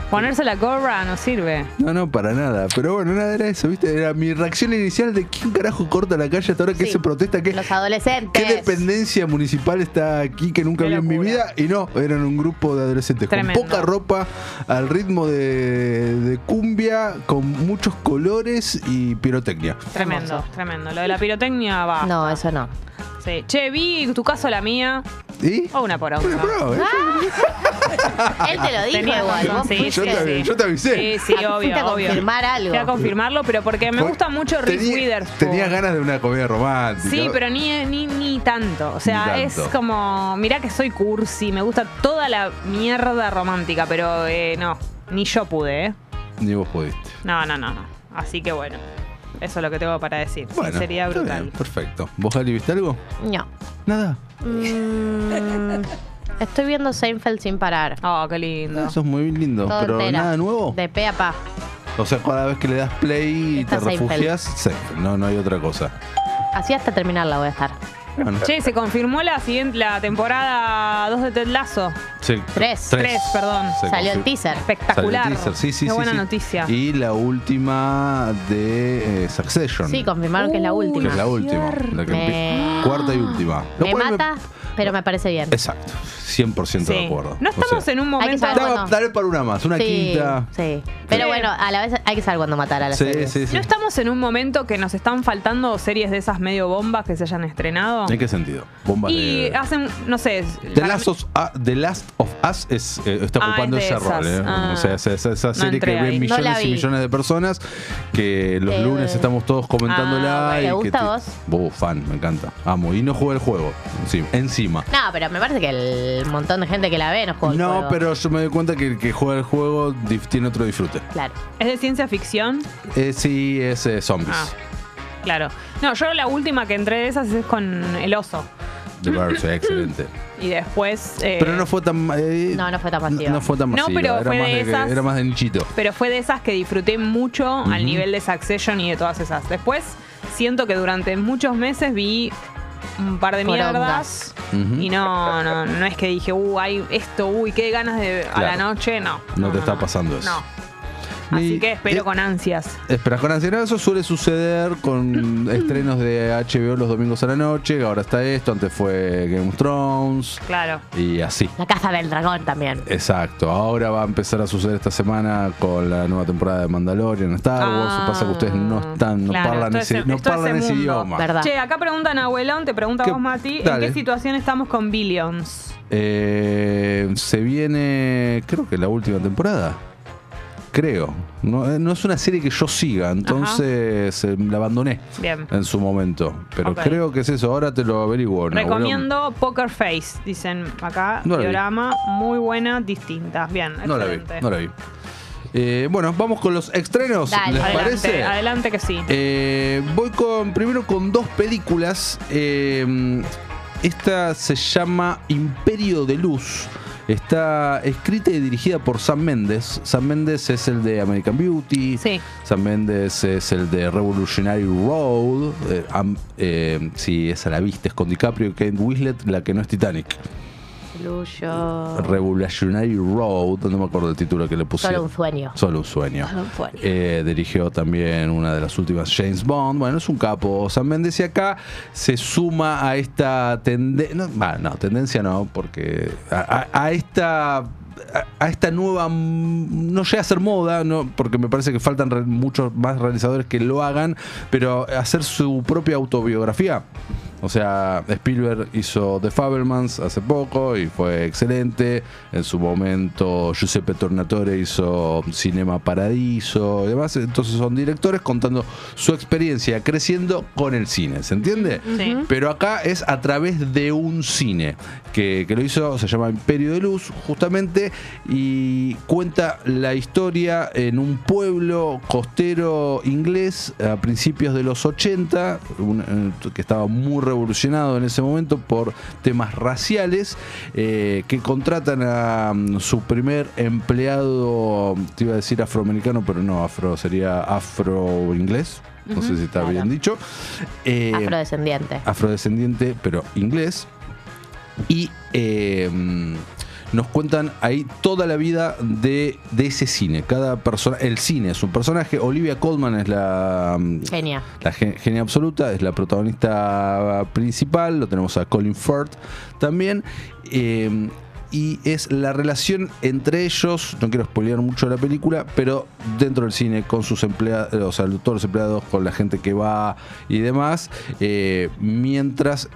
[SPEAKER 1] Ponerse la gorra no sirve.
[SPEAKER 7] No, no, para nada. Pero bueno, nada era eso, ¿viste? Era mi reacción inicial de quién carajo corta la calle hasta ahora que
[SPEAKER 2] Sí.
[SPEAKER 7] se protesta que.
[SPEAKER 2] Los
[SPEAKER 7] ¿Qué
[SPEAKER 2] adolescentes.
[SPEAKER 7] dependencia municipal está aquí que nunca
[SPEAKER 1] Qué
[SPEAKER 7] vi en mi
[SPEAKER 1] locura.
[SPEAKER 7] vida? Y no, eran un grupo de adolescentes
[SPEAKER 1] Tremendo.
[SPEAKER 7] con poca ropa, al ritmo de, de cumbia, con muchos colores y pirotecnia.
[SPEAKER 1] Tremendo, tremendo. Lo de la pirotecnia va.
[SPEAKER 2] No, eso no.
[SPEAKER 1] Sí. Che, vi tu caso, la mía.
[SPEAKER 7] ¿Y? ¿eh?
[SPEAKER 1] O Oh, una Ah, por
[SPEAKER 7] Bueno,
[SPEAKER 1] otra.
[SPEAKER 7] bro, eso- Ah,
[SPEAKER 2] Él te lo dijo
[SPEAKER 1] Tenía
[SPEAKER 2] igual.
[SPEAKER 1] razón,
[SPEAKER 2] vos Ah,
[SPEAKER 1] sí,
[SPEAKER 7] yo,
[SPEAKER 1] sí,
[SPEAKER 7] te, avi-
[SPEAKER 1] sí.
[SPEAKER 7] yo te avisé.
[SPEAKER 1] Sí, sí,
[SPEAKER 2] fuiste
[SPEAKER 1] obvio,
[SPEAKER 2] a
[SPEAKER 1] obvio.
[SPEAKER 2] confirmar algo.
[SPEAKER 1] Fui a confirmarlo, pero porque me
[SPEAKER 7] Fue-
[SPEAKER 1] gusta mucho Reese
[SPEAKER 7] tenía-
[SPEAKER 1] Witherspoon.
[SPEAKER 7] Tenía ganas de una comedia romántica.
[SPEAKER 1] Sí, pero ni, ni, ni tanto. O sea,
[SPEAKER 7] Ni
[SPEAKER 1] es
[SPEAKER 7] tanto.
[SPEAKER 1] como. Mirá que soy cursi, me gusta toda la mierda romántica, pero eh, no, ni yo pude, ¿eh?
[SPEAKER 7] Ni vos pudiste.
[SPEAKER 1] No, no, no, no. Así que bueno, eso es lo que tengo para decir. Sí,
[SPEAKER 7] Bueno,
[SPEAKER 1] sería
[SPEAKER 7] está
[SPEAKER 1] brutal.
[SPEAKER 7] bien, perfecto. ¿Vos, Ali, viste algo?
[SPEAKER 2] No.
[SPEAKER 7] Nada.
[SPEAKER 2] Mm, estoy viendo Seinfeld sin parar.
[SPEAKER 1] Oh, qué lindo.
[SPEAKER 7] Eso es muy lindo.
[SPEAKER 2] Todo
[SPEAKER 7] pero
[SPEAKER 2] entera.
[SPEAKER 7] nada nuevo.
[SPEAKER 2] De pe a pa.
[SPEAKER 7] O sea, cada vez que le das play y te
[SPEAKER 2] Está Seinfeld.
[SPEAKER 7] refugias, sí, no, no hay otra cosa.
[SPEAKER 2] Así hasta terminarla voy a estar.
[SPEAKER 7] Bueno,
[SPEAKER 1] Che, se confirmó la siguiente, la temporada 2 de Ted Lasso.
[SPEAKER 7] se-
[SPEAKER 2] Tres.
[SPEAKER 1] Tres, perdón.
[SPEAKER 7] Se
[SPEAKER 2] Salió el
[SPEAKER 7] confir-
[SPEAKER 2] teaser.
[SPEAKER 7] Salió
[SPEAKER 1] Espectacular.
[SPEAKER 7] el teaser, sí, sí,
[SPEAKER 1] Qué
[SPEAKER 7] sí,
[SPEAKER 1] buena
[SPEAKER 7] sí.
[SPEAKER 1] noticia.
[SPEAKER 7] Y la última de eh, Succession.
[SPEAKER 2] Sí, confirmaron que es la
[SPEAKER 1] Uy,
[SPEAKER 7] Uh. que
[SPEAKER 2] última.
[SPEAKER 7] es la última. la que
[SPEAKER 2] Me-
[SPEAKER 7] empi- Cuarta y última. Lo
[SPEAKER 2] Me
[SPEAKER 7] cual
[SPEAKER 2] mata, pero me parece bien.
[SPEAKER 7] Exacto, 100% de
[SPEAKER 1] Sí.
[SPEAKER 7] acuerdo.
[SPEAKER 1] No estamos en un
[SPEAKER 2] Hay que
[SPEAKER 1] momento.
[SPEAKER 2] saber
[SPEAKER 7] Dale,
[SPEAKER 2] cuándo.
[SPEAKER 7] dale para una más, una
[SPEAKER 2] sí,
[SPEAKER 7] quinta.
[SPEAKER 2] sí. Pero
[SPEAKER 1] Sí.
[SPEAKER 2] bueno, a la vez hay que saber cuándo matar a la
[SPEAKER 7] Sí,
[SPEAKER 2] serie.
[SPEAKER 7] sí, sí.
[SPEAKER 1] No estamos en un momento que nos están faltando series de esas medio bombas que se hayan estrenado.
[SPEAKER 7] ¿En qué sentido? Bombas
[SPEAKER 1] Y
[SPEAKER 7] de.
[SPEAKER 1] hacen, no sé.
[SPEAKER 7] The
[SPEAKER 1] para
[SPEAKER 7] Last,
[SPEAKER 1] mí-
[SPEAKER 7] of, ah, The Last of Us es, eh, está
[SPEAKER 1] Ah,
[SPEAKER 7] ocupando
[SPEAKER 1] es de
[SPEAKER 7] ese rol.
[SPEAKER 1] esas.
[SPEAKER 7] eh.
[SPEAKER 1] Ah.
[SPEAKER 7] O sea, esa, esa- esa
[SPEAKER 1] No
[SPEAKER 7] serie
[SPEAKER 1] entré
[SPEAKER 7] que ven
[SPEAKER 1] ahí.
[SPEAKER 2] No la
[SPEAKER 7] millones y
[SPEAKER 2] vi.
[SPEAKER 7] millones de personas, que los
[SPEAKER 2] Eh,
[SPEAKER 7] lunes estamos todos comentándola.
[SPEAKER 1] ah,
[SPEAKER 7] y
[SPEAKER 2] ¿te
[SPEAKER 7] que
[SPEAKER 2] gusta
[SPEAKER 7] ti-
[SPEAKER 2] vos?
[SPEAKER 7] Vos, fan, me encanta. Amo. Y no jugué el juego. Sí, encima.
[SPEAKER 2] No, pero me parece que el montón de gente que la ve no juega. al
[SPEAKER 7] no,
[SPEAKER 2] juego.
[SPEAKER 7] pero yo me doy cuenta que el que juega el juego dif- tiene otro disfrute.
[SPEAKER 2] Claro.
[SPEAKER 1] ¿Es de ciencia ficción?
[SPEAKER 7] Eh, sí, es eh, Zombies.
[SPEAKER 1] Ah, claro. No, yo la última que entré de esas es con el oso.
[SPEAKER 7] The Birds,
[SPEAKER 1] <laughs>
[SPEAKER 7] excelente.
[SPEAKER 1] Y después. eh,
[SPEAKER 7] Pero no fue tan. eh,
[SPEAKER 2] No, no fue tan masiva.
[SPEAKER 7] No fue tan
[SPEAKER 1] No,
[SPEAKER 7] masiva.
[SPEAKER 1] pero
[SPEAKER 7] era,
[SPEAKER 1] fue
[SPEAKER 7] más
[SPEAKER 1] de
[SPEAKER 7] que-
[SPEAKER 1] esas-
[SPEAKER 7] era más de nichito.
[SPEAKER 1] pero fue de esas que disfruté mucho al nivel de Succession y de todas esas. Después, siento que durante muchos meses vi un par de
[SPEAKER 2] Porongas.
[SPEAKER 1] mierdas.
[SPEAKER 7] Ujú.
[SPEAKER 1] Y no, no, no es que dije, uh, hay esto, uy, qué ganas de a la
[SPEAKER 7] Claro.
[SPEAKER 1] noche. No.
[SPEAKER 7] No te está pasando eso.
[SPEAKER 1] No. Así
[SPEAKER 7] Y-
[SPEAKER 1] que espero
[SPEAKER 7] eh,
[SPEAKER 1] con ansias.
[SPEAKER 7] Esperas con ansiedad, eso suele suceder
[SPEAKER 1] <clears throat>
[SPEAKER 7] con estrenos de HBO los domingos a la noche, ahora está esto, antes fue Game of Thrones
[SPEAKER 1] Claro.
[SPEAKER 7] y así.
[SPEAKER 2] La Casa del Dragón también.
[SPEAKER 7] Exacto, ahora va a empezar a suceder esta semana con la nueva temporada de Mandalorian, Star Wars,
[SPEAKER 1] Ah,
[SPEAKER 7] pasa que ustedes no están, no
[SPEAKER 1] claro,
[SPEAKER 7] parlan
[SPEAKER 1] todo
[SPEAKER 7] ese,
[SPEAKER 1] ese-
[SPEAKER 7] no
[SPEAKER 1] es todo
[SPEAKER 7] parlan
[SPEAKER 1] ese
[SPEAKER 7] ese
[SPEAKER 1] mundo,
[SPEAKER 7] idioma.
[SPEAKER 2] ¿verdad?
[SPEAKER 1] Che, acá preguntan a Abuelón, te pregunta
[SPEAKER 7] ¿Qué?
[SPEAKER 1] vos, Mati,
[SPEAKER 7] Dale.
[SPEAKER 1] ¿en qué situación estamos con Billions?
[SPEAKER 7] Eh, se viene, creo que la última temporada. Creo. No, eh, no es una serie que yo siga, entonces eh, la abandoné.
[SPEAKER 1] Bien.
[SPEAKER 7] en su momento. Pero
[SPEAKER 1] Ok.
[SPEAKER 7] creo que es eso, ahora te lo averiguo. ¿no?
[SPEAKER 1] Recomiendo Poker Face, dicen acá.
[SPEAKER 7] No la vi.
[SPEAKER 1] diorama, muy buena, distinta. Bien,
[SPEAKER 7] Bueno, No la vi,
[SPEAKER 1] excelente.
[SPEAKER 7] no la vi. Eh, bueno, vamos con los estrenos,
[SPEAKER 2] Dale.
[SPEAKER 7] ¿les
[SPEAKER 1] Adelante,
[SPEAKER 7] parece?
[SPEAKER 1] adelante que sí.
[SPEAKER 7] Eh, voy con primero con dos películas. Eh, esta se llama Imperio de Luz. Está escrita y dirigida por Sam Méndez. Sam Méndez es el de American Beauty.
[SPEAKER 1] Sí.
[SPEAKER 7] Sam Méndez es el de Revolutionary Road. Eh, am- eh, sí, esa la viste, es con DiCaprio y Kate Winslet, la que no es Titanic.
[SPEAKER 2] Luyo.
[SPEAKER 7] Revolutionary Road, no me acuerdo el título que le pusieron.
[SPEAKER 2] Solo un sueño.
[SPEAKER 7] Solo un sueño.
[SPEAKER 2] Solo un sueño.
[SPEAKER 7] Eh, dirigió también una de las últimas James Bond. Bueno, es un capo. San Méndez y acá se suma a esta tendencia. No, bah, no, tendencia no, porque a, a- a esta. a- A esta nueva. mm, No llega a ser moda, no, porque me parece que faltan re- muchos más realizadores que lo hagan, pero hacer su propia autobiografía. O sea, Spielberg hizo The Fabelmans hace poco y fue excelente. En su momento, Giuseppe Tornatore hizo Cinema Paradiso y demás. Entonces, son directores contando su experiencia creciendo con el cine. ¿Se entiende?
[SPEAKER 1] Sí.
[SPEAKER 7] Pero acá es a través de un cine que, que lo hizo, se llama Imperio de Luz, justamente, y cuenta la historia en un pueblo costero inglés a principios de los 80, un- eh, que estaba muy revolucionado en ese momento por temas raciales, eh, que contratan a mm, su primer empleado, te iba a decir afroamericano, pero no, afro sería afro-inglés. No sé si está
[SPEAKER 2] Ujú,
[SPEAKER 7] bien
[SPEAKER 2] claro.
[SPEAKER 7] dicho. Eh,
[SPEAKER 2] Afrodescendiente.
[SPEAKER 7] afrodescendiente, pero inglés. Y eh, nos cuentan ahí toda la vida de, de ese cine. Cada persona, el cine es un personaje. Olivia Colman es la,
[SPEAKER 2] Genia.
[SPEAKER 7] la gen- genia absoluta, es la protagonista principal, lo tenemos a Colin Firth también. eh, y es la relación entre ellos, no quiero spoilear mucho la película, pero dentro del cine, con sus empleados, o sea, todos los empleados, con la gente que va y demás, eh, mientras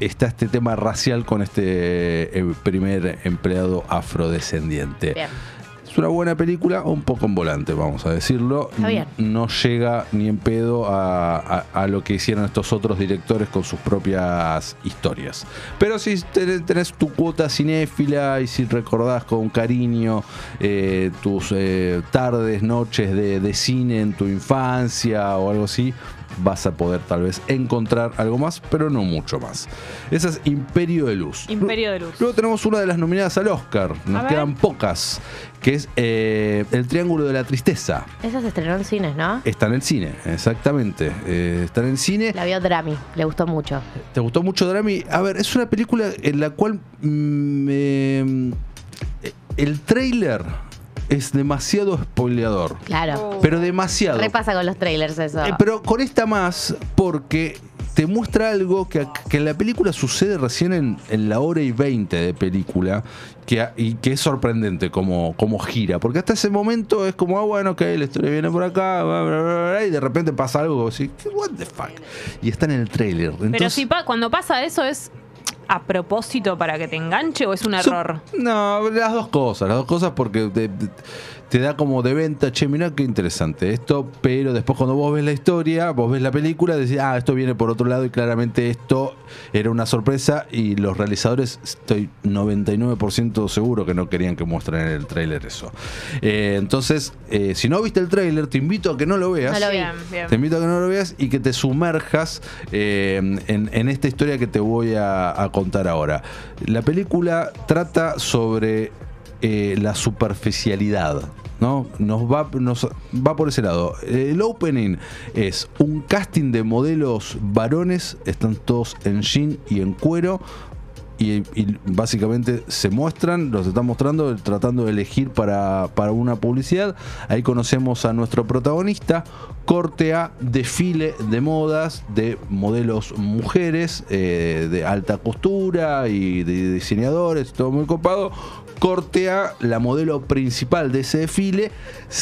[SPEAKER 7] está este tema racial con este eh, primer empleado afrodescendiente.
[SPEAKER 2] Bien.
[SPEAKER 7] Es una buena película, un poco en volante, vamos a decirlo.
[SPEAKER 2] Está bien.
[SPEAKER 7] No llega ni en pedo a, a- a lo que hicieron estos otros directores con sus propias historias. Pero si tenés, tenés tu cuota cinéfila y si recordás con cariño eh, tus eh, tardes, noches de, de cine en tu infancia o algo así, vas a poder tal vez encontrar algo más, pero no mucho más. Esa es Imperio de Luz.
[SPEAKER 1] Imperio de Luz.
[SPEAKER 7] Luego tenemos una de las nominadas al Oscar, nos
[SPEAKER 1] ver.
[SPEAKER 7] quedan pocas, que es eh, El Triángulo de la Tristeza.
[SPEAKER 2] Esa se estrenó en cines, ¿no?
[SPEAKER 7] Está en el cine, exactamente. Eh, está en el cine.
[SPEAKER 2] La vio Drami, le gustó mucho.
[SPEAKER 7] ¿Te gustó mucho Drami? A ver, es una película en la cual mm, me- el trailer es demasiado spoileador.
[SPEAKER 2] Claro.
[SPEAKER 1] Oh.
[SPEAKER 7] Pero demasiado.
[SPEAKER 2] Repasa con los trailers eso.
[SPEAKER 7] Eh, pero con esta más, porque te muestra algo que, ac- que en la película sucede recién en, en la hora y veinte de película, que, a- y que es sorprendente como, como gira. Porque hasta ese momento es como, ah, bueno, ok, la historia viene por acá, bla, bla, bla, bla, y de repente pasa algo, así, ¿qué- what the fuck? Y está en el trailer.
[SPEAKER 1] Pero si pa- cuando pasa eso es a propósito para que te enganche o es un error.
[SPEAKER 7] Sup- No, las dos cosas, las dos cosas porque te, te- te da como de venta, che, mirá qué interesante esto, pero después cuando vos ves la historia, vos ves la película, decís, ah, esto viene por otro lado y claramente esto era una sorpresa y los realizadores, estoy 99% seguro que no querían que muestren en el tráiler eso. Eh, entonces, eh, si no viste el tráiler, te invito a que no lo veas.
[SPEAKER 2] No lo vi.
[SPEAKER 1] Bien, bien.
[SPEAKER 7] Te invito a que no lo veas y que te sumerjas eh, en, en esta historia que te voy a, a contar ahora. La película trata sobre eh, la superficialidad. ¿No? Nos va, nos va por ese lado. El opening es un casting de modelos varones, están todos en jean y en cuero, y, y básicamente se muestran, los están mostrando, tratando de elegir para, para una publicidad. Ahí conocemos a nuestro protagonista, corte a desfile de modas de modelos mujeres eh, de alta costura y de diseñadores, todo muy copado. Corte a la modelo principal de ese desfile,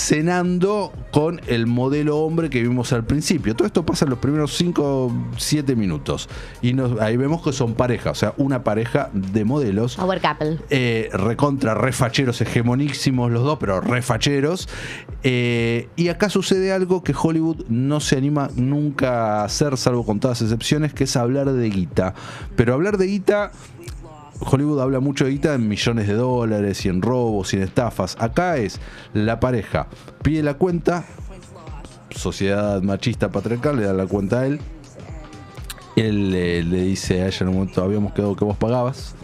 [SPEAKER 7] cenando con el modelo hombre que vimos al principio. Todo esto pasa en los primeros 5, 7 minutos. Y nos- ahí vemos que son pareja, o sea, una pareja de modelos.
[SPEAKER 2] Power Couple.
[SPEAKER 7] eh, recontra, refacheros, hegemonísimos los dos, pero refacheros. Eh, y acá sucede algo que Hollywood no se anima nunca a hacer, salvo contadas excepciones, que es hablar de guita. Pero hablar de guita Hollywood habla mucho de guita en millones de dólares y en robos y en estafas. Acá es la pareja pide la cuenta, sociedad machista patriarcal le da la cuenta a él. Él eh, le dice a ella en un momento, habíamos quedado que vos pagabas.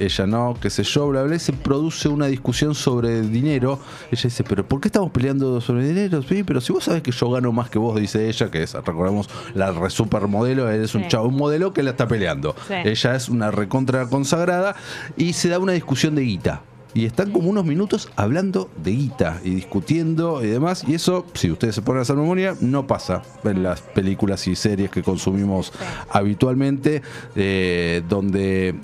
[SPEAKER 7] Ella no, qué sé yo, bla, bla. y Se produce una discusión sobre dinero. Ella dice, pero ¿por qué estamos peleando sobre dinero? Sí, pero si vos sabés que yo gano más que vos, dice ella, que es, recordemos, la re supermodelo, él es un
[SPEAKER 1] Sí.
[SPEAKER 7] chavo, un modelo que la está peleando.
[SPEAKER 1] Sí.
[SPEAKER 7] Ella Eh, es una recontra consagrada y se da una discusión de guita. Y están como unos minutos hablando de guita y discutiendo y demás. Y eso, si ustedes se ponen a hacer memoria, no pasa en las películas y series que consumimos habitualmente, eh, donde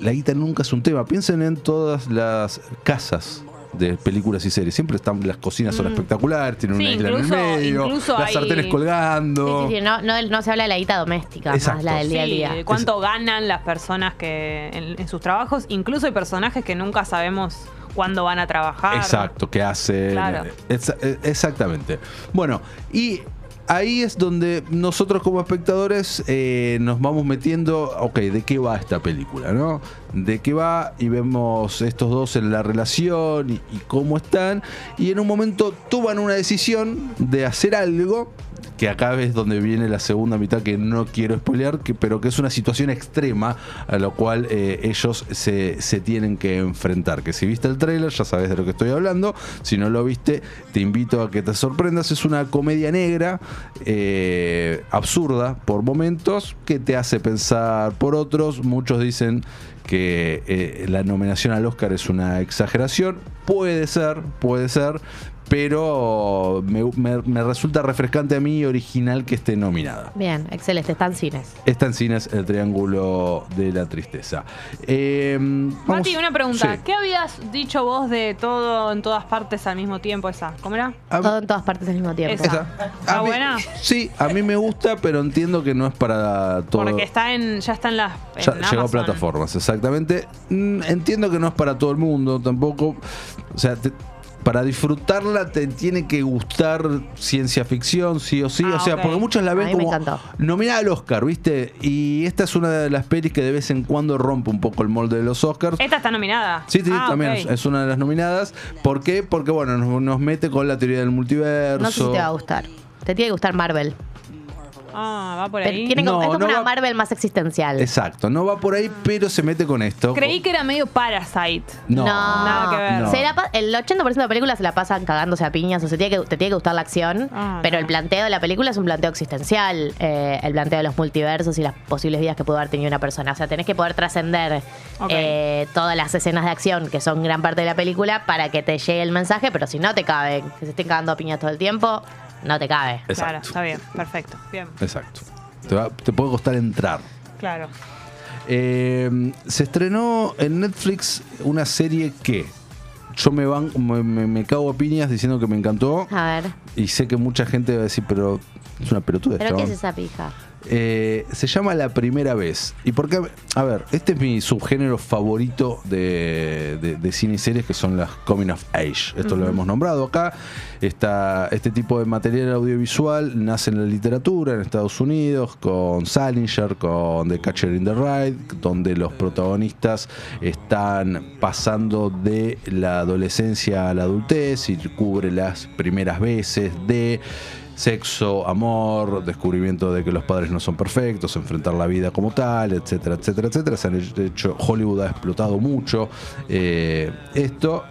[SPEAKER 7] la guita nunca es un tema. Piensen en todas las casas de películas y series. Siempre están las cocinas son espectaculares, tienen
[SPEAKER 1] Mm. Sí,
[SPEAKER 7] una isla
[SPEAKER 1] incluso-
[SPEAKER 7] en el medio, las
[SPEAKER 1] incluso hay-
[SPEAKER 7] sartenes
[SPEAKER 2] Sí,
[SPEAKER 7] colgando.
[SPEAKER 2] sí, sí, no, no, no se habla de la guita doméstica,
[SPEAKER 7] Exacto.
[SPEAKER 2] más la del día a
[SPEAKER 1] Sí,
[SPEAKER 2] día.
[SPEAKER 1] cuánto ganan las personas que en, en sus trabajos. Incluso hay personajes que nunca sabemos cuándo van a trabajar.
[SPEAKER 7] Exacto, que hace.
[SPEAKER 1] Claro.
[SPEAKER 7] Exa- eh, exactamente. Bueno, y ahí es donde nosotros como espectadores eh, nos vamos metiendo, ok, ¿de qué va esta película? ¿No? ¿De qué va? Y vemos estos dos en la relación y, y cómo están. Y en un momento toman una decisión de hacer algo. Que acá es donde viene la segunda mitad que no quiero spoilear, que, pero que es una situación extrema a la cual eh, ellos se, se tienen que enfrentar. Que si viste el tráiler ya sabes de lo que estoy hablando. Si no lo viste, te invito a que te sorprendas. Es una comedia negra, eh, absurda por momentos, que te hace pensar por otros. Muchos dicen que eh, la nominación al Oscar es una exageración. Puede ser, puede ser. Pero me, me- me resulta refrescante a mí y original que esté nominada.
[SPEAKER 2] Bien, excelente, están cines.
[SPEAKER 7] Está en cines el Triángulo de la Tristeza. Eh, vamos-
[SPEAKER 1] Mati, una pregunta.
[SPEAKER 7] Sí.
[SPEAKER 1] ¿Qué habías dicho vos de todo en todas partes al mismo tiempo esa? ¿Cómo era?
[SPEAKER 7] Ah,
[SPEAKER 2] Todo en todas partes al mismo tiempo.
[SPEAKER 1] Esa. ¿Está
[SPEAKER 7] A mí-
[SPEAKER 1] buena?
[SPEAKER 7] Sí, a mí me gusta, pero entiendo que no es para todo.
[SPEAKER 1] Porque está en, ya está en las. en
[SPEAKER 7] Ya llegó a
[SPEAKER 1] Amazon.
[SPEAKER 7] plataformas, exactamente. Mm, Entiendo que no es para todo el mundo tampoco. O sea, te- para disfrutarla te tiene que gustar ciencia ficción, sí o sí.
[SPEAKER 1] Ah,
[SPEAKER 7] o sea,
[SPEAKER 1] ok.
[SPEAKER 7] porque muchos la
[SPEAKER 2] A
[SPEAKER 7] ven
[SPEAKER 2] mí me
[SPEAKER 7] como
[SPEAKER 2] encantó.
[SPEAKER 7] nominada al Oscar, ¿viste? Y esta es una de las pelis que de vez en cuando rompe un poco el molde de los Oscars.
[SPEAKER 1] Esta está nominada.
[SPEAKER 7] Sí, sí,
[SPEAKER 1] Ah,
[SPEAKER 7] también
[SPEAKER 1] ok.
[SPEAKER 7] es- es una de las nominadas. ¿Por qué? Porque, bueno, nos, nos mete con la teoría del multiverso.
[SPEAKER 2] No sé si te va a gustar. Te tiene que gustar Marvel.
[SPEAKER 1] Ah, va por
[SPEAKER 2] Pero
[SPEAKER 1] ahí.
[SPEAKER 2] tiene como-
[SPEAKER 7] No,
[SPEAKER 2] es como
[SPEAKER 7] no
[SPEAKER 2] una
[SPEAKER 7] va-
[SPEAKER 2] Marvel más existencial.
[SPEAKER 7] Exacto, no va por ahí, pero se mete con esto.
[SPEAKER 1] Creí que era medio Parasite.
[SPEAKER 7] No.
[SPEAKER 1] Nada que ver.
[SPEAKER 7] No.
[SPEAKER 2] Se la pa- el 80% de películas se la pasan cagándose a piñas, o sea, tiene que, te tiene que gustar la acción,
[SPEAKER 1] Ah,
[SPEAKER 2] pero
[SPEAKER 1] no.
[SPEAKER 2] el planteo de la película es un planteo existencial, eh, el planteo de los multiversos y las posibles vidas que pudo haber tenido una persona. O sea, tenés que poder trascender
[SPEAKER 1] Ok.
[SPEAKER 2] eh, todas las escenas de acción, que son gran parte de la película, para que te llegue el mensaje, pero si no te cabe, que se estén cagando a piñas todo el tiempo, no te cabe.
[SPEAKER 1] Claro,
[SPEAKER 7] Exacto.
[SPEAKER 1] está bien, perfecto. Bien,
[SPEAKER 7] Exacto. Te, va- te puede costar entrar.
[SPEAKER 1] claro.
[SPEAKER 7] Eh, se estrenó en Netflix una serie que yo me, van, me, me- me cago a piñas diciendo que me encantó
[SPEAKER 2] A ver,
[SPEAKER 7] y sé que mucha gente va a decir, pero es una pelotuda.
[SPEAKER 2] ¿pero qué es esa pija?
[SPEAKER 7] Eh, se llama La Primera Vez. Y porque, a ver, este es mi subgénero favorito de, de- de cine y series, que son las Coming of Age. Esto lo hemos nombrado acá. Está, este tipo de material audiovisual nace en la literatura en Estados Unidos, con Salinger, con The Catcher in the Rye, donde los protagonistas están pasando de la adolescencia a la adultez y cubre las primeras veces de sexo, amor, descubrimiento de que los padres no son perfectos, enfrentar la vida como tal, etcétera, etcétera, etcétera. Se han hecho, Hollywood ha explotado mucho eh, esto.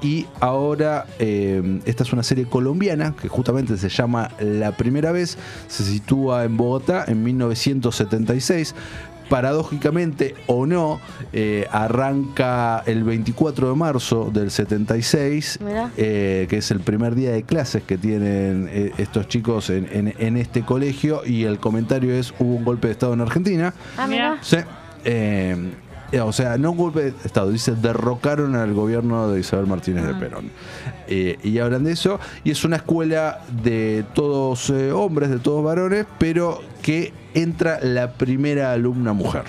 [SPEAKER 7] Y ahora eh, esta es una serie colombiana que justamente se llama La Primera Vez, se sitúa en Bogotá en 1976. Paradójicamente o no, eh, arranca el 24 de marzo del 76
[SPEAKER 2] Mirá.
[SPEAKER 7] eh, que es el primer día de clases que tienen eh, estos chicos en, en- en este colegio y el comentario es hubo un golpe de Estado en Argentina.
[SPEAKER 2] Ah,
[SPEAKER 1] Mirá.
[SPEAKER 2] mira.
[SPEAKER 7] Sí. Eh, eh, o sea, no un golpe de Estado, dice derrocaron al gobierno de Isabel Martínez de Perón. Eh, y hablan de eso, y es una escuela de todos eh, hombres, de todos varones, pero que entra la primera alumna mujer.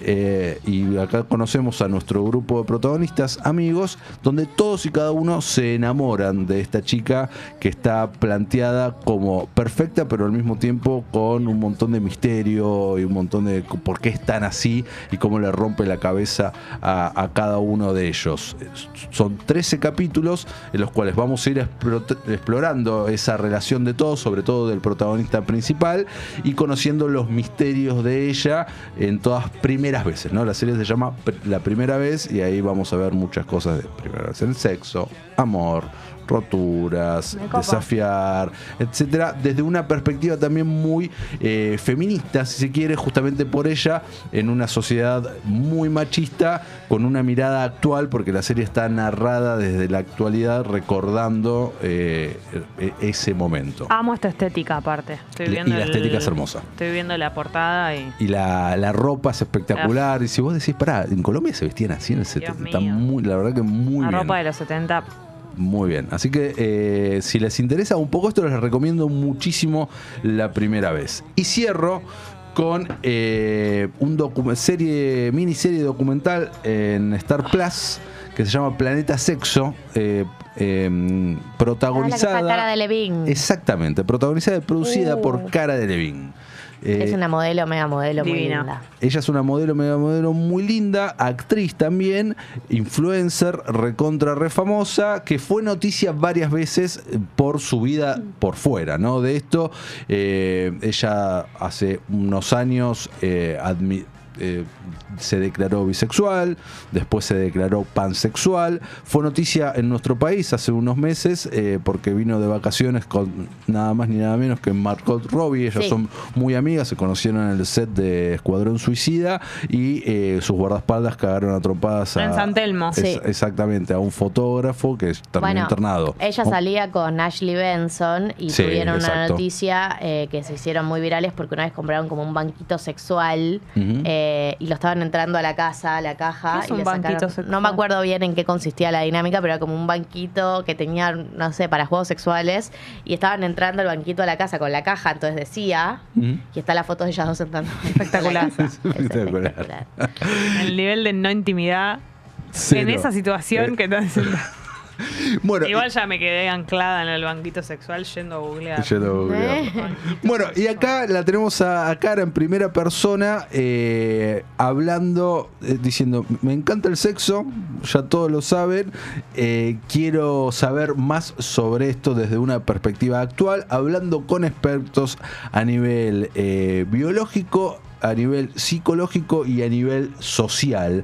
[SPEAKER 7] Eh, y acá conocemos a nuestro grupo de protagonistas, amigos, donde todos y cada uno se enamoran de esta chica que está planteada como perfecta, pero al mismo tiempo con un montón de misterio y un montón de c- por qué es tan así y cómo le rompe la cabeza a, a cada uno de ellos. Es- Son 13 capítulos en los cuales vamos a ir explot- explorando esa relación de todos, sobre todo del protagonista principal, y conociendo los misterios de ella en todas primeras veces, ¿no? La serie se llama Pr- La Primera Vez y ahí vamos a ver muchas cosas de primera vez. El sexo, amor, roturas,
[SPEAKER 1] Me copa.
[SPEAKER 7] desafiar, etcétera, desde una perspectiva también muy eh, feminista, si se quiere, justamente por ella, en una sociedad muy machista, con una mirada actual, porque la serie está narrada desde la actualidad, recordando eh, e- ese momento.
[SPEAKER 1] Amo esta estética aparte. Estoy
[SPEAKER 7] Y-
[SPEAKER 1] viendo
[SPEAKER 7] y la
[SPEAKER 1] el-
[SPEAKER 7] estética es hermosa.
[SPEAKER 1] Estoy viendo la portada y.
[SPEAKER 7] Y la, la ropa es espectacular. Y si vos decís, pará, en Colombia se vestían así en el 70. Está
[SPEAKER 1] mío.
[SPEAKER 7] muy, la verdad que muy
[SPEAKER 1] la
[SPEAKER 7] bien.
[SPEAKER 1] ropa de los 70.
[SPEAKER 7] Muy bien. Así que eh, si les interesa un poco esto, les recomiendo muchísimo la primera vez. Y cierro con eh, un docu- serie, miniserie documental en Star Plus que se llama Planeta Sexo, eh, eh, protagonizada.
[SPEAKER 2] Ah, la que está cara de Levin.
[SPEAKER 7] Exactamente, protagonizada y producida
[SPEAKER 2] Uh.
[SPEAKER 7] por Cara de Levin. Eh,
[SPEAKER 2] Es una modelo, mega modelo, muy
[SPEAKER 1] Divina.
[SPEAKER 2] linda.
[SPEAKER 7] ella es una modelo, mega modelo muy linda, actriz también, influencer, recontra re famosa, que fue noticia varias veces eh, por su vida por fuera, ¿no? De esto, eh, ella hace unos años eh, admi- eh, se declaró bisexual, después se declaró pansexual. Fue noticia en nuestro país hace unos meses eh, porque vino de vacaciones con nada más ni nada menos que Margot Robbie. Ellas
[SPEAKER 2] Sí.
[SPEAKER 7] son muy amigas, se conocieron en el set de Escuadrón Suicida y eh, sus guardaespaldas cagaron a trompadas a,
[SPEAKER 1] En San Telmo.
[SPEAKER 7] es-
[SPEAKER 2] Sí.
[SPEAKER 7] Exactamente, a un fotógrafo que terminó internado.
[SPEAKER 2] Ella
[SPEAKER 7] ¿No?
[SPEAKER 2] salía con Ashley Benson y
[SPEAKER 7] Sí,
[SPEAKER 2] tuvieron una
[SPEAKER 7] exacto.
[SPEAKER 2] noticia eh, que se hicieron muy virales porque una vez compraron como un banquito sexual
[SPEAKER 7] Ujú.
[SPEAKER 2] eh, y lo estaban entrando a la casa, a la caja.
[SPEAKER 1] ¿Qué es
[SPEAKER 2] y
[SPEAKER 1] un
[SPEAKER 2] le sacaron-
[SPEAKER 1] banquito sexual?
[SPEAKER 2] No me acuerdo bien en qué consistía la dinámica, pero era como un banquito que tenía, no sé, para juegos sexuales y estaban entrando el banquito a la casa con la caja, entonces decía.
[SPEAKER 7] Ujú.
[SPEAKER 2] Y está la foto de ellas dos entrando.
[SPEAKER 1] Espectacular.
[SPEAKER 2] <laughs> a la casa. Es
[SPEAKER 7] <laughs> Espectacular.
[SPEAKER 2] espectacular.
[SPEAKER 1] El nivel de no intimidad en
[SPEAKER 7] Cero. Eh, <laughs>
[SPEAKER 1] esa situación que estás
[SPEAKER 7] Bueno,
[SPEAKER 1] Igual ya me quedé anclada en el banquito sexual yendo a googlear.
[SPEAKER 7] Yendo a googlear.
[SPEAKER 2] Eh.
[SPEAKER 1] Banquito
[SPEAKER 7] Bueno, y
[SPEAKER 1] sexual.
[SPEAKER 7] acá la tenemos a, a Cara en primera persona eh, hablando, eh, diciendo, me encanta el sexo, ya todos lo saben, eh, quiero saber más sobre esto desde una perspectiva actual, hablando con expertos a nivel eh, biológico a nivel psicológico y a nivel social,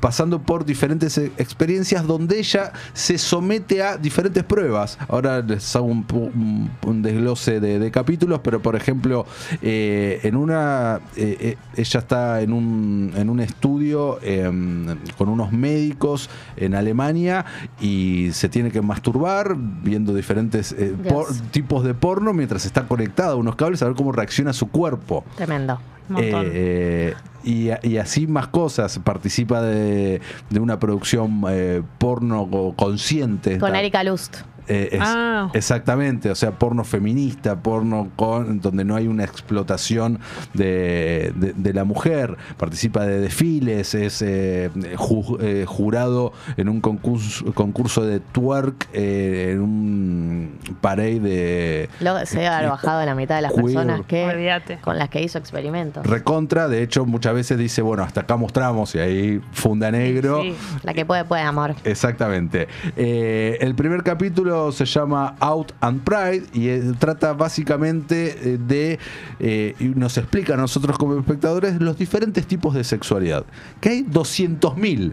[SPEAKER 7] pasando por diferentes eh, experiencias donde ella se somete a diferentes pruebas. Ahora les hago un, pu- un- un desglose de, de capítulos, pero por ejemplo, eh, en una, eh, eh, ella está en un, en un estudio em, con unos médicos en Alemania y se tiene que masturbar viendo diferentes eh,
[SPEAKER 2] Dios.
[SPEAKER 7] por- tipos de porno mientras está conectada a unos cables a ver cómo reacciona su cuerpo.
[SPEAKER 2] Tremendo.
[SPEAKER 1] Montón.
[SPEAKER 7] Eh, y, a- y así más cosas. Participa de, de una producción eh, porno co- consciente.
[SPEAKER 2] Con
[SPEAKER 7] Ta-
[SPEAKER 2] Erika Lust.
[SPEAKER 7] eh, es-
[SPEAKER 1] Ah.
[SPEAKER 7] Exactamente, o sea, porno feminista, porno con, donde no hay una explotación de, de- de la mujer. Participa de desfiles, es eh, ju- eh, jurado en un concurso, concurso de twerk, eh, en un parade de,
[SPEAKER 2] Luego se debe haber bajado en la mitad de las
[SPEAKER 7] Queer.
[SPEAKER 2] personas que
[SPEAKER 1] Olvídate.
[SPEAKER 2] con las que hizo experimentos.
[SPEAKER 7] recontra. De hecho, muchas veces dice, bueno, hasta acá mostramos y ahí funda negro.
[SPEAKER 1] Sí.
[SPEAKER 2] La que puede, puede, amor.
[SPEAKER 7] Exactamente. Eh, el primer capítulo se llama Out and Pride y eh, trata básicamente eh, de, eh, y nos explica a nosotros como espectadores los diferentes tipos de sexualidad. Que hay 200.000,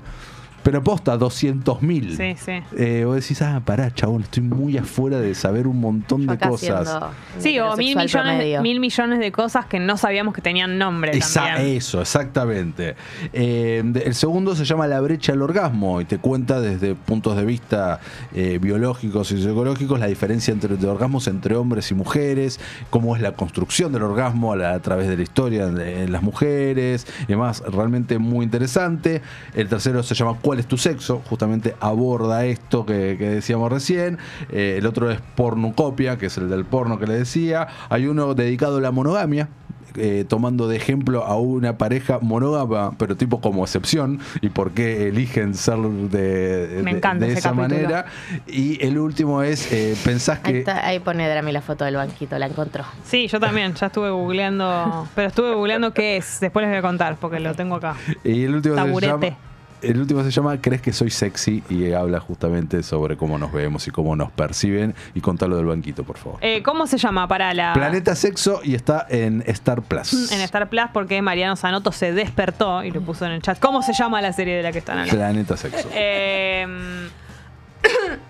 [SPEAKER 7] pero posta 200.000.
[SPEAKER 1] Sí, sí.
[SPEAKER 7] Eh, vos decís, ah, pará, chabón, estoy muy afuera de saber un montón
[SPEAKER 2] Yo
[SPEAKER 7] de
[SPEAKER 2] acá
[SPEAKER 7] cosas.
[SPEAKER 2] siendo
[SPEAKER 1] Sí, o mil
[SPEAKER 2] heterosexual
[SPEAKER 1] millones,
[SPEAKER 2] promedio.
[SPEAKER 1] mil millones de cosas que no sabíamos que tenían nombre
[SPEAKER 7] Esa-
[SPEAKER 1] también.
[SPEAKER 7] eso, exactamente. Eh, de- el segundo se llama La brecha al orgasmo y te cuenta desde puntos de vista eh, biológicos y psicológicos la diferencia entre de orgasmos entre hombres y mujeres, cómo es la construcción del orgasmo a, la- a través de la historia de, en las mujeres y demás. Realmente muy interesante. El tercero se llama ¿Cuál es tu sexo? Justamente aborda esto que, que decíamos recién. Eh, el otro es Pornucopia, que es el del porno que le decía. Hay uno dedicado a la monogamia eh, tomando de ejemplo a una pareja monógama, pero tipo como excepción, y por qué eligen ser de,
[SPEAKER 1] Me
[SPEAKER 7] de-
[SPEAKER 1] encanta
[SPEAKER 7] de
[SPEAKER 1] ese
[SPEAKER 7] esa
[SPEAKER 1] capítulo.
[SPEAKER 7] manera. Y el último es, eh, pensás
[SPEAKER 2] Ahí,
[SPEAKER 7] que...
[SPEAKER 2] está- ahí pone Drami la foto del banquito, la encontró.
[SPEAKER 1] Sí, yo también, ya estuve googleando, pero estuve googleando qué es, después les voy a contar porque lo tengo acá.
[SPEAKER 7] Y el último se
[SPEAKER 1] Taburete.
[SPEAKER 7] llama... El último se llama ¿Crees que soy sexy? Y habla justamente sobre cómo nos vemos y cómo nos perciben. Y contalo del banquito, por favor.
[SPEAKER 1] Eh, ¿Cómo se llama para la...
[SPEAKER 7] Planeta Sexo y está en Star Plus.
[SPEAKER 1] En Star Plus porque Mariano Sanoto se despertó y lo puso en el chat. ¿Cómo se llama la serie de la que están hablando? <laughs>
[SPEAKER 7] Planeta Sexo.
[SPEAKER 1] Eh,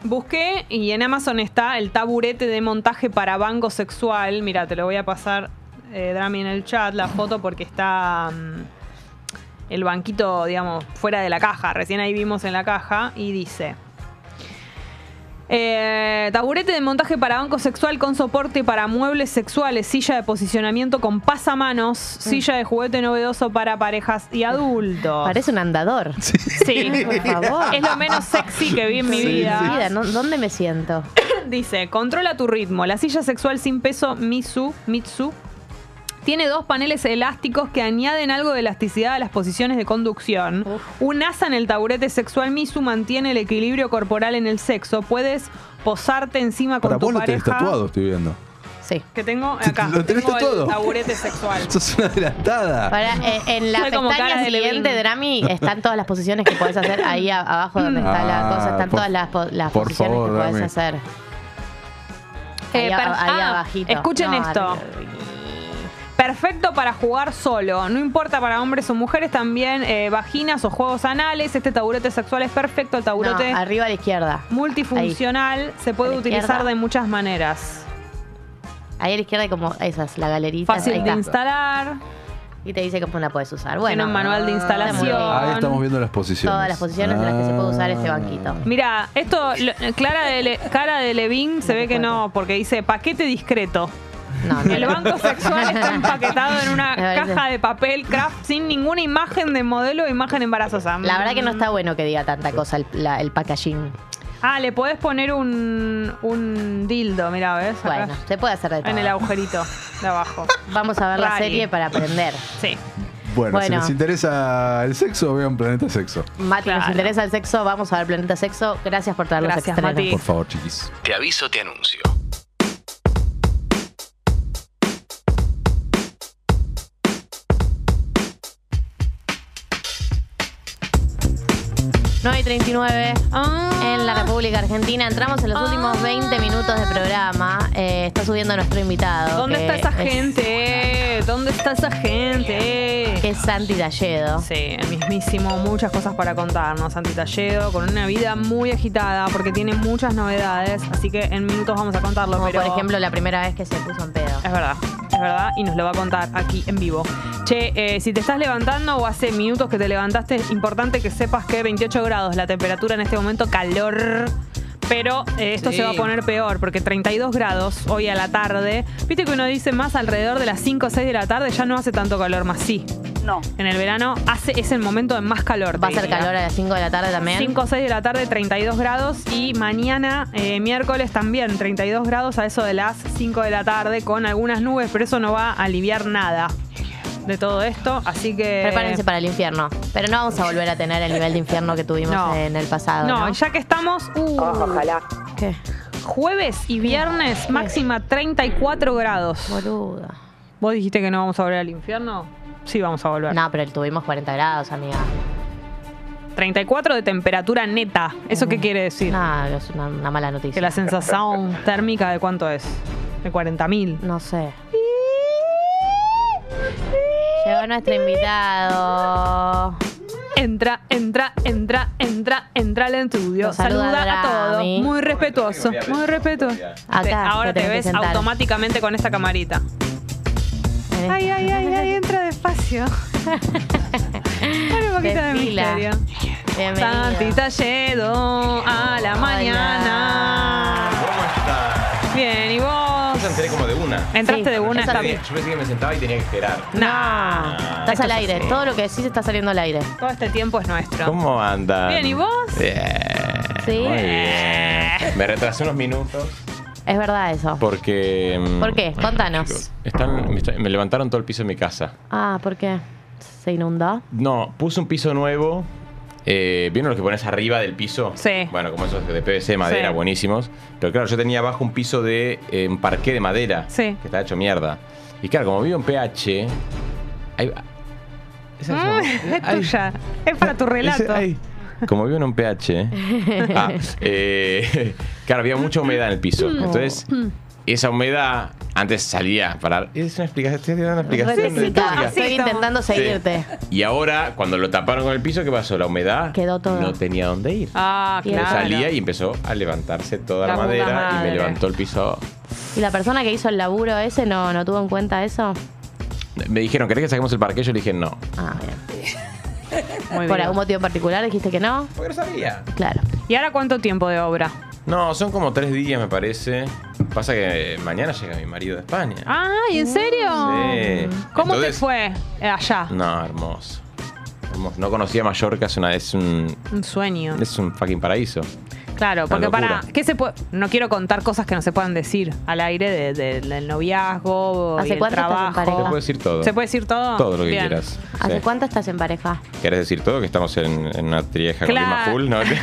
[SPEAKER 1] busqué y en Amazon está el taburete de montaje para banco sexual. Mira, te lo voy a pasar, eh, Drami, en el chat la foto porque está mm, el banquito, digamos, fuera de la caja. Recién ahí vimos en la caja y dice... Eh, taburete de montaje para banco sexual con soporte para muebles sexuales, silla de posicionamiento con pasamanos, silla de juguete novedoso para parejas y adultos.
[SPEAKER 2] Parece un andador.
[SPEAKER 7] <laughs>
[SPEAKER 1] Sí,
[SPEAKER 2] Por favor.
[SPEAKER 1] Es lo menos sexy que vi en mi
[SPEAKER 7] Sí,
[SPEAKER 1] vida.
[SPEAKER 2] Vida, ¿no? ¿Dónde me siento?
[SPEAKER 1] Dice, controla tu ritmo. La silla sexual sin peso Mitsu, Mitsu tiene dos paneles elásticos que añaden algo de elasticidad a las posiciones de conducción. Un asa en el taburete sexual Mitsu mantiene el equilibrio corporal en el sexo. Puedes posarte encima con
[SPEAKER 7] Para
[SPEAKER 1] tu
[SPEAKER 7] vos lo tenés
[SPEAKER 1] pareja.
[SPEAKER 7] tatuado, estoy viendo.
[SPEAKER 2] Sí.
[SPEAKER 1] Que tengo acá.
[SPEAKER 7] Lo tenés
[SPEAKER 1] tengo
[SPEAKER 7] tatuado.
[SPEAKER 1] el taburete
[SPEAKER 7] <laughs>
[SPEAKER 1] sexual.
[SPEAKER 7] Sos una adelantada.
[SPEAKER 2] Para, eh, en la
[SPEAKER 1] Soy como cara
[SPEAKER 2] pestaña
[SPEAKER 1] de
[SPEAKER 2] siguiente,
[SPEAKER 1] Levin.
[SPEAKER 2] Drami, están todas las posiciones que puedes hacer. Ahí a- abajo donde está la
[SPEAKER 7] Ah,
[SPEAKER 2] cosa, están
[SPEAKER 7] por-
[SPEAKER 2] todas las, po- las
[SPEAKER 7] por
[SPEAKER 2] posiciones
[SPEAKER 7] favor,
[SPEAKER 2] que puedes
[SPEAKER 7] Drami.
[SPEAKER 2] hacer.
[SPEAKER 1] Eh,
[SPEAKER 2] Ahí a-
[SPEAKER 1] per-
[SPEAKER 2] ahí
[SPEAKER 1] ah,
[SPEAKER 2] abajito.
[SPEAKER 1] escuchen
[SPEAKER 2] No,
[SPEAKER 1] esto.
[SPEAKER 2] Drami.
[SPEAKER 1] Perfecto para jugar solo, no importa para hombres o mujeres, también eh, vaginas o juegos anales. Este taburete sexual es perfecto, el taburete
[SPEAKER 2] No, arriba a la izquierda.
[SPEAKER 1] multifuncional se puede
[SPEAKER 2] A la
[SPEAKER 1] utilizar
[SPEAKER 2] izquierda.
[SPEAKER 1] de muchas maneras.
[SPEAKER 2] Ahí a la izquierda hay como esas, la galerita. ahí
[SPEAKER 1] Fácil de
[SPEAKER 2] está.
[SPEAKER 1] instalar,
[SPEAKER 2] Y te dice cómo la puedes usar. Bueno,
[SPEAKER 1] tiene
[SPEAKER 2] ah,
[SPEAKER 1] un manual de instalación.
[SPEAKER 7] Ahí estamos viendo las posiciones.
[SPEAKER 2] Todas las posiciones en las que se puede usar este banquito.
[SPEAKER 1] Mira, esto, lo- Clara de Le- cara de Levin se
[SPEAKER 2] No
[SPEAKER 1] ve
[SPEAKER 2] te
[SPEAKER 1] que
[SPEAKER 2] puedo.
[SPEAKER 1] no, porque dice paquete discreto.
[SPEAKER 2] No, no
[SPEAKER 1] <laughs> El
[SPEAKER 2] lo-
[SPEAKER 1] banco sexual está empaquetado en una
[SPEAKER 2] Me parece-
[SPEAKER 1] caja de papel craft sin ninguna imagen de modelo o imagen embarazosa. Mm.
[SPEAKER 2] La verdad que no está bueno que diga tanta cosa el, la- el packaging.
[SPEAKER 1] Ah, le podés poner un, un dildo, mira, ¿ves? Acá
[SPEAKER 2] Bueno, se puede hacer de todo.
[SPEAKER 1] en el agujerito de abajo.
[SPEAKER 2] Vamos a ver la
[SPEAKER 1] Rari.
[SPEAKER 2] serie para aprender.
[SPEAKER 1] Sí.
[SPEAKER 7] Bueno, si
[SPEAKER 2] Bueno.
[SPEAKER 7] les interesa el sexo, vean Planeta Sexo.
[SPEAKER 2] Mati, nos
[SPEAKER 1] Claro.
[SPEAKER 2] interesa el sexo, vamos a ver Planeta Sexo. Gracias por este traer
[SPEAKER 1] Gracias,
[SPEAKER 2] los extraños.
[SPEAKER 1] Mati.
[SPEAKER 7] Por favor, chiquis.
[SPEAKER 3] Te aviso, te anuncio.
[SPEAKER 2] y 39
[SPEAKER 1] Ah.
[SPEAKER 2] en la República Argentina. Entramos en los últimos 20 minutos de programa. Eh, está subiendo nuestro invitado.
[SPEAKER 1] ¿Dónde
[SPEAKER 2] que
[SPEAKER 1] está esa
[SPEAKER 2] es-
[SPEAKER 1] gente? ¿Dónde está esa gente?
[SPEAKER 2] Que es Santi Galledo.
[SPEAKER 1] Sí, el mismísimo, muchas cosas para contarnos. Santi Talledo, con una vida muy agitada porque tiene muchas novedades, así que en minutos vamos a contarlo.
[SPEAKER 2] Como
[SPEAKER 1] pero
[SPEAKER 2] por ejemplo la primera vez que se puso en pedo.
[SPEAKER 1] Es verdad, es verdad, y nos lo va a contar aquí en vivo. Che, eh, si te estás levantando o hace minutos que te levantaste, es importante que sepas que 28 grados la temperatura en este momento, calor. Pero eh, esto se va a poner peor, porque 32 grados hoy a la tarde. Viste que uno dice más alrededor de las 5 o 6 de la tarde, ya no hace tanto calor más, sí.
[SPEAKER 9] No.
[SPEAKER 1] En el verano hace, es el momento de más calor. te
[SPEAKER 2] Va a ser
[SPEAKER 1] diría.
[SPEAKER 2] calor a las 5 de la tarde también.
[SPEAKER 1] 5 o 6 de la tarde, 32 grados. Y mañana, eh, miércoles también, 32 grados a eso de las 5 de la tarde con algunas nubes, pero eso no va a aliviar nada de todo esto. Así que.
[SPEAKER 2] Prepárense para el infierno. Pero no vamos a volver a tener el nivel de infierno que tuvimos
[SPEAKER 1] No.
[SPEAKER 2] en el pasado. No,
[SPEAKER 1] No, ya que estamos. uh,
[SPEAKER 9] Ojalá.
[SPEAKER 2] ¿Qué?
[SPEAKER 1] Jueves y viernes, máxima 34 grados.
[SPEAKER 2] Boluda.
[SPEAKER 1] ¿Vos dijiste que no vamos a volver al infierno? Sí, vamos a volver.
[SPEAKER 2] No, pero tuvimos 40 grados, amiga.
[SPEAKER 1] 34 de temperatura neta. ¿Eso qué quiere decir?
[SPEAKER 2] Nada, es una, una mala noticia.
[SPEAKER 1] Que la sensación térmica de cuánto es? De 40.000.
[SPEAKER 2] No sé. Llegó nuestro invitado.
[SPEAKER 1] Entra, entra, entra, entra, entra al estudio.
[SPEAKER 2] Nos saluda
[SPEAKER 1] Saluda, a todos.
[SPEAKER 2] Drami.
[SPEAKER 1] Muy respetuoso, muy respetuoso.
[SPEAKER 2] Acá,
[SPEAKER 1] Te- ahora
[SPEAKER 2] te
[SPEAKER 1] te
[SPEAKER 2] tenés que
[SPEAKER 1] ves
[SPEAKER 2] sentar.
[SPEAKER 1] automáticamente con esta camarita.
[SPEAKER 2] Eh.
[SPEAKER 1] Ay, ay, ay, ay, entra
[SPEAKER 2] <laughs>
[SPEAKER 1] despacio. Dale un poquito de
[SPEAKER 2] Desfila.
[SPEAKER 1] misterio.
[SPEAKER 2] Bienvenido.
[SPEAKER 1] Santi Talledo a la mañana.
[SPEAKER 10] ¿Cómo estás?
[SPEAKER 1] Bien, ¿y
[SPEAKER 10] Yo
[SPEAKER 1] vos?
[SPEAKER 10] entré como de una.
[SPEAKER 1] Entraste
[SPEAKER 2] Sí,
[SPEAKER 1] de una,
[SPEAKER 2] eso
[SPEAKER 1] está
[SPEAKER 2] lo vi.
[SPEAKER 1] bien.
[SPEAKER 10] Yo pensé que me sentaba y tenía que esperar. Ah.
[SPEAKER 1] Nah.
[SPEAKER 2] Estás al aire. Todo lo que decís está saliendo al aire.
[SPEAKER 1] Todo este tiempo es nuestro.
[SPEAKER 10] ¿Cómo andan?
[SPEAKER 1] Bien, ¿y vos?
[SPEAKER 10] Bien.
[SPEAKER 2] Sí.
[SPEAKER 1] <laughs>
[SPEAKER 10] Muy bien. Me retrasé unos minutos
[SPEAKER 2] Es verdad eso.
[SPEAKER 10] porque. mm,
[SPEAKER 2] ¿Por qué? Contanos.
[SPEAKER 10] chicos, están, me, está- me levantaron todo el piso de mi casa.
[SPEAKER 2] Ah, ¿por qué? ¿Se inundó?
[SPEAKER 10] No, puse un piso nuevo. Eh, ¿Vieron los que pones arriba del piso?
[SPEAKER 1] Sí.
[SPEAKER 10] Bueno, como esos de PVC, madera,
[SPEAKER 1] Sí.
[SPEAKER 10] buenísimos. Pero claro, yo tenía abajo un piso de eh, un parqué de madera.
[SPEAKER 1] Sí.
[SPEAKER 10] Que estaba hecho mierda. Y claro, como vivo en PH. Hay, esa es una-
[SPEAKER 1] Ah, Mm, Es
[SPEAKER 10] hay-
[SPEAKER 1] tuya. Es para tu relato.
[SPEAKER 10] Ese- ay. Como vivo en un PH,
[SPEAKER 1] <laughs>
[SPEAKER 10] ah, eh, claro, había mucha humedad en el piso.
[SPEAKER 1] Mm.
[SPEAKER 10] Entonces, esa humedad antes salía para. Es una explicación, estoy dando una explicación. de
[SPEAKER 2] Necesita-
[SPEAKER 10] técnica.
[SPEAKER 2] estoy intentando
[SPEAKER 10] Sí.
[SPEAKER 2] seguirte.
[SPEAKER 10] Y ahora, cuando lo taparon con el piso, ¿qué pasó? La humedad
[SPEAKER 2] Quedó todo.
[SPEAKER 10] no tenía dónde ir.
[SPEAKER 1] Ah,
[SPEAKER 2] Y el-
[SPEAKER 1] claro.
[SPEAKER 10] Salía y empezó a levantarse toda
[SPEAKER 1] La
[SPEAKER 10] la,
[SPEAKER 1] puta
[SPEAKER 10] madera y
[SPEAKER 1] madre.
[SPEAKER 10] me levantó el piso.
[SPEAKER 2] ¿Y la persona que hizo el laburo ese no, no tuvo en cuenta eso?
[SPEAKER 10] Me dijeron, ¿querés que saquemos el parque? Yo le dije, no.
[SPEAKER 2] Ah, bien.
[SPEAKER 1] Muy
[SPEAKER 2] ¿Por
[SPEAKER 1] bien.
[SPEAKER 2] algún motivo en particular dijiste que no?
[SPEAKER 10] Porque no sabía.
[SPEAKER 2] Claro.
[SPEAKER 1] ¿Y ahora cuánto tiempo de obra?
[SPEAKER 10] No, son como tres días, me parece. Pasa que mañana llega mi marido de
[SPEAKER 1] Ah,
[SPEAKER 10] España.
[SPEAKER 1] Ay,
[SPEAKER 2] Mm.
[SPEAKER 1] ¿en serio?
[SPEAKER 10] Sí.
[SPEAKER 1] ¿Cómo
[SPEAKER 10] Entonces-
[SPEAKER 1] te fue eh, allá?
[SPEAKER 10] No, hermoso. Hermoso. No conocía Mallorca, es, una, es, un,
[SPEAKER 1] Un sueño.
[SPEAKER 10] es un fucking paraíso.
[SPEAKER 1] Claro,
[SPEAKER 10] Una
[SPEAKER 1] porque para.
[SPEAKER 10] locura.
[SPEAKER 1] ¿Qué se puede.? No quiero contar cosas que no se puedan decir al aire de- de- del noviazgo.
[SPEAKER 2] ¿Hace
[SPEAKER 1] y el
[SPEAKER 2] cuánto estás en
[SPEAKER 1] trabajo.
[SPEAKER 2] pareja?
[SPEAKER 10] Te puedo decir todo.
[SPEAKER 1] ¿Se puede decir todo?
[SPEAKER 10] Todo lo que
[SPEAKER 1] Bien.
[SPEAKER 10] quieras.
[SPEAKER 2] ¿Hace
[SPEAKER 10] Sí.
[SPEAKER 2] cuánto estás en pareja?
[SPEAKER 10] ¿Querés decir todo? Que estamos en, en una trieja
[SPEAKER 1] Claro. <laughs>
[SPEAKER 10] <laughs> con Lima Full,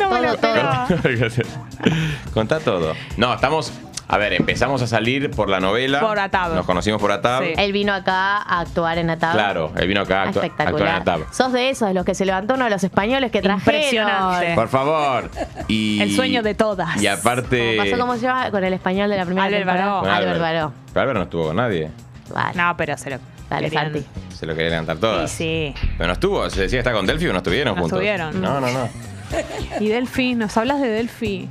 [SPEAKER 1] No me lo
[SPEAKER 2] Todo, todo.
[SPEAKER 1] creo.
[SPEAKER 10] ¿no? Contá todo. No, estamos. A ver, empezamos a salir por la novela.
[SPEAKER 1] Por Atab.
[SPEAKER 10] Nos conocimos por Atab.
[SPEAKER 1] Sí.
[SPEAKER 2] Él vino acá a actuar en Atab.
[SPEAKER 10] Claro, él vino acá a actu- a actuar en
[SPEAKER 2] Espectacular.
[SPEAKER 10] Atab.
[SPEAKER 2] Sos de esos, los que se levantó uno de los españoles que trajeron.
[SPEAKER 1] Impresionante.
[SPEAKER 10] Por favor. Y,
[SPEAKER 1] El sueño de todas.
[SPEAKER 10] Y aparte.
[SPEAKER 2] Como pasó como se llama con el español de la primera
[SPEAKER 1] Albert
[SPEAKER 2] temporada.
[SPEAKER 1] Baró.
[SPEAKER 10] con
[SPEAKER 2] Albert Baró.
[SPEAKER 10] Pero Álvaro no estuvo con nadie.
[SPEAKER 2] Vale.
[SPEAKER 1] No, pero se lo.
[SPEAKER 2] Dale,
[SPEAKER 1] querían.
[SPEAKER 2] Santi.
[SPEAKER 10] Se lo quería levantar todo.
[SPEAKER 1] Sí, sí.
[SPEAKER 10] Pero no estuvo, se decía que está con Delphi, pero no estuvieron
[SPEAKER 1] No
[SPEAKER 10] juntos.
[SPEAKER 1] estuvieron.
[SPEAKER 10] No, no, no.
[SPEAKER 1] Y Delfi, nos hablas de Delfi.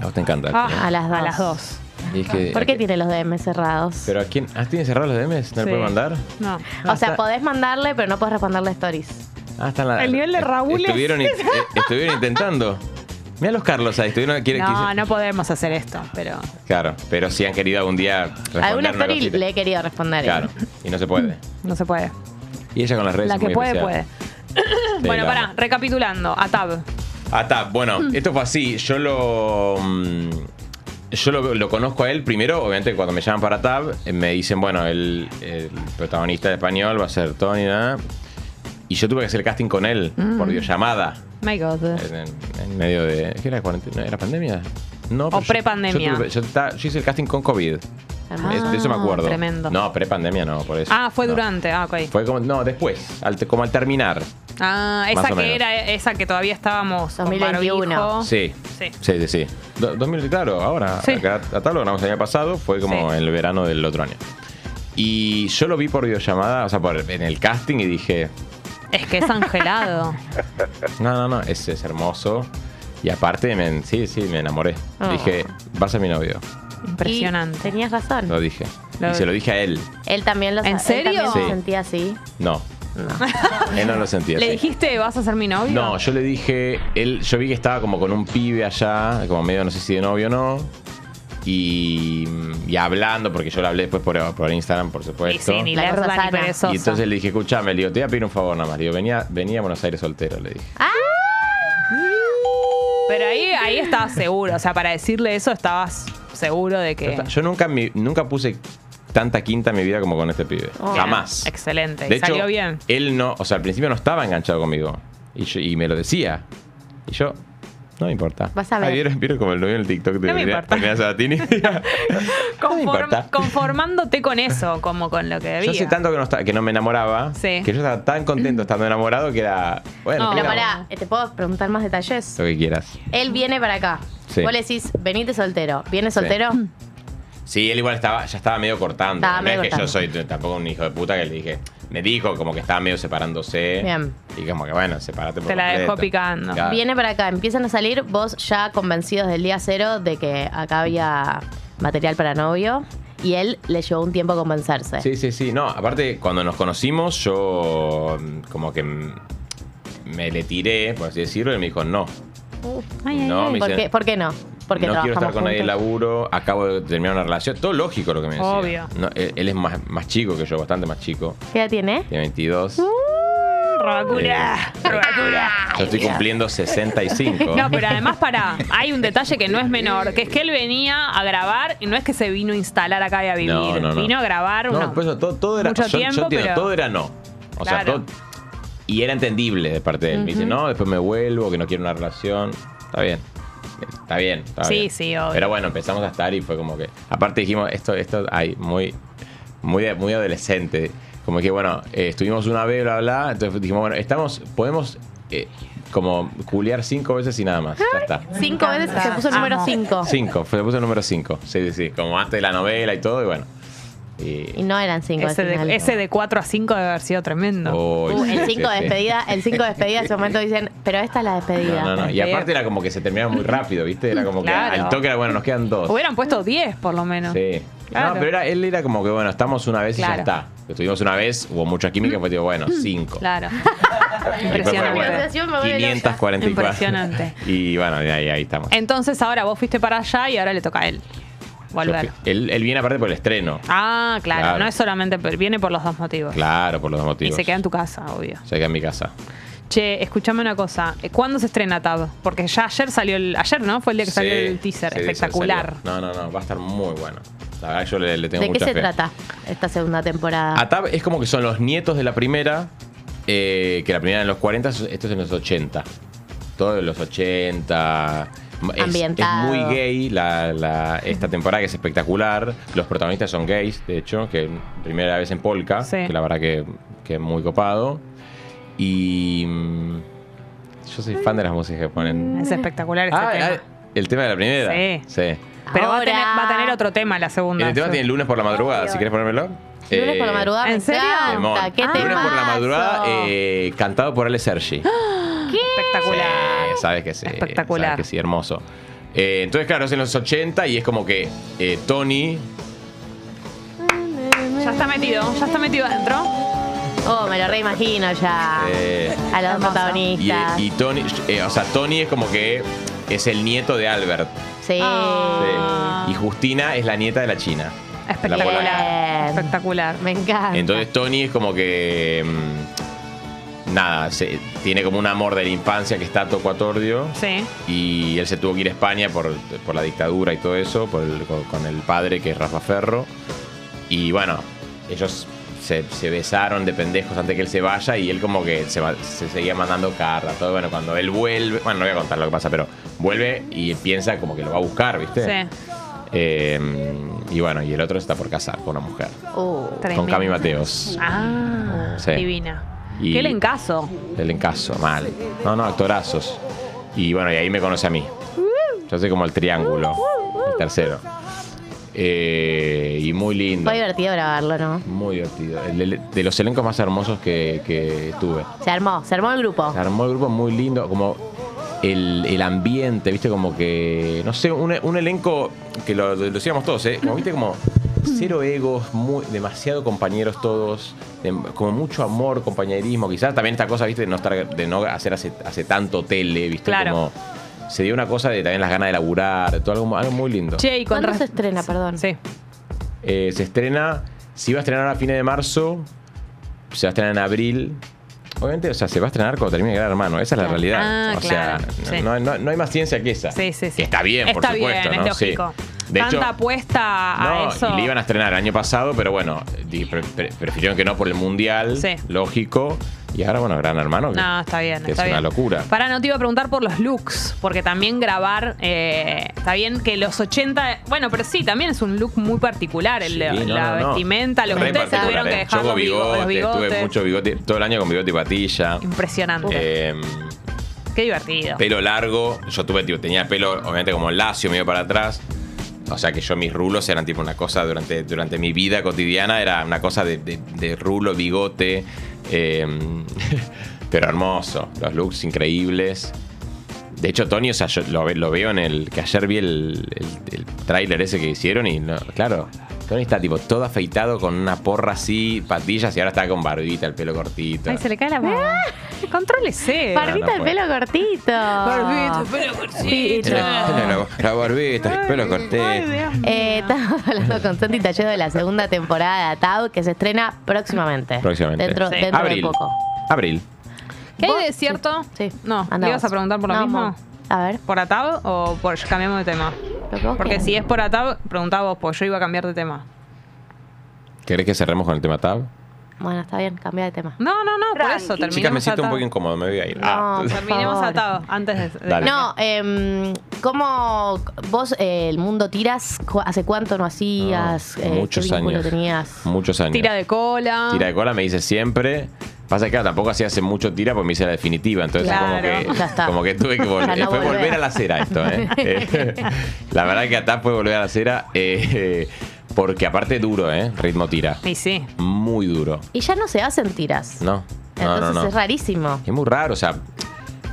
[SPEAKER 10] A vos te encanta.
[SPEAKER 1] Ah,
[SPEAKER 2] A las dos.
[SPEAKER 1] A las dos.
[SPEAKER 10] Y es que-
[SPEAKER 2] ¿Por qué
[SPEAKER 10] a que-
[SPEAKER 2] tiene los DM cerrados?
[SPEAKER 10] ¿Pero a quién? ¿Ah, tienen cerrados los DMs? ¿No
[SPEAKER 1] Sí.
[SPEAKER 10] le pueden mandar?
[SPEAKER 1] No.
[SPEAKER 2] o sea, podés mandarle, pero no podés responderle stories.
[SPEAKER 10] Ah, están la-
[SPEAKER 1] El nivel de
[SPEAKER 10] est-
[SPEAKER 1] Raúl es-
[SPEAKER 10] Estuvieron,
[SPEAKER 1] <laughs>
[SPEAKER 10] in- eh, estuvieron intentando. Mira los Carlos ahí, estuvieron. quiere-
[SPEAKER 1] No,
[SPEAKER 10] quise-
[SPEAKER 1] no podemos hacer esto, pero.
[SPEAKER 10] Claro, pero si han querido algún día responder
[SPEAKER 2] Alguna
[SPEAKER 10] una
[SPEAKER 2] story
[SPEAKER 10] cosita.
[SPEAKER 2] le he querido responder.
[SPEAKER 10] Claro, y no se puede.
[SPEAKER 1] No se puede.
[SPEAKER 10] Y ella con las redes
[SPEAKER 1] La
[SPEAKER 10] es
[SPEAKER 1] que
[SPEAKER 10] muy
[SPEAKER 1] puede,
[SPEAKER 10] especial.
[SPEAKER 1] puede.
[SPEAKER 10] Sí,
[SPEAKER 1] bueno,
[SPEAKER 10] la
[SPEAKER 1] pará,
[SPEAKER 10] amo.
[SPEAKER 1] recapitulando, Atab. Hmm.
[SPEAKER 10] Ah, está. Bueno, esto fue así. Yo lo. mm, yo lo, lo conozco a él primero, obviamente cuando me llaman para Tab, eh, me dicen, bueno, el, el protagonista de español va a ser Tony, nada. Y yo tuve que hacer casting con él por
[SPEAKER 1] Mm.
[SPEAKER 10] videollamada.
[SPEAKER 1] My God.
[SPEAKER 10] En, en- en medio de. ¿Qué era? ¿Cuarentena? ¿Era pandemia? No, pero yo-
[SPEAKER 1] prepandemia.
[SPEAKER 10] Yo, tuve- yo ta- yo hice el casting con COVID. Es- de eso me
[SPEAKER 1] Ah,
[SPEAKER 10] acuerdo.
[SPEAKER 1] tremendo.
[SPEAKER 10] No, prepandemia no, por eso.
[SPEAKER 1] Ah, fue
[SPEAKER 10] No.
[SPEAKER 1] durante. Ah, ok.
[SPEAKER 10] Fue como. No, después. al- como al terminar.
[SPEAKER 1] Ah,
[SPEAKER 10] Más
[SPEAKER 1] esa
[SPEAKER 10] o
[SPEAKER 1] que
[SPEAKER 10] menos.
[SPEAKER 1] era esa que todavía estábamos con
[SPEAKER 2] 2021.
[SPEAKER 1] barbijo.
[SPEAKER 10] Sí.
[SPEAKER 1] Sí.
[SPEAKER 10] Sí, sí, sí. Do- 2000, claro, ahora.
[SPEAKER 1] Sí.
[SPEAKER 10] Acá, a tal lo ganamos el año pasado, fue como
[SPEAKER 1] Sí.
[SPEAKER 10] en el verano del otro año. Y yo lo vi por videollamada, o sea, por, en el casting y dije,
[SPEAKER 1] Es que es
[SPEAKER 10] <laughs>
[SPEAKER 1] angelado.
[SPEAKER 10] no, no, no, ese es hermoso. Y aparte, me, sí, sí, me enamoré.
[SPEAKER 2] Oh.
[SPEAKER 1] Ah.
[SPEAKER 10] Dije, vas a ser mi novio.
[SPEAKER 1] Impresionante.
[SPEAKER 2] Y tenías razón.
[SPEAKER 10] Lo dije.
[SPEAKER 1] Lo-
[SPEAKER 10] y se lo dije a él.
[SPEAKER 2] Él también lo
[SPEAKER 1] ¿En
[SPEAKER 2] él también
[SPEAKER 1] serio?
[SPEAKER 2] se
[SPEAKER 10] Sí.
[SPEAKER 2] sentía así.
[SPEAKER 10] No. él no lo sentía.
[SPEAKER 1] ¿Le
[SPEAKER 10] así.
[SPEAKER 1] dijiste vas a ser mi novio?
[SPEAKER 10] No, yo le dije, él, yo vi que estaba como con un pibe allá, como medio no sé si de novio o no. Y, y hablando, porque yo le hablé después por, por Instagram, por
[SPEAKER 1] Y
[SPEAKER 10] supuesto.
[SPEAKER 1] sí, ni
[SPEAKER 2] La
[SPEAKER 1] lerda
[SPEAKER 2] cosa
[SPEAKER 1] ni
[SPEAKER 2] sana.
[SPEAKER 1] perezosa.
[SPEAKER 10] Y entonces le dije, escúchame, le digo, te voy a pedir un favor nada más. Le digo, venía, venía a Buenos Aires soltero, le dije.
[SPEAKER 2] ¡Ah!
[SPEAKER 1] Pero ahí, ahí estabas seguro. O sea, para decirle eso estabas seguro de
[SPEAKER 10] Yo
[SPEAKER 1] que.
[SPEAKER 10] ta- Yo nunca, en mi- nunca puse tanta quinta en mi vida como con este pibe.
[SPEAKER 2] Oh.
[SPEAKER 10] Jamás.
[SPEAKER 1] Excelente.
[SPEAKER 10] De
[SPEAKER 1] y salió
[SPEAKER 10] hecho,
[SPEAKER 1] bien.
[SPEAKER 10] él no, o sea, al principio no estaba enganchado conmigo. Y, yo- y me lo decía. Y yo, no me importa.
[SPEAKER 2] Vas a ver.
[SPEAKER 10] Ay, ¿vieron, vieron como lo vi en el TikTok de
[SPEAKER 1] No me
[SPEAKER 10] Adriana- <laughs>
[SPEAKER 1] importa.
[SPEAKER 10] Adriana Sabatini? no me
[SPEAKER 1] Conform-
[SPEAKER 10] importa.
[SPEAKER 1] conformándote con eso, como con lo que
[SPEAKER 10] Yo
[SPEAKER 1] debía.
[SPEAKER 10] hace tanto que no, esta- que no me enamoraba,
[SPEAKER 1] Sí.
[SPEAKER 10] que yo estaba tan contento estando enamorado que era, bueno,
[SPEAKER 1] No.
[SPEAKER 10] ¿qué
[SPEAKER 2] Pero
[SPEAKER 1] Claro.
[SPEAKER 2] pará, eh, ¿te puedo preguntar más detalles?
[SPEAKER 10] lo que quieras.
[SPEAKER 2] Él viene para acá.
[SPEAKER 10] Sí.
[SPEAKER 2] Vos le decís, venite soltero. ¿Viene soltero?
[SPEAKER 10] Sí, él igual estaba, ya estaba medio cortando.
[SPEAKER 2] Estaba
[SPEAKER 10] no
[SPEAKER 2] medio
[SPEAKER 10] es que
[SPEAKER 2] cortando.
[SPEAKER 10] yo soy t- tampoco un hijo de puta que le dije. Me dijo como que estaba medio separándose.
[SPEAKER 2] Bien.
[SPEAKER 10] Y como que bueno, separate por
[SPEAKER 1] Te la dejó
[SPEAKER 10] completo.
[SPEAKER 1] picando.
[SPEAKER 10] Claro.
[SPEAKER 2] Viene para acá, empiezan a salir, vos ya convencidos del día cero de que acá había material para novio y él le llevó un tiempo convencerse.
[SPEAKER 10] Sí, sí, sí. No, aparte, cuando nos conocimos, yo mm, como que mm, me le tiré, por así decirlo, y me dijo no.
[SPEAKER 2] Ay, ay,
[SPEAKER 10] No,
[SPEAKER 2] ay,
[SPEAKER 10] me
[SPEAKER 2] ¿Por,
[SPEAKER 10] dicen-
[SPEAKER 2] qué, por qué no? Porque
[SPEAKER 10] no quiero
[SPEAKER 2] trabajamos
[SPEAKER 10] estar con nadie de
[SPEAKER 2] juntos.
[SPEAKER 10] laburo, acabo de terminar una relación. Todo lógico lo que me decía.
[SPEAKER 1] Obvio.
[SPEAKER 10] No, él, él es más, más chico que yo, bastante más chico.
[SPEAKER 2] ¿Qué edad tiene?
[SPEAKER 10] Tiene 22.
[SPEAKER 2] Uh,
[SPEAKER 1] Robacura.
[SPEAKER 10] Eh,
[SPEAKER 1] Robacura.
[SPEAKER 10] yo estoy
[SPEAKER 2] <laughs>
[SPEAKER 10] cumpliendo 65.
[SPEAKER 1] No,
[SPEAKER 10] <laughs>
[SPEAKER 1] pero además para, hay un detalle que no es menor, que es que él venía a grabar y no es que se vino a instalar acá y a vivir,
[SPEAKER 10] No, no, no.
[SPEAKER 1] vino a grabar
[SPEAKER 10] No,
[SPEAKER 1] una-
[SPEAKER 10] por eso todo, todo era.
[SPEAKER 1] mucho
[SPEAKER 10] yo- yo
[SPEAKER 1] tiempo,
[SPEAKER 10] entiendo,
[SPEAKER 1] pero-
[SPEAKER 10] todo era no. O sea,
[SPEAKER 1] Claro.
[SPEAKER 10] todo- y era entendible de parte de él. Me dice, no, después me vuelvo, que no quiero una relación. Está bien. Está bien, está
[SPEAKER 1] Sí,
[SPEAKER 10] bien.
[SPEAKER 1] sí, obvio.
[SPEAKER 10] Pero bueno, empezamos a estar y fue como que. Aparte dijimos, esto, esto hay muy, muy, de- muy adolescente. Como que bueno, eh, estuvimos una vez, bla, bla. Entonces dijimos, bueno, estamos, podemos eh, como culiar cinco veces y nada más. Ya está.
[SPEAKER 2] Cinco veces se puso el número
[SPEAKER 1] Amo.
[SPEAKER 2] cinco.
[SPEAKER 10] Cinco, fue puse el número cinco. Sí, sí, sí. Como antes de la novela y todo, y bueno. Y-
[SPEAKER 2] Y no eran cinco.
[SPEAKER 1] ese,
[SPEAKER 2] al final.
[SPEAKER 1] de, ese de 4 a 5 debe haber sido tremendo.
[SPEAKER 10] Uy,
[SPEAKER 2] Uh,
[SPEAKER 10] sí,
[SPEAKER 2] el
[SPEAKER 10] sí,
[SPEAKER 2] 5 de
[SPEAKER 10] sí.
[SPEAKER 2] despedida, el 5 de despedida en ese momento dicen, pero esta es la despedida.
[SPEAKER 10] No, no, no. Y aparte era como que se terminaba muy rápido, ¿viste? Era como que
[SPEAKER 1] Claro.
[SPEAKER 10] al toque era, bueno, nos quedan dos.
[SPEAKER 1] Hubieran puesto 10 por lo menos.
[SPEAKER 10] Sí.
[SPEAKER 1] Claro.
[SPEAKER 10] No, pero era, él era como que, bueno, estamos una vez
[SPEAKER 1] Claro.
[SPEAKER 10] y ya está. Estuvimos una vez, hubo mucha química, pues digo, bueno, cinco.
[SPEAKER 1] Claro.
[SPEAKER 10] <laughs> Y después fue,
[SPEAKER 1] Impresionante.
[SPEAKER 10] bueno,
[SPEAKER 2] Impresionante. Me vuelve loca.
[SPEAKER 10] 544.
[SPEAKER 1] Impresionante.
[SPEAKER 10] <laughs> Y bueno, de ahí, ahí estamos.
[SPEAKER 1] Entonces ahora vos fuiste para allá y ahora le toca a él volver.
[SPEAKER 10] Yo fui- Él, él viene aparte por el estreno.
[SPEAKER 1] Ah, claro,
[SPEAKER 10] Claro.
[SPEAKER 1] no es solamente, por- viene por los dos motivos.
[SPEAKER 10] Claro, por los dos
[SPEAKER 1] Y
[SPEAKER 10] motivos.
[SPEAKER 1] se queda en tu casa, obvio.
[SPEAKER 10] Se queda en mi casa.
[SPEAKER 1] Che, escúchame una cosa. eh, ¿Cuándo se estrena Tab? Porque ya ayer salió el. Ayer, ¿no? Fue el día que salió
[SPEAKER 10] Sí,
[SPEAKER 1] el teaser.
[SPEAKER 10] sí, sí,
[SPEAKER 1] Espectacular.
[SPEAKER 10] salió. No, no, no, va a estar muy bueno. La verdad que yo le, le tengo
[SPEAKER 2] ¿De qué
[SPEAKER 10] mucha
[SPEAKER 2] se
[SPEAKER 10] fe. Ah,
[SPEAKER 2] trata esta segunda temporada?
[SPEAKER 10] Atab es como que son los nietos de la primera, eh, que la primera en los 40, esto es en los 80. Todo en los 80. Es,
[SPEAKER 2] Ambientado.
[SPEAKER 10] es muy gay la- la- esta temporada que es espectacular. Los protagonistas son gays, de hecho, que primera vez en Polka,
[SPEAKER 1] Sí.
[SPEAKER 10] que la verdad que, que es muy copado. Y mm, yo soy fan de las músicas que
[SPEAKER 2] Mm,
[SPEAKER 10] ponen.
[SPEAKER 1] Es espectacular este
[SPEAKER 10] Ah,
[SPEAKER 1] tema.
[SPEAKER 10] ah, el tema de la primera.
[SPEAKER 1] Sí.
[SPEAKER 10] sí.
[SPEAKER 1] Pero va a,
[SPEAKER 2] Ahora.
[SPEAKER 1] tener, va a tener otro tema la segunda.
[SPEAKER 10] El tema tiene lunes por la madrugada, si quieres ponérmelo.
[SPEAKER 2] Lunes por la
[SPEAKER 10] Eh,
[SPEAKER 2] madrugada.
[SPEAKER 1] ¿en
[SPEAKER 2] me
[SPEAKER 1] serio?
[SPEAKER 2] encanta,
[SPEAKER 10] Temón.
[SPEAKER 2] Ah, ¿Qué
[SPEAKER 10] Lunes por la
[SPEAKER 2] temazo.
[SPEAKER 10] madrugada, eh, cantado por Ale Sergi.
[SPEAKER 1] Espectacular.
[SPEAKER 10] Sí, sabes que sí.
[SPEAKER 1] Espectacular.
[SPEAKER 10] sabes que sí, hermoso. Eh, entonces, claro, es en los 80 y es como que eh, Tony.
[SPEAKER 1] Ya está metido, ya está metido adentro.
[SPEAKER 2] Oh, me lo reimagino ya.
[SPEAKER 10] eh,
[SPEAKER 2] A los
[SPEAKER 1] Hermoso.
[SPEAKER 10] y,
[SPEAKER 2] protagonistas.
[SPEAKER 10] y Tony. eh, o sea, Tony es como que es el nieto de Albert.
[SPEAKER 2] sí.
[SPEAKER 1] Ah.
[SPEAKER 10] Y Justina es la nieta de la China.
[SPEAKER 1] Espectacular.
[SPEAKER 2] Bien.
[SPEAKER 1] Espectacular.
[SPEAKER 2] Ah. Me encanta.
[SPEAKER 10] Entonces, Tony es como que. mm, nada, se- tiene como un amor de la infancia que está Tato Atordio.
[SPEAKER 1] Sí.
[SPEAKER 10] Y él se tuvo que ir a España por, por la dictadura y todo eso, por el- con, con el padre que es Rafa Ferro. Y bueno, ellos se, se besaron de pendejos antes que él se vaya y él como que se, va- se seguía mandando cartas. Todo bueno, cuando él vuelve, bueno, no voy a contar lo que pasa, pero vuelve y piensa como que lo va a buscar, ¿viste?
[SPEAKER 1] Sí.
[SPEAKER 10] Eh, y bueno, y el otro está por casar con una mujer.
[SPEAKER 2] Oh.
[SPEAKER 10] Con
[SPEAKER 1] Tremendo.
[SPEAKER 10] Cami Mateos.
[SPEAKER 1] Ah,
[SPEAKER 10] Sí.
[SPEAKER 1] divina.
[SPEAKER 10] Y-
[SPEAKER 1] Qué encaso.
[SPEAKER 10] El encaso, mal. No, no, actorazos. Y bueno, y ahí me conoce a mí. Yo soy como el triángulo, el tercero. Eh, y muy lindo.
[SPEAKER 2] Fue divertido grabarlo, ¿no?
[SPEAKER 10] Muy divertido. El- el- de los elencos más hermosos que, que tuve.
[SPEAKER 2] Se armó, se armó el grupo.
[SPEAKER 10] Se armó el grupo muy lindo, como el, el ambiente, viste, como que. No sé, un, un elenco que lo, lo decíamos todos, ¿eh? Como viste, como cero egos, muy, demasiado compañeros todos, de- como mucho amor, compañerismo. Quizás también esta cosa, viste, de no, estar, de no hacer hace, hace tanto tele, viste,
[SPEAKER 1] Claro.
[SPEAKER 10] como. Se dio una cosa de también las ganas de laburar, de todo algo, algo muy lindo.
[SPEAKER 1] Che, y con
[SPEAKER 2] ¿Cuándo
[SPEAKER 1] ras-
[SPEAKER 2] se estrena, perdón?
[SPEAKER 1] Sí.
[SPEAKER 10] Eh, se estrena, se iba a estrenar a fines de marzo, se va a estrenar en abril. Obviamente, o sea, se va a estrenar cuando termine Gran Hermano. Esa es la
[SPEAKER 2] Claro.
[SPEAKER 10] realidad.
[SPEAKER 1] Ah,
[SPEAKER 10] o
[SPEAKER 1] claro,
[SPEAKER 10] sea,
[SPEAKER 1] sí.
[SPEAKER 10] no, no- no hay más ciencia que esa.
[SPEAKER 1] Sí, sí, sí.
[SPEAKER 10] Que está bien, por
[SPEAKER 1] Está
[SPEAKER 10] supuesto,
[SPEAKER 1] bien,
[SPEAKER 10] ¿no?
[SPEAKER 1] es lógico.
[SPEAKER 10] Sí. De
[SPEAKER 1] Tanta
[SPEAKER 10] hecho,
[SPEAKER 1] apuesta a
[SPEAKER 10] no,
[SPEAKER 1] eso.
[SPEAKER 10] y le iban a estrenar el año pasado, pero bueno, di- pre- pre- prefirieron que no por el Mundial.
[SPEAKER 1] Sí.
[SPEAKER 10] Lógico. Y ahora, bueno, Gran Hermano. que-
[SPEAKER 1] No, está bien.
[SPEAKER 10] que
[SPEAKER 1] está
[SPEAKER 10] es
[SPEAKER 1] bien.
[SPEAKER 10] una locura.
[SPEAKER 1] Para, no te iba a preguntar por los looks, porque también grabar, eh, está bien que los 80, bueno, pero sí, también es un look muy particular, el-
[SPEAKER 10] Sí,
[SPEAKER 1] la,
[SPEAKER 10] no, no, no.
[SPEAKER 1] vestimenta, lo que
[SPEAKER 10] Re
[SPEAKER 1] ustedes
[SPEAKER 10] particular,
[SPEAKER 1] tuvieron que
[SPEAKER 10] ¿eh?
[SPEAKER 1] dejar
[SPEAKER 10] Yo
[SPEAKER 1] los
[SPEAKER 10] con
[SPEAKER 1] bigo- los
[SPEAKER 10] bigote, tuve
[SPEAKER 1] bigotes.
[SPEAKER 10] mucho bigote, todo el año con bigote y patilla.
[SPEAKER 1] Impresionante.
[SPEAKER 10] Eh,
[SPEAKER 1] Qué divertido.
[SPEAKER 10] pelo largo. Yo tuve, tipo, tenía pelo, obviamente, como lacio, medio para atrás. O sea que yo mis rulos eran tipo una cosa durante, durante mi vida cotidiana, era una cosa de, de- de rulo, bigote. eh, <laughs> pero hermoso. Los looks increíbles. De hecho, Tony, o sea, yo lo, ve- lo veo en el. que ayer vi el, el, el tráiler ese que hicieron y no- claro. Tony está tipo todo afeitado con una porra así, patillas y ahora está con barbita, el pelo cortito.
[SPEAKER 1] Ay, se le cae la mano. Ah, Contrólese.
[SPEAKER 2] Barbita
[SPEAKER 10] no
[SPEAKER 2] el
[SPEAKER 10] puede.
[SPEAKER 2] pelo cortito.
[SPEAKER 1] Barbita, pelo cortito.
[SPEAKER 2] Sí, yo-
[SPEAKER 10] <laughs> la, la barbita, el pelo cortito.
[SPEAKER 1] Ay, Dios mío.
[SPEAKER 2] Eh, estamos hablando con Santi Talledo de la segunda temporada de Ataud que se estrena próximamente.
[SPEAKER 10] Próximamente.
[SPEAKER 2] Dentro,
[SPEAKER 1] Sí.
[SPEAKER 2] dentro de
[SPEAKER 10] Abril.
[SPEAKER 2] poco.
[SPEAKER 10] Abril.
[SPEAKER 1] ¿Qué hay
[SPEAKER 2] ¿Vos?
[SPEAKER 1] de desierto?
[SPEAKER 2] Sí. sí.
[SPEAKER 1] No,
[SPEAKER 2] Anda
[SPEAKER 1] ¿le ibas
[SPEAKER 2] vos.
[SPEAKER 1] a preguntar por lo
[SPEAKER 2] No,
[SPEAKER 1] mismo?
[SPEAKER 2] vos. A ver.
[SPEAKER 1] ¿Por Atab o por cambiamos de tema?
[SPEAKER 2] lo que vos
[SPEAKER 1] Porque
[SPEAKER 2] quieras.
[SPEAKER 1] si es por Atab, preguntaba vos, porque yo iba a cambiar de tema.
[SPEAKER 10] ¿Querés que cerremos con el tema tab?
[SPEAKER 2] Bueno, está bien, cambia de tema.
[SPEAKER 1] No, no, no, por eso terminemos
[SPEAKER 10] Chicas, me siento un
[SPEAKER 1] atado.
[SPEAKER 10] poco incómodo, me voy a ir. Ah.
[SPEAKER 2] No, por
[SPEAKER 10] <laughs>
[SPEAKER 1] Terminemos
[SPEAKER 2] favor.
[SPEAKER 1] atado antes de. de-
[SPEAKER 10] Dale.
[SPEAKER 2] No, em, ¿cómo vos eh, el mundo tiras? ¿Cu- ¿Hace cuánto no hacías? Eh,
[SPEAKER 10] muchos
[SPEAKER 2] ¿Qué vínculo
[SPEAKER 10] años.
[SPEAKER 2] tenías?
[SPEAKER 10] Muchos años.
[SPEAKER 1] Tira de cola.
[SPEAKER 10] Tira de cola me dice siempre. Pasa que claro, tampoco hacía hace mucho tira porque me hice la definitiva. Entonces
[SPEAKER 1] Claro.
[SPEAKER 10] como,
[SPEAKER 2] Ya
[SPEAKER 10] que,
[SPEAKER 2] está.
[SPEAKER 10] como que tuve que volver.
[SPEAKER 2] Ya no
[SPEAKER 10] fue
[SPEAKER 2] volver.
[SPEAKER 10] volver a la cera esto,
[SPEAKER 2] <laughs>
[SPEAKER 10] ¿eh? Eh, la verdad que atar fue volver a la cera. eh, porque aparte duro, ¿eh? Ritmo tira.
[SPEAKER 1] Y sí.
[SPEAKER 10] Muy duro.
[SPEAKER 2] Y ya no se hacen tiras.
[SPEAKER 10] No. No,
[SPEAKER 2] Entonces
[SPEAKER 10] no, no.
[SPEAKER 2] es rarísimo.
[SPEAKER 10] Es muy raro, o sea,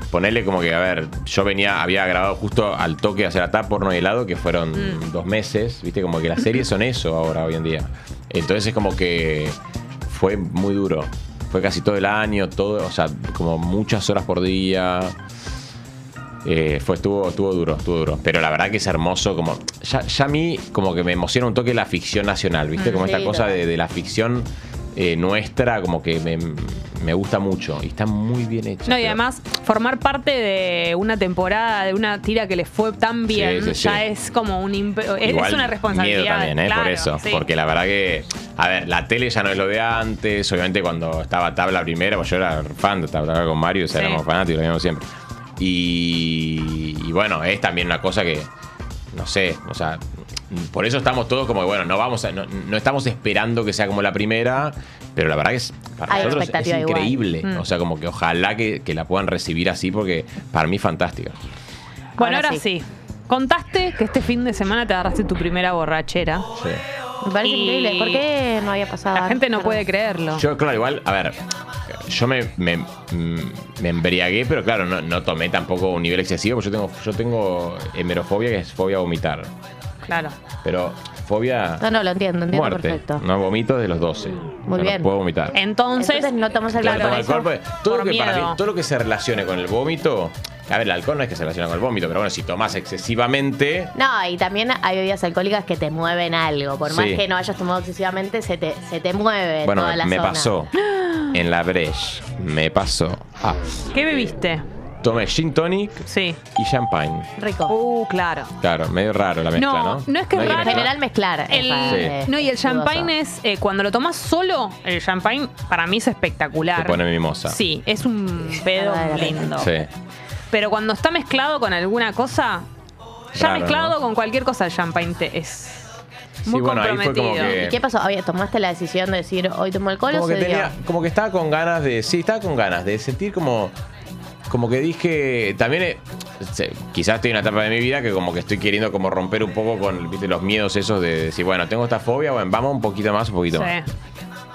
[SPEAKER 10] ponerle como que, a ver, yo venía, había grabado justo al toque hacia la tap porno y helado, que fueron
[SPEAKER 2] Mm.
[SPEAKER 10] dos meses, viste, como que las series son eso ahora, hoy en día. Entonces es como que fue muy duro. Fue casi todo el año, todo, o sea, como muchas horas por día. Eh, fue, estuvo, estuvo duro, estuvo duro. Pero la verdad que es hermoso, como. Ya, ya a mí, como que me emociona un toque la ficción nacional, ¿viste?
[SPEAKER 2] Mm,
[SPEAKER 10] Como esta
[SPEAKER 2] sí,
[SPEAKER 10] cosa
[SPEAKER 2] total.
[SPEAKER 10] de, de la ficción eh, nuestra, como que me, me gusta mucho. Y está muy bien hecha.
[SPEAKER 1] No, y
[SPEAKER 10] pero-
[SPEAKER 1] además, formar parte de una temporada, de una tira que les fue tan bien,
[SPEAKER 10] Sí, sí, sí.
[SPEAKER 1] ya es como un. imp- es-
[SPEAKER 10] Igual,
[SPEAKER 1] es una responsabilidad.
[SPEAKER 10] Miedo también, ¿eh? por
[SPEAKER 1] claro,
[SPEAKER 10] eso.
[SPEAKER 1] sí.
[SPEAKER 10] Porque la verdad que. A ver, la tele ya no es lo de antes. Obviamente, cuando estaba Tabla primera, pues yo era fan de Tabla Tabla con Mario, o sea,
[SPEAKER 1] Sí.
[SPEAKER 10] éramos fanáticos, lo mismo siempre. Y, y bueno, es también una cosa que. No sé, o sea. Por eso estamos todos como que, bueno, no vamos a- no, no estamos esperando que sea como la primera, pero la verdad que es, para
[SPEAKER 2] Hay
[SPEAKER 10] nosotros es
[SPEAKER 2] expectativa igual.
[SPEAKER 10] increíble.
[SPEAKER 1] Mm.
[SPEAKER 10] O sea, como que ojalá que, que la puedan recibir así, porque para mí es fantástica.
[SPEAKER 1] Bueno, ahora,
[SPEAKER 2] Ahora
[SPEAKER 1] sí. Contaste que este fin de semana te agarraste tu primera borrachera.
[SPEAKER 10] Sí.
[SPEAKER 2] Me parece
[SPEAKER 1] Y-
[SPEAKER 2] increíble. ¿Por qué no había pasado?
[SPEAKER 1] La gente no
[SPEAKER 2] antes?
[SPEAKER 1] puede creerlo.
[SPEAKER 10] Yo, claro, igual, a ver, yo me, me, mm, me embriagué, pero claro, no, no tomé tampoco un nivel excesivo, porque yo tengo, yo tengo hemerofobia, que es fobia a vomitar.
[SPEAKER 1] Claro.
[SPEAKER 10] Pero fobia
[SPEAKER 2] No, no, lo entiendo, entiendo
[SPEAKER 10] muerte.
[SPEAKER 2] perfecto.
[SPEAKER 10] No vomito desde los 12. O sea, no
[SPEAKER 2] bien.
[SPEAKER 10] puedo vomitar.
[SPEAKER 1] Entonces,
[SPEAKER 2] Entonces no tomas alcohol
[SPEAKER 10] Claro,
[SPEAKER 2] por
[SPEAKER 10] el
[SPEAKER 2] eso.
[SPEAKER 10] cuerpo, todo,
[SPEAKER 1] Por
[SPEAKER 10] lo que para
[SPEAKER 1] miedo.
[SPEAKER 10] mí- todo lo que se relacione con el vómito. A ver, el alcohol no es que se relaciona con el vómito, pero bueno, si tomas excesivamente.
[SPEAKER 2] No, y también hay bebidas alcohólicas que te mueven algo. Por más
[SPEAKER 10] Sí.
[SPEAKER 2] que no hayas tomado excesivamente, se te, se te mueve
[SPEAKER 10] Bueno,
[SPEAKER 2] toda la
[SPEAKER 10] me
[SPEAKER 2] zona.
[SPEAKER 10] pasó. en la Breche me pasó a.
[SPEAKER 1] ¿Qué bebiste?
[SPEAKER 10] Tomé gin tonic
[SPEAKER 1] Sí.
[SPEAKER 10] y champagne.
[SPEAKER 2] Rico.
[SPEAKER 1] Uh, claro.
[SPEAKER 10] Claro, medio raro la mezcla, ¿no?
[SPEAKER 1] No, no es que
[SPEAKER 10] hay
[SPEAKER 1] raro.
[SPEAKER 2] En general mezclar. es
[SPEAKER 1] El-
[SPEAKER 2] para-
[SPEAKER 10] Sí.
[SPEAKER 2] eh,
[SPEAKER 1] No, y el champagne es,
[SPEAKER 2] dudoso.
[SPEAKER 1] eh, cuando lo tomas solo, el champagne para mí es espectacular.
[SPEAKER 10] Te pone mimosa.
[SPEAKER 1] Sí, es un pedo
[SPEAKER 2] Ah, vale.
[SPEAKER 1] lindo.
[SPEAKER 10] Sí.
[SPEAKER 1] Pero cuando está mezclado con alguna cosa, ya
[SPEAKER 10] Raro,
[SPEAKER 1] mezclado
[SPEAKER 10] ¿no?
[SPEAKER 1] con cualquier cosa, el champagne te es
[SPEAKER 10] Sí,
[SPEAKER 1] muy
[SPEAKER 10] bueno, ahí fue
[SPEAKER 1] comprometido.
[SPEAKER 10] como que-
[SPEAKER 2] ¿Y qué pasó? Oye, ¿tomaste la decisión de decir hoy tomo alcohol o
[SPEAKER 10] como
[SPEAKER 2] se
[SPEAKER 10] que
[SPEAKER 2] dio?
[SPEAKER 10] tenía, como que estaba con ganas de, sí, estaba con ganas de sentir como, como que dije, también, eh, se- quizás estoy en una etapa de mi vida que como que estoy queriendo como romper un poco con ¿viste? los miedos esos de decir, bueno, tengo esta fobia, bueno, vamos un poquito más, un poquito más.
[SPEAKER 1] Sí.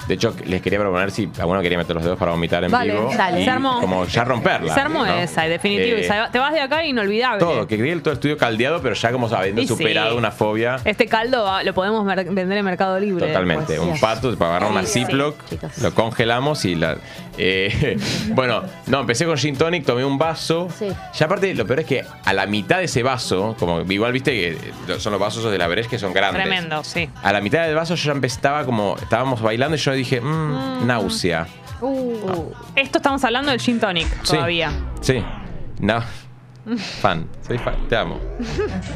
[SPEAKER 10] De hecho, les quería proponer si alguno quería meter los dedos para vomitar en
[SPEAKER 1] Vale,
[SPEAKER 10] vivo.
[SPEAKER 1] dale.
[SPEAKER 10] y
[SPEAKER 1] Se armó.
[SPEAKER 10] Como ya romperla.
[SPEAKER 1] Se armó
[SPEAKER 10] ¿no?
[SPEAKER 1] esa, definitivo.
[SPEAKER 10] Eh,
[SPEAKER 1] y sa- te vas de acá inolvidable.
[SPEAKER 10] todo, que quería todo el estudio caldeado, pero ya como habiendo
[SPEAKER 1] Y sí.
[SPEAKER 10] superado una fobia.
[SPEAKER 1] Este caldo va- lo podemos mer- vender en Mercado Libre.
[SPEAKER 10] Totalmente,
[SPEAKER 1] después.
[SPEAKER 10] un
[SPEAKER 2] Dios.
[SPEAKER 10] pato para agarrar una
[SPEAKER 2] Pues, Sí, sí,
[SPEAKER 10] Ziploc,
[SPEAKER 2] chicos.
[SPEAKER 10] lo congelamos y la. eh, <laughs> bueno, no, empecé con Gin Tonic, tomé un vaso.
[SPEAKER 2] Sí.
[SPEAKER 10] Ya aparte, lo peor es que a la mitad de ese vaso, como igual viste que eh, son los vasos esos de la Breche que son grandes.
[SPEAKER 1] Tremendo, sí.
[SPEAKER 10] A la mitad del vaso yo ya empe- estaba como. Estábamos bailando y yo dije, mmm,
[SPEAKER 2] Mm.
[SPEAKER 10] náusea.
[SPEAKER 1] Esto estamos hablando del gin tonic
[SPEAKER 10] Sí.
[SPEAKER 1] todavía.
[SPEAKER 10] Sí. No. Fan. Soy fan. Te amo.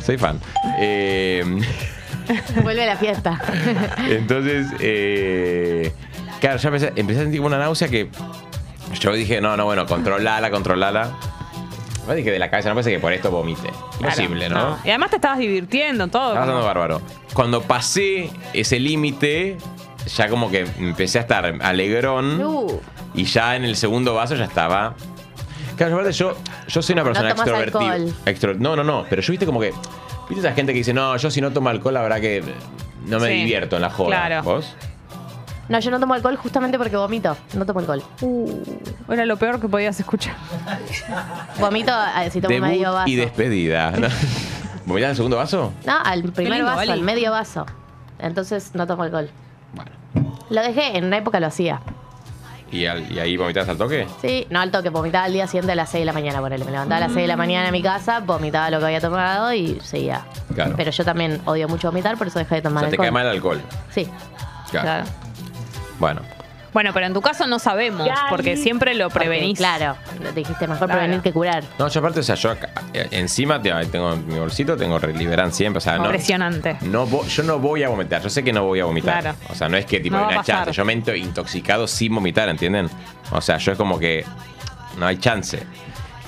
[SPEAKER 10] Soy fan. Eh.
[SPEAKER 2] <laughs>
[SPEAKER 10] <laughs>
[SPEAKER 2] Vuelve a la fiesta.
[SPEAKER 10] Entonces, eh, claro, ya empecé, empecé a sentir como una náusea que yo dije, no, no, bueno, controlala, controlala. Yo dije de la cabeza, no pensé que por esto vomite.
[SPEAKER 1] Claro,
[SPEAKER 10] Imposible, ¿no?
[SPEAKER 1] Y además te estabas divirtiendo, todo.
[SPEAKER 10] Estaba
[SPEAKER 1] como-
[SPEAKER 10] pasando bárbaro. Cuando pasé ese límite, ya como que empecé a estar alegrón.
[SPEAKER 2] Uh.
[SPEAKER 10] Y ya en el segundo vaso ya estaba. Claro, aparte yo, yo soy una persona
[SPEAKER 2] tomás
[SPEAKER 10] extrovertida.
[SPEAKER 2] alcohol.
[SPEAKER 10] Extro- no, no, no. Pero yo viste como que. ¿Viste esa gente que dice, no, yo si no tomo alcohol, la verdad que no me
[SPEAKER 1] Sí.
[SPEAKER 10] divierto en la joda?
[SPEAKER 1] Claro.
[SPEAKER 10] ¿Vos?
[SPEAKER 2] No, yo no tomo alcohol justamente porque vomito. No tomo alcohol.
[SPEAKER 1] Era lo peor que podías escuchar.
[SPEAKER 2] Vomito eh, si tomo
[SPEAKER 10] Debut
[SPEAKER 2] medio vaso.
[SPEAKER 10] y despedida. ¿no? ¿Vomitás el segundo vaso?
[SPEAKER 2] No, al primer
[SPEAKER 1] lindo,
[SPEAKER 2] vaso,
[SPEAKER 1] Ali.
[SPEAKER 2] al medio vaso. Entonces no tomo alcohol.
[SPEAKER 10] Bueno.
[SPEAKER 2] Lo dejé, en una época lo hacía.
[SPEAKER 10] ¿Y, al- y ahí vomitas al toque?
[SPEAKER 2] Sí, no al toque, vomitaba al día siguiente a las 6 de la mañana, ponele. Me levantaba a las 6 de la mañana en mi casa, vomitaba lo que había tomado y seguía.
[SPEAKER 10] Claro.
[SPEAKER 2] Pero yo también odio mucho vomitar, por eso dejé de
[SPEAKER 10] o
[SPEAKER 2] tomar
[SPEAKER 10] sea, te
[SPEAKER 2] alcohol.
[SPEAKER 10] cae mal el alcohol.
[SPEAKER 2] Sí.
[SPEAKER 10] Claro. Bueno.
[SPEAKER 1] Bueno, pero en tu caso no sabemos, porque siempre lo prevenís.
[SPEAKER 2] Porque, claro, dijiste mejor
[SPEAKER 1] Claro.
[SPEAKER 2] prevenir que curar.
[SPEAKER 10] No, yo aparte, o sea, yo acá- eh, encima te- tengo en mi bolsito, tengo Reliberan siempre. O sea, Ah, no,
[SPEAKER 1] Impresionante.
[SPEAKER 10] no vo- yo no voy a vomitar. Yo sé que no voy a vomitar.
[SPEAKER 1] Claro.
[SPEAKER 10] O sea, no es que tipo
[SPEAKER 1] No
[SPEAKER 10] hay
[SPEAKER 1] va a
[SPEAKER 10] una
[SPEAKER 1] pasar.
[SPEAKER 10] chance. Yo me entro intoxicado sin vomitar, ¿entienden? O sea, yo es como que no hay chance.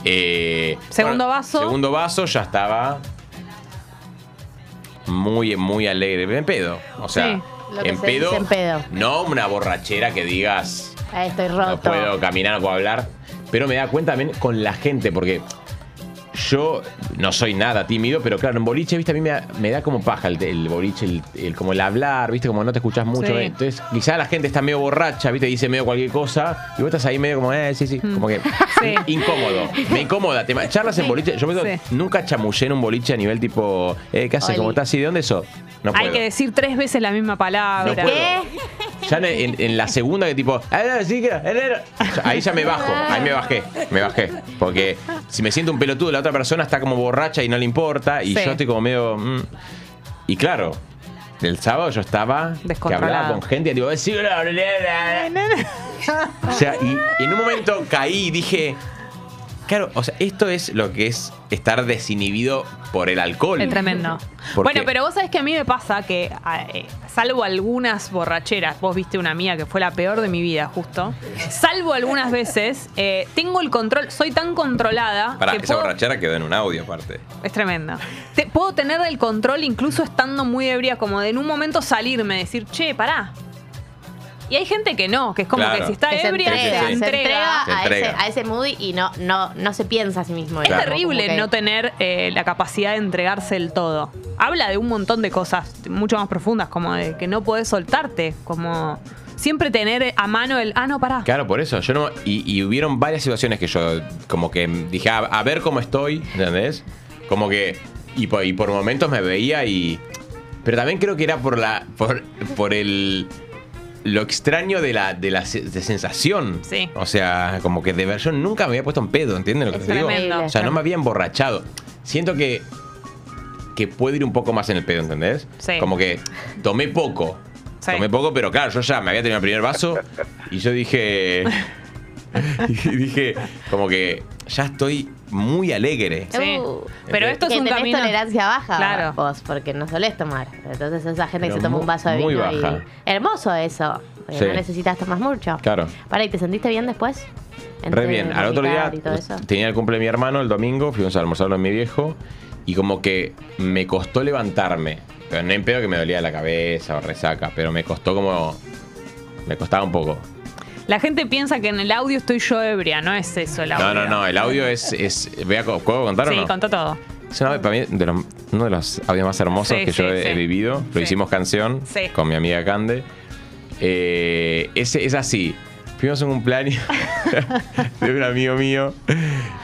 [SPEAKER 10] Eh,
[SPEAKER 1] Segundo vaso.
[SPEAKER 10] Segundo vaso ya estaba muy, muy alegre. En pedo. O sea,
[SPEAKER 1] Sí,
[SPEAKER 2] lo que se dice en pedo.
[SPEAKER 10] No una borrachera que digas
[SPEAKER 2] Ah, estoy
[SPEAKER 10] no
[SPEAKER 2] roto.
[SPEAKER 10] puedo caminar, no puedo hablar. Pero me da cuenta también con la gente, porque yo no soy nada tímido, pero claro, en boliche, viste, a mí me da, me da como paja el, el boliche, el, el- como el hablar, viste, como no te escuchás mucho.
[SPEAKER 1] Sí.
[SPEAKER 10] ¿eh? Entonces, quizá la gente está medio borracha, viste, dice medio cualquier cosa, y vos estás ahí medio como, eh, sí, sí, como que
[SPEAKER 1] Mm. Sí.
[SPEAKER 10] incómodo. Me incomoda. Te, ma- charlas en boliche, yo me digo,
[SPEAKER 1] Sí.
[SPEAKER 10] nunca chamullé en un boliche a nivel tipo, eh, ¿qué haces?
[SPEAKER 2] Oli.
[SPEAKER 10] ¿Cómo estás? ¿Y de dónde sos? No puedo.
[SPEAKER 1] Hay que decir tres veces la misma palabra.
[SPEAKER 10] No puedo. Ya en, en- en la segunda que tipo, "Ah, no, sí, que- ah, no". O sea, ahí ya me bajo, ahí me bajé, me bajé. Porque si me siento un pelotudo, la otra persona está como borracha y no le importa, y
[SPEAKER 1] Sí.
[SPEAKER 10] yo estoy como medio... mm. Y claro, el sábado yo estaba... Que
[SPEAKER 1] Descontrolado.
[SPEAKER 10] hablaba con gente y tipo, "Sí, bla, bla, bla, bla". O sea, y, y en un momento caí y dije... Claro, o sea, esto es lo que es estar desinhibido por el alcohol.
[SPEAKER 1] Es tremendo.
[SPEAKER 10] <laughs> ¿Por
[SPEAKER 1] Bueno,
[SPEAKER 10] qué?
[SPEAKER 1] pero vos sabés que a mí me pasa que, a- eh, salvo algunas borracheras, vos viste una mía que fue la peor de mi vida, justo. Salvo algunas veces, eh, tengo el control, soy tan controlada.
[SPEAKER 10] Para,
[SPEAKER 1] que
[SPEAKER 10] esa
[SPEAKER 1] puedo-
[SPEAKER 10] borrachera quedó en un audio aparte.
[SPEAKER 1] Es tremendo. Te, puedo tener el control incluso estando muy ebria, como de en un momento salirme, decir, che, pará. Y hay gente que no, que es como
[SPEAKER 10] Claro.
[SPEAKER 1] que si está
[SPEAKER 2] Que se
[SPEAKER 1] ebria,
[SPEAKER 2] entrega,
[SPEAKER 1] se
[SPEAKER 10] Sí, sí, sí.
[SPEAKER 2] se
[SPEAKER 1] entrega.
[SPEAKER 2] entrega,
[SPEAKER 10] Se
[SPEAKER 2] a,
[SPEAKER 10] entrega.
[SPEAKER 2] Ese, a ese mood y no, no, no se piensa a sí mismo.
[SPEAKER 1] Es
[SPEAKER 10] Claro.
[SPEAKER 1] terrible
[SPEAKER 2] Como que-
[SPEAKER 1] no tener eh, la capacidad de entregarse del todo. Habla de un montón de cosas mucho más profundas, como de que no podés soltarte, como siempre tener a mano el, ah, no, pará.
[SPEAKER 10] Claro, por eso. Yo no, y, y hubieron varias situaciones que yo como que dije, a, a ver cómo estoy, ¿entendés? Como que... Y por, y por momentos me veía y... Pero también creo que era por la... Por, por el... Lo extraño de la, de la se- de sensación.
[SPEAKER 1] Sí.
[SPEAKER 10] O sea, como que de ver, yo nunca me había puesto en pedo, ¿entiendes lo que
[SPEAKER 2] Es
[SPEAKER 10] te digo?
[SPEAKER 1] tremendo.
[SPEAKER 10] O sea, no me había emborrachado. Siento que... Que puedo ir un poco más en el pedo, ¿entendés?
[SPEAKER 1] Sí.
[SPEAKER 10] Como que tomé poco.
[SPEAKER 1] Sí.
[SPEAKER 10] Tomé poco, pero claro, yo ya me había tenido el primer vaso y
[SPEAKER 2] <laughs>
[SPEAKER 10] yo dije. y dije, como que ya estoy muy alegre.
[SPEAKER 1] Sí.
[SPEAKER 2] Uh,
[SPEAKER 1] Pero esto es
[SPEAKER 2] que
[SPEAKER 1] un
[SPEAKER 2] tenés
[SPEAKER 1] camino.
[SPEAKER 2] tolerancia baja
[SPEAKER 1] Claro.
[SPEAKER 2] vos, porque no solés tomar. Entonces esa gente
[SPEAKER 10] Pero
[SPEAKER 2] que se toma
[SPEAKER 10] mu-
[SPEAKER 2] un vaso de vino
[SPEAKER 10] muy
[SPEAKER 2] y-
[SPEAKER 10] baja.
[SPEAKER 2] Hermoso eso. porque
[SPEAKER 10] Sí.
[SPEAKER 2] No necesitas tomar mucho.
[SPEAKER 10] Claro.
[SPEAKER 2] Pará, ¿y te sentiste bien después?
[SPEAKER 10] Re
[SPEAKER 2] Entre
[SPEAKER 10] bien. Al otro
[SPEAKER 2] vomitar
[SPEAKER 10] día
[SPEAKER 2] y todo eso.
[SPEAKER 10] tenía el cumple de mi hermano el domingo, fuimos a almorzarlo en mi viejo y como que me costó levantarme. Pero no en pedo que me dolía la cabeza o resaca, pero me costó como. Me costaba un poco.
[SPEAKER 1] La gente piensa que en el audio estoy yo ebria, no es eso el audio.
[SPEAKER 10] No, no, no, el audio es. es vea, ¿Puedo contar o
[SPEAKER 1] Sí,
[SPEAKER 10] no?
[SPEAKER 1] contó todo.
[SPEAKER 10] Es una- para mí de los- uno de los audios más hermosos
[SPEAKER 1] Sí,
[SPEAKER 10] que yo
[SPEAKER 1] sí,
[SPEAKER 10] he,
[SPEAKER 1] sí.
[SPEAKER 10] he vivido. Lo
[SPEAKER 1] Sí.
[SPEAKER 10] hicimos canción
[SPEAKER 1] Sí.
[SPEAKER 10] con mi amiga Cande. Eh, ese es así. Fuimos a un cumpleaños <laughs> de un amigo mío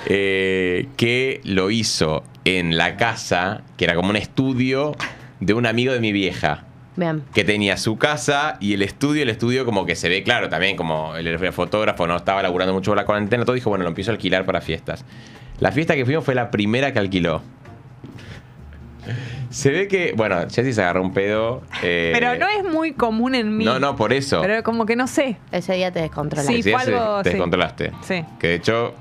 [SPEAKER 10] eh, que lo hizo en la casa, que era como un estudio de un amigo de mi vieja
[SPEAKER 2] Bien.
[SPEAKER 10] que tenía su casa y el estudio, el estudio como que se ve claro también, como el fotógrafo no estaba laburando mucho por la cuarentena, todo dijo, bueno, lo empiezo a alquilar para fiestas. La fiesta que fuimos fue la primera que alquiló. Se ve que, bueno, Jessy se agarró un pedo. eh,
[SPEAKER 1] Pero no es muy común en mí.
[SPEAKER 10] No, no, por eso.
[SPEAKER 1] Pero como que no sé.
[SPEAKER 2] Ese día te descontrolaste.
[SPEAKER 1] Sí,
[SPEAKER 10] Ese día
[SPEAKER 1] fue
[SPEAKER 10] se-
[SPEAKER 1] algo-
[SPEAKER 10] te
[SPEAKER 1] sí.
[SPEAKER 10] descontrolaste.
[SPEAKER 1] Sí.
[SPEAKER 10] Que de hecho,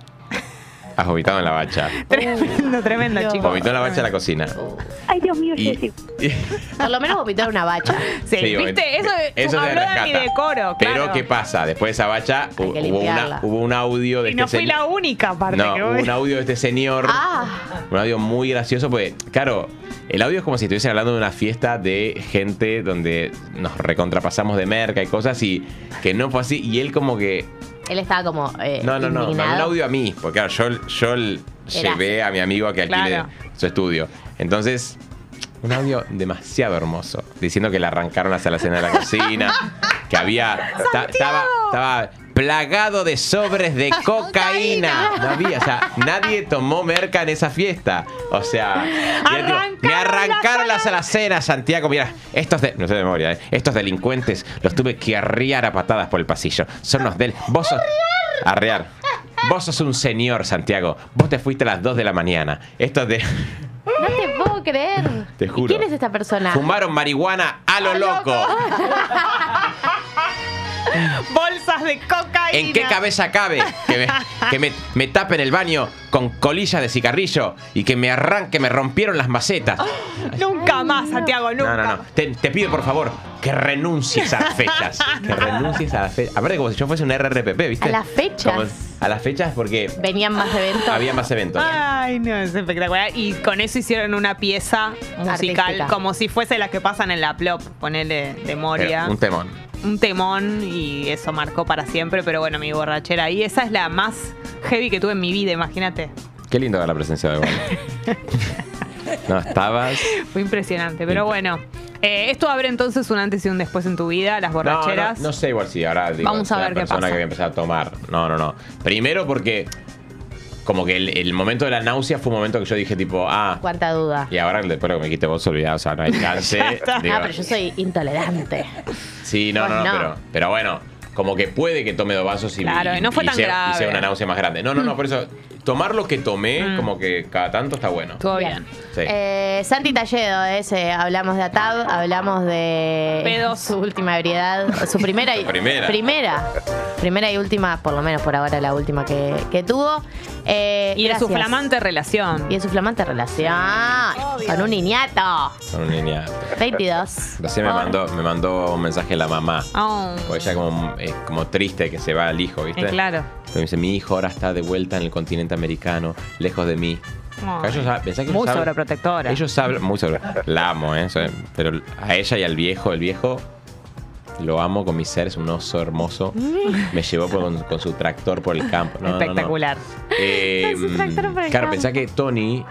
[SPEAKER 10] has vomitado en
[SPEAKER 1] <laughs>
[SPEAKER 10] la bacha.
[SPEAKER 1] Tremendo, tremendo,
[SPEAKER 2] Dios.
[SPEAKER 1] chicos.
[SPEAKER 10] Oh. Vomitó en la bacha de la cocina.
[SPEAKER 9] Ay, Dios mío,
[SPEAKER 10] Y-
[SPEAKER 9] Jessy.
[SPEAKER 2] Por lo menos vomitar una
[SPEAKER 10] <laughs>
[SPEAKER 2] bacha.
[SPEAKER 1] Sí,
[SPEAKER 10] Sí, bueno,
[SPEAKER 1] viste, eso,
[SPEAKER 10] se
[SPEAKER 1] habló de mi
[SPEAKER 10] rescata.
[SPEAKER 1] decoro,
[SPEAKER 10] Pero
[SPEAKER 1] claro.
[SPEAKER 10] ¿qué pasa? Después de esa bacha hu-
[SPEAKER 2] que
[SPEAKER 10] hubo, una,
[SPEAKER 2] limpiarla.
[SPEAKER 10] hubo un audio de
[SPEAKER 1] Y
[SPEAKER 10] este
[SPEAKER 1] no fui
[SPEAKER 10] señor-
[SPEAKER 1] la única, aparte.
[SPEAKER 10] No,
[SPEAKER 1] que
[SPEAKER 10] hubo
[SPEAKER 1] voy.
[SPEAKER 10] un audio de este señor.
[SPEAKER 2] Ah,
[SPEAKER 10] Un audio muy gracioso, porque, claro, el audio es como si estuviesen hablando de una fiesta de gente donde nos recontrapasamos de merca y cosas, y que no fue así. Y él, como que.
[SPEAKER 2] él estaba como. eh,
[SPEAKER 10] No, no, no.
[SPEAKER 2] indignado.
[SPEAKER 10] mandó el audio a mí, porque, claro, yo, yo l- llevé a mi amigo a que alquile
[SPEAKER 1] Claro.
[SPEAKER 10] su estudio. Entonces. Un audio demasiado hermoso, diciendo que le arrancaron hasta la cena de la
[SPEAKER 1] <laughs>
[SPEAKER 10] cocina, que había. ta- estaba, estaba plagado de sobres
[SPEAKER 1] <laughs>
[SPEAKER 10] de cocaína. No había, o sea, nadie tomó merca en esa fiesta. O sea, mira, tipo, me
[SPEAKER 1] Arrancaron
[SPEAKER 10] arrancaron
[SPEAKER 1] las
[SPEAKER 10] las alacenas, Santiago. Mira, estos de, no sé de memoria, ¿eh? estos delincuentes los tuve que arriar a patadas por el pasillo. Son los del. Vos sos. Arrear. Vos sos un señor, Santiago. Vos te fuiste a las 2 de la mañana. Estos de.
[SPEAKER 2] No te puedo creer.
[SPEAKER 10] Te
[SPEAKER 2] ¿Y
[SPEAKER 10] juro.
[SPEAKER 2] ¿Quién es esta persona?
[SPEAKER 10] Fumaron marihuana a lo loco.
[SPEAKER 1] Bolsas de cocaína.
[SPEAKER 10] ¿En qué cabeza cabe que, me, que me, me tapen el baño con colillas de cigarrillo y que me arranque, me rompieron las macetas?
[SPEAKER 1] Nunca más, Santiago,
[SPEAKER 10] No,
[SPEAKER 1] nunca.
[SPEAKER 10] no, no. Te, te pido por favor que renuncies a las fechas. Que renuncies a las fechas. Aparte, como si yo fuese un RRPP, ¿viste?
[SPEAKER 2] A las fechas.
[SPEAKER 10] Como- a las fechas porque
[SPEAKER 2] Venían más eventos.
[SPEAKER 10] había más eventos.
[SPEAKER 1] Ay, no, es espectacular. Y con eso hicieron una pieza musical,
[SPEAKER 2] Artística.
[SPEAKER 1] como si fuese las que pasan en la Plop, ponerle de Moria.
[SPEAKER 10] Pero Eh, un temón.
[SPEAKER 1] un temón y eso marcó para siempre, pero bueno, mi borrachera. Y esa es la más heavy que tuve en mi vida, imagínate.
[SPEAKER 10] Qué lindo ver la presencia de Gol. No estabas.
[SPEAKER 1] Fue impresionante, pero bueno. Eh, esto abre entonces un antes y un después en tu vida, las
[SPEAKER 10] No, No,
[SPEAKER 1] borracheras.
[SPEAKER 10] no sé igual si ahora digo,
[SPEAKER 1] Vamos a
[SPEAKER 10] soy
[SPEAKER 1] ver
[SPEAKER 10] la
[SPEAKER 1] qué
[SPEAKER 10] persona
[SPEAKER 1] pasa.
[SPEAKER 10] que voy a empezar a tomar. No, no, no. Primero porque como que el, el momento de la náusea fue un momento que yo dije tipo, ah,
[SPEAKER 2] Cuánta duda.
[SPEAKER 10] y ahora después lo que me dijiste vos olvidado, o sea, no hay
[SPEAKER 1] <laughs>
[SPEAKER 10] chance. Digo,
[SPEAKER 2] Ah, pero yo soy intolerante.
[SPEAKER 10] Sí, no,
[SPEAKER 2] Pues
[SPEAKER 10] no, no,
[SPEAKER 2] no.
[SPEAKER 10] Pero, pero bueno, como que puede que tome dos vasos y,
[SPEAKER 1] Claro, y no fue tan
[SPEAKER 10] sea, y sea
[SPEAKER 1] grave. Mm.
[SPEAKER 10] una náusea más grande. No, no, no, por eso, tomar lo que tomé, como que cada tanto está bueno.
[SPEAKER 1] Estuvo bien.
[SPEAKER 10] Sí.
[SPEAKER 2] Eh, Santi Talledo, ese, hablamos de Atab, hablamos de
[SPEAKER 1] Pedos.
[SPEAKER 2] su última ebriedad, su primera y
[SPEAKER 10] Primera.
[SPEAKER 2] primera, Primera y última, por lo menos por ahora la última que, que tuvo. Eh,
[SPEAKER 1] Y de su
[SPEAKER 2] gracias.
[SPEAKER 1] flamante relación.
[SPEAKER 2] y de su flamante relación con un niñato,
[SPEAKER 10] Con una niña.
[SPEAKER 2] 22.
[SPEAKER 10] Recién me
[SPEAKER 2] Por-
[SPEAKER 10] mandó, me mandó un mensaje la mamá.
[SPEAKER 1] Oh.
[SPEAKER 10] Porque ella como, es como triste que se va el hijo, ¿viste?
[SPEAKER 1] Eh, claro.
[SPEAKER 10] Pero me dice, mi hijo ahora está de vuelta en el continente americano, lejos de mí.
[SPEAKER 1] Ay.
[SPEAKER 10] Ellos sab- pensá que ellos
[SPEAKER 1] Muy
[SPEAKER 10] saben-
[SPEAKER 1] sobreprotectora.
[SPEAKER 10] Ellos hablan muy sobre. La amo, ¿eh? Soy- Pero a ella y al viejo, el viejo lo amo con mi ser, es un oso hermoso. Me llevó por- con, con su tractor por el campo. No, no, no.
[SPEAKER 1] Mm. Espectacular.
[SPEAKER 10] Eh,
[SPEAKER 1] Con su tractor por el
[SPEAKER 10] claro,
[SPEAKER 1] campo.
[SPEAKER 10] pensá que Tony,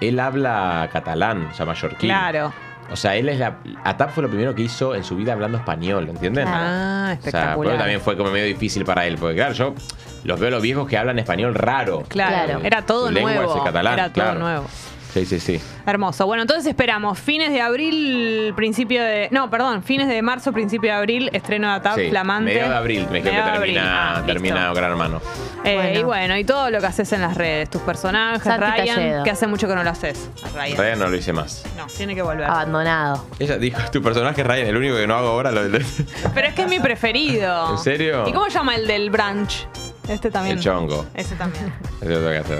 [SPEAKER 10] él habla catalán, o sea, mallorquín.
[SPEAKER 1] Claro.
[SPEAKER 10] O sea, él es la. Atap fue lo primero que hizo en su vida hablando español, ¿entienden?
[SPEAKER 1] Ah,
[SPEAKER 10] O sea,
[SPEAKER 1] espectacular.
[SPEAKER 10] pero también fue como medio difícil para él, porque claro, yo los veo a los viejos que hablan español raro. Eh,
[SPEAKER 1] Claro.
[SPEAKER 2] Claro.
[SPEAKER 1] Era todo
[SPEAKER 10] Su lengua
[SPEAKER 1] nuevo.
[SPEAKER 10] es el catalán,
[SPEAKER 1] Era todo
[SPEAKER 10] claro.
[SPEAKER 1] nuevo.
[SPEAKER 10] Sí, sí, sí.
[SPEAKER 1] Hermoso. Bueno, entonces esperamos fines de abril, principio de. No, perdón, fines de marzo, principio de abril, estreno de ATAP,
[SPEAKER 10] Sí,
[SPEAKER 1] flamante.
[SPEAKER 10] Medio de abril, me
[SPEAKER 1] Medio
[SPEAKER 10] creo que
[SPEAKER 1] de abril. Ah,
[SPEAKER 10] termina,
[SPEAKER 1] listo.
[SPEAKER 10] termina Gran Hermano.
[SPEAKER 1] Eh,
[SPEAKER 2] Bueno.
[SPEAKER 1] Y bueno, y todo lo que haces en las redes, tus personajes,
[SPEAKER 2] Santi
[SPEAKER 1] Ryan,
[SPEAKER 2] Talledo.
[SPEAKER 1] que hace mucho que no lo haces. a Ryan.
[SPEAKER 10] Ryan no lo hice más.
[SPEAKER 1] No, tiene que volver.
[SPEAKER 2] Ah, Abandonado.
[SPEAKER 10] Ella dijo, tu personaje es Ryan, el único que no hago ahora. Lo, <laughs> del
[SPEAKER 1] Pero es que es mi preferido.
[SPEAKER 10] ¿En serio?
[SPEAKER 1] ¿Y cómo se llama el del branch? Este también.
[SPEAKER 10] el chongo.
[SPEAKER 1] Ese también.
[SPEAKER 10] Eso lo tengo que hacer.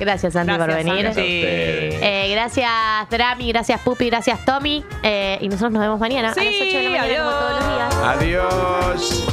[SPEAKER 2] Gracias, Santi,
[SPEAKER 1] Gracias,
[SPEAKER 2] por venir.
[SPEAKER 1] Santi. Sí.
[SPEAKER 10] Ustedes.
[SPEAKER 2] Eh, gracias, Drami, gracias, Pupi, gracias, Tommy. Eh, y nosotros nos vemos mañana a las
[SPEAKER 1] Sí,
[SPEAKER 2] 8 de la mañana, como todos los días.
[SPEAKER 10] Adiós.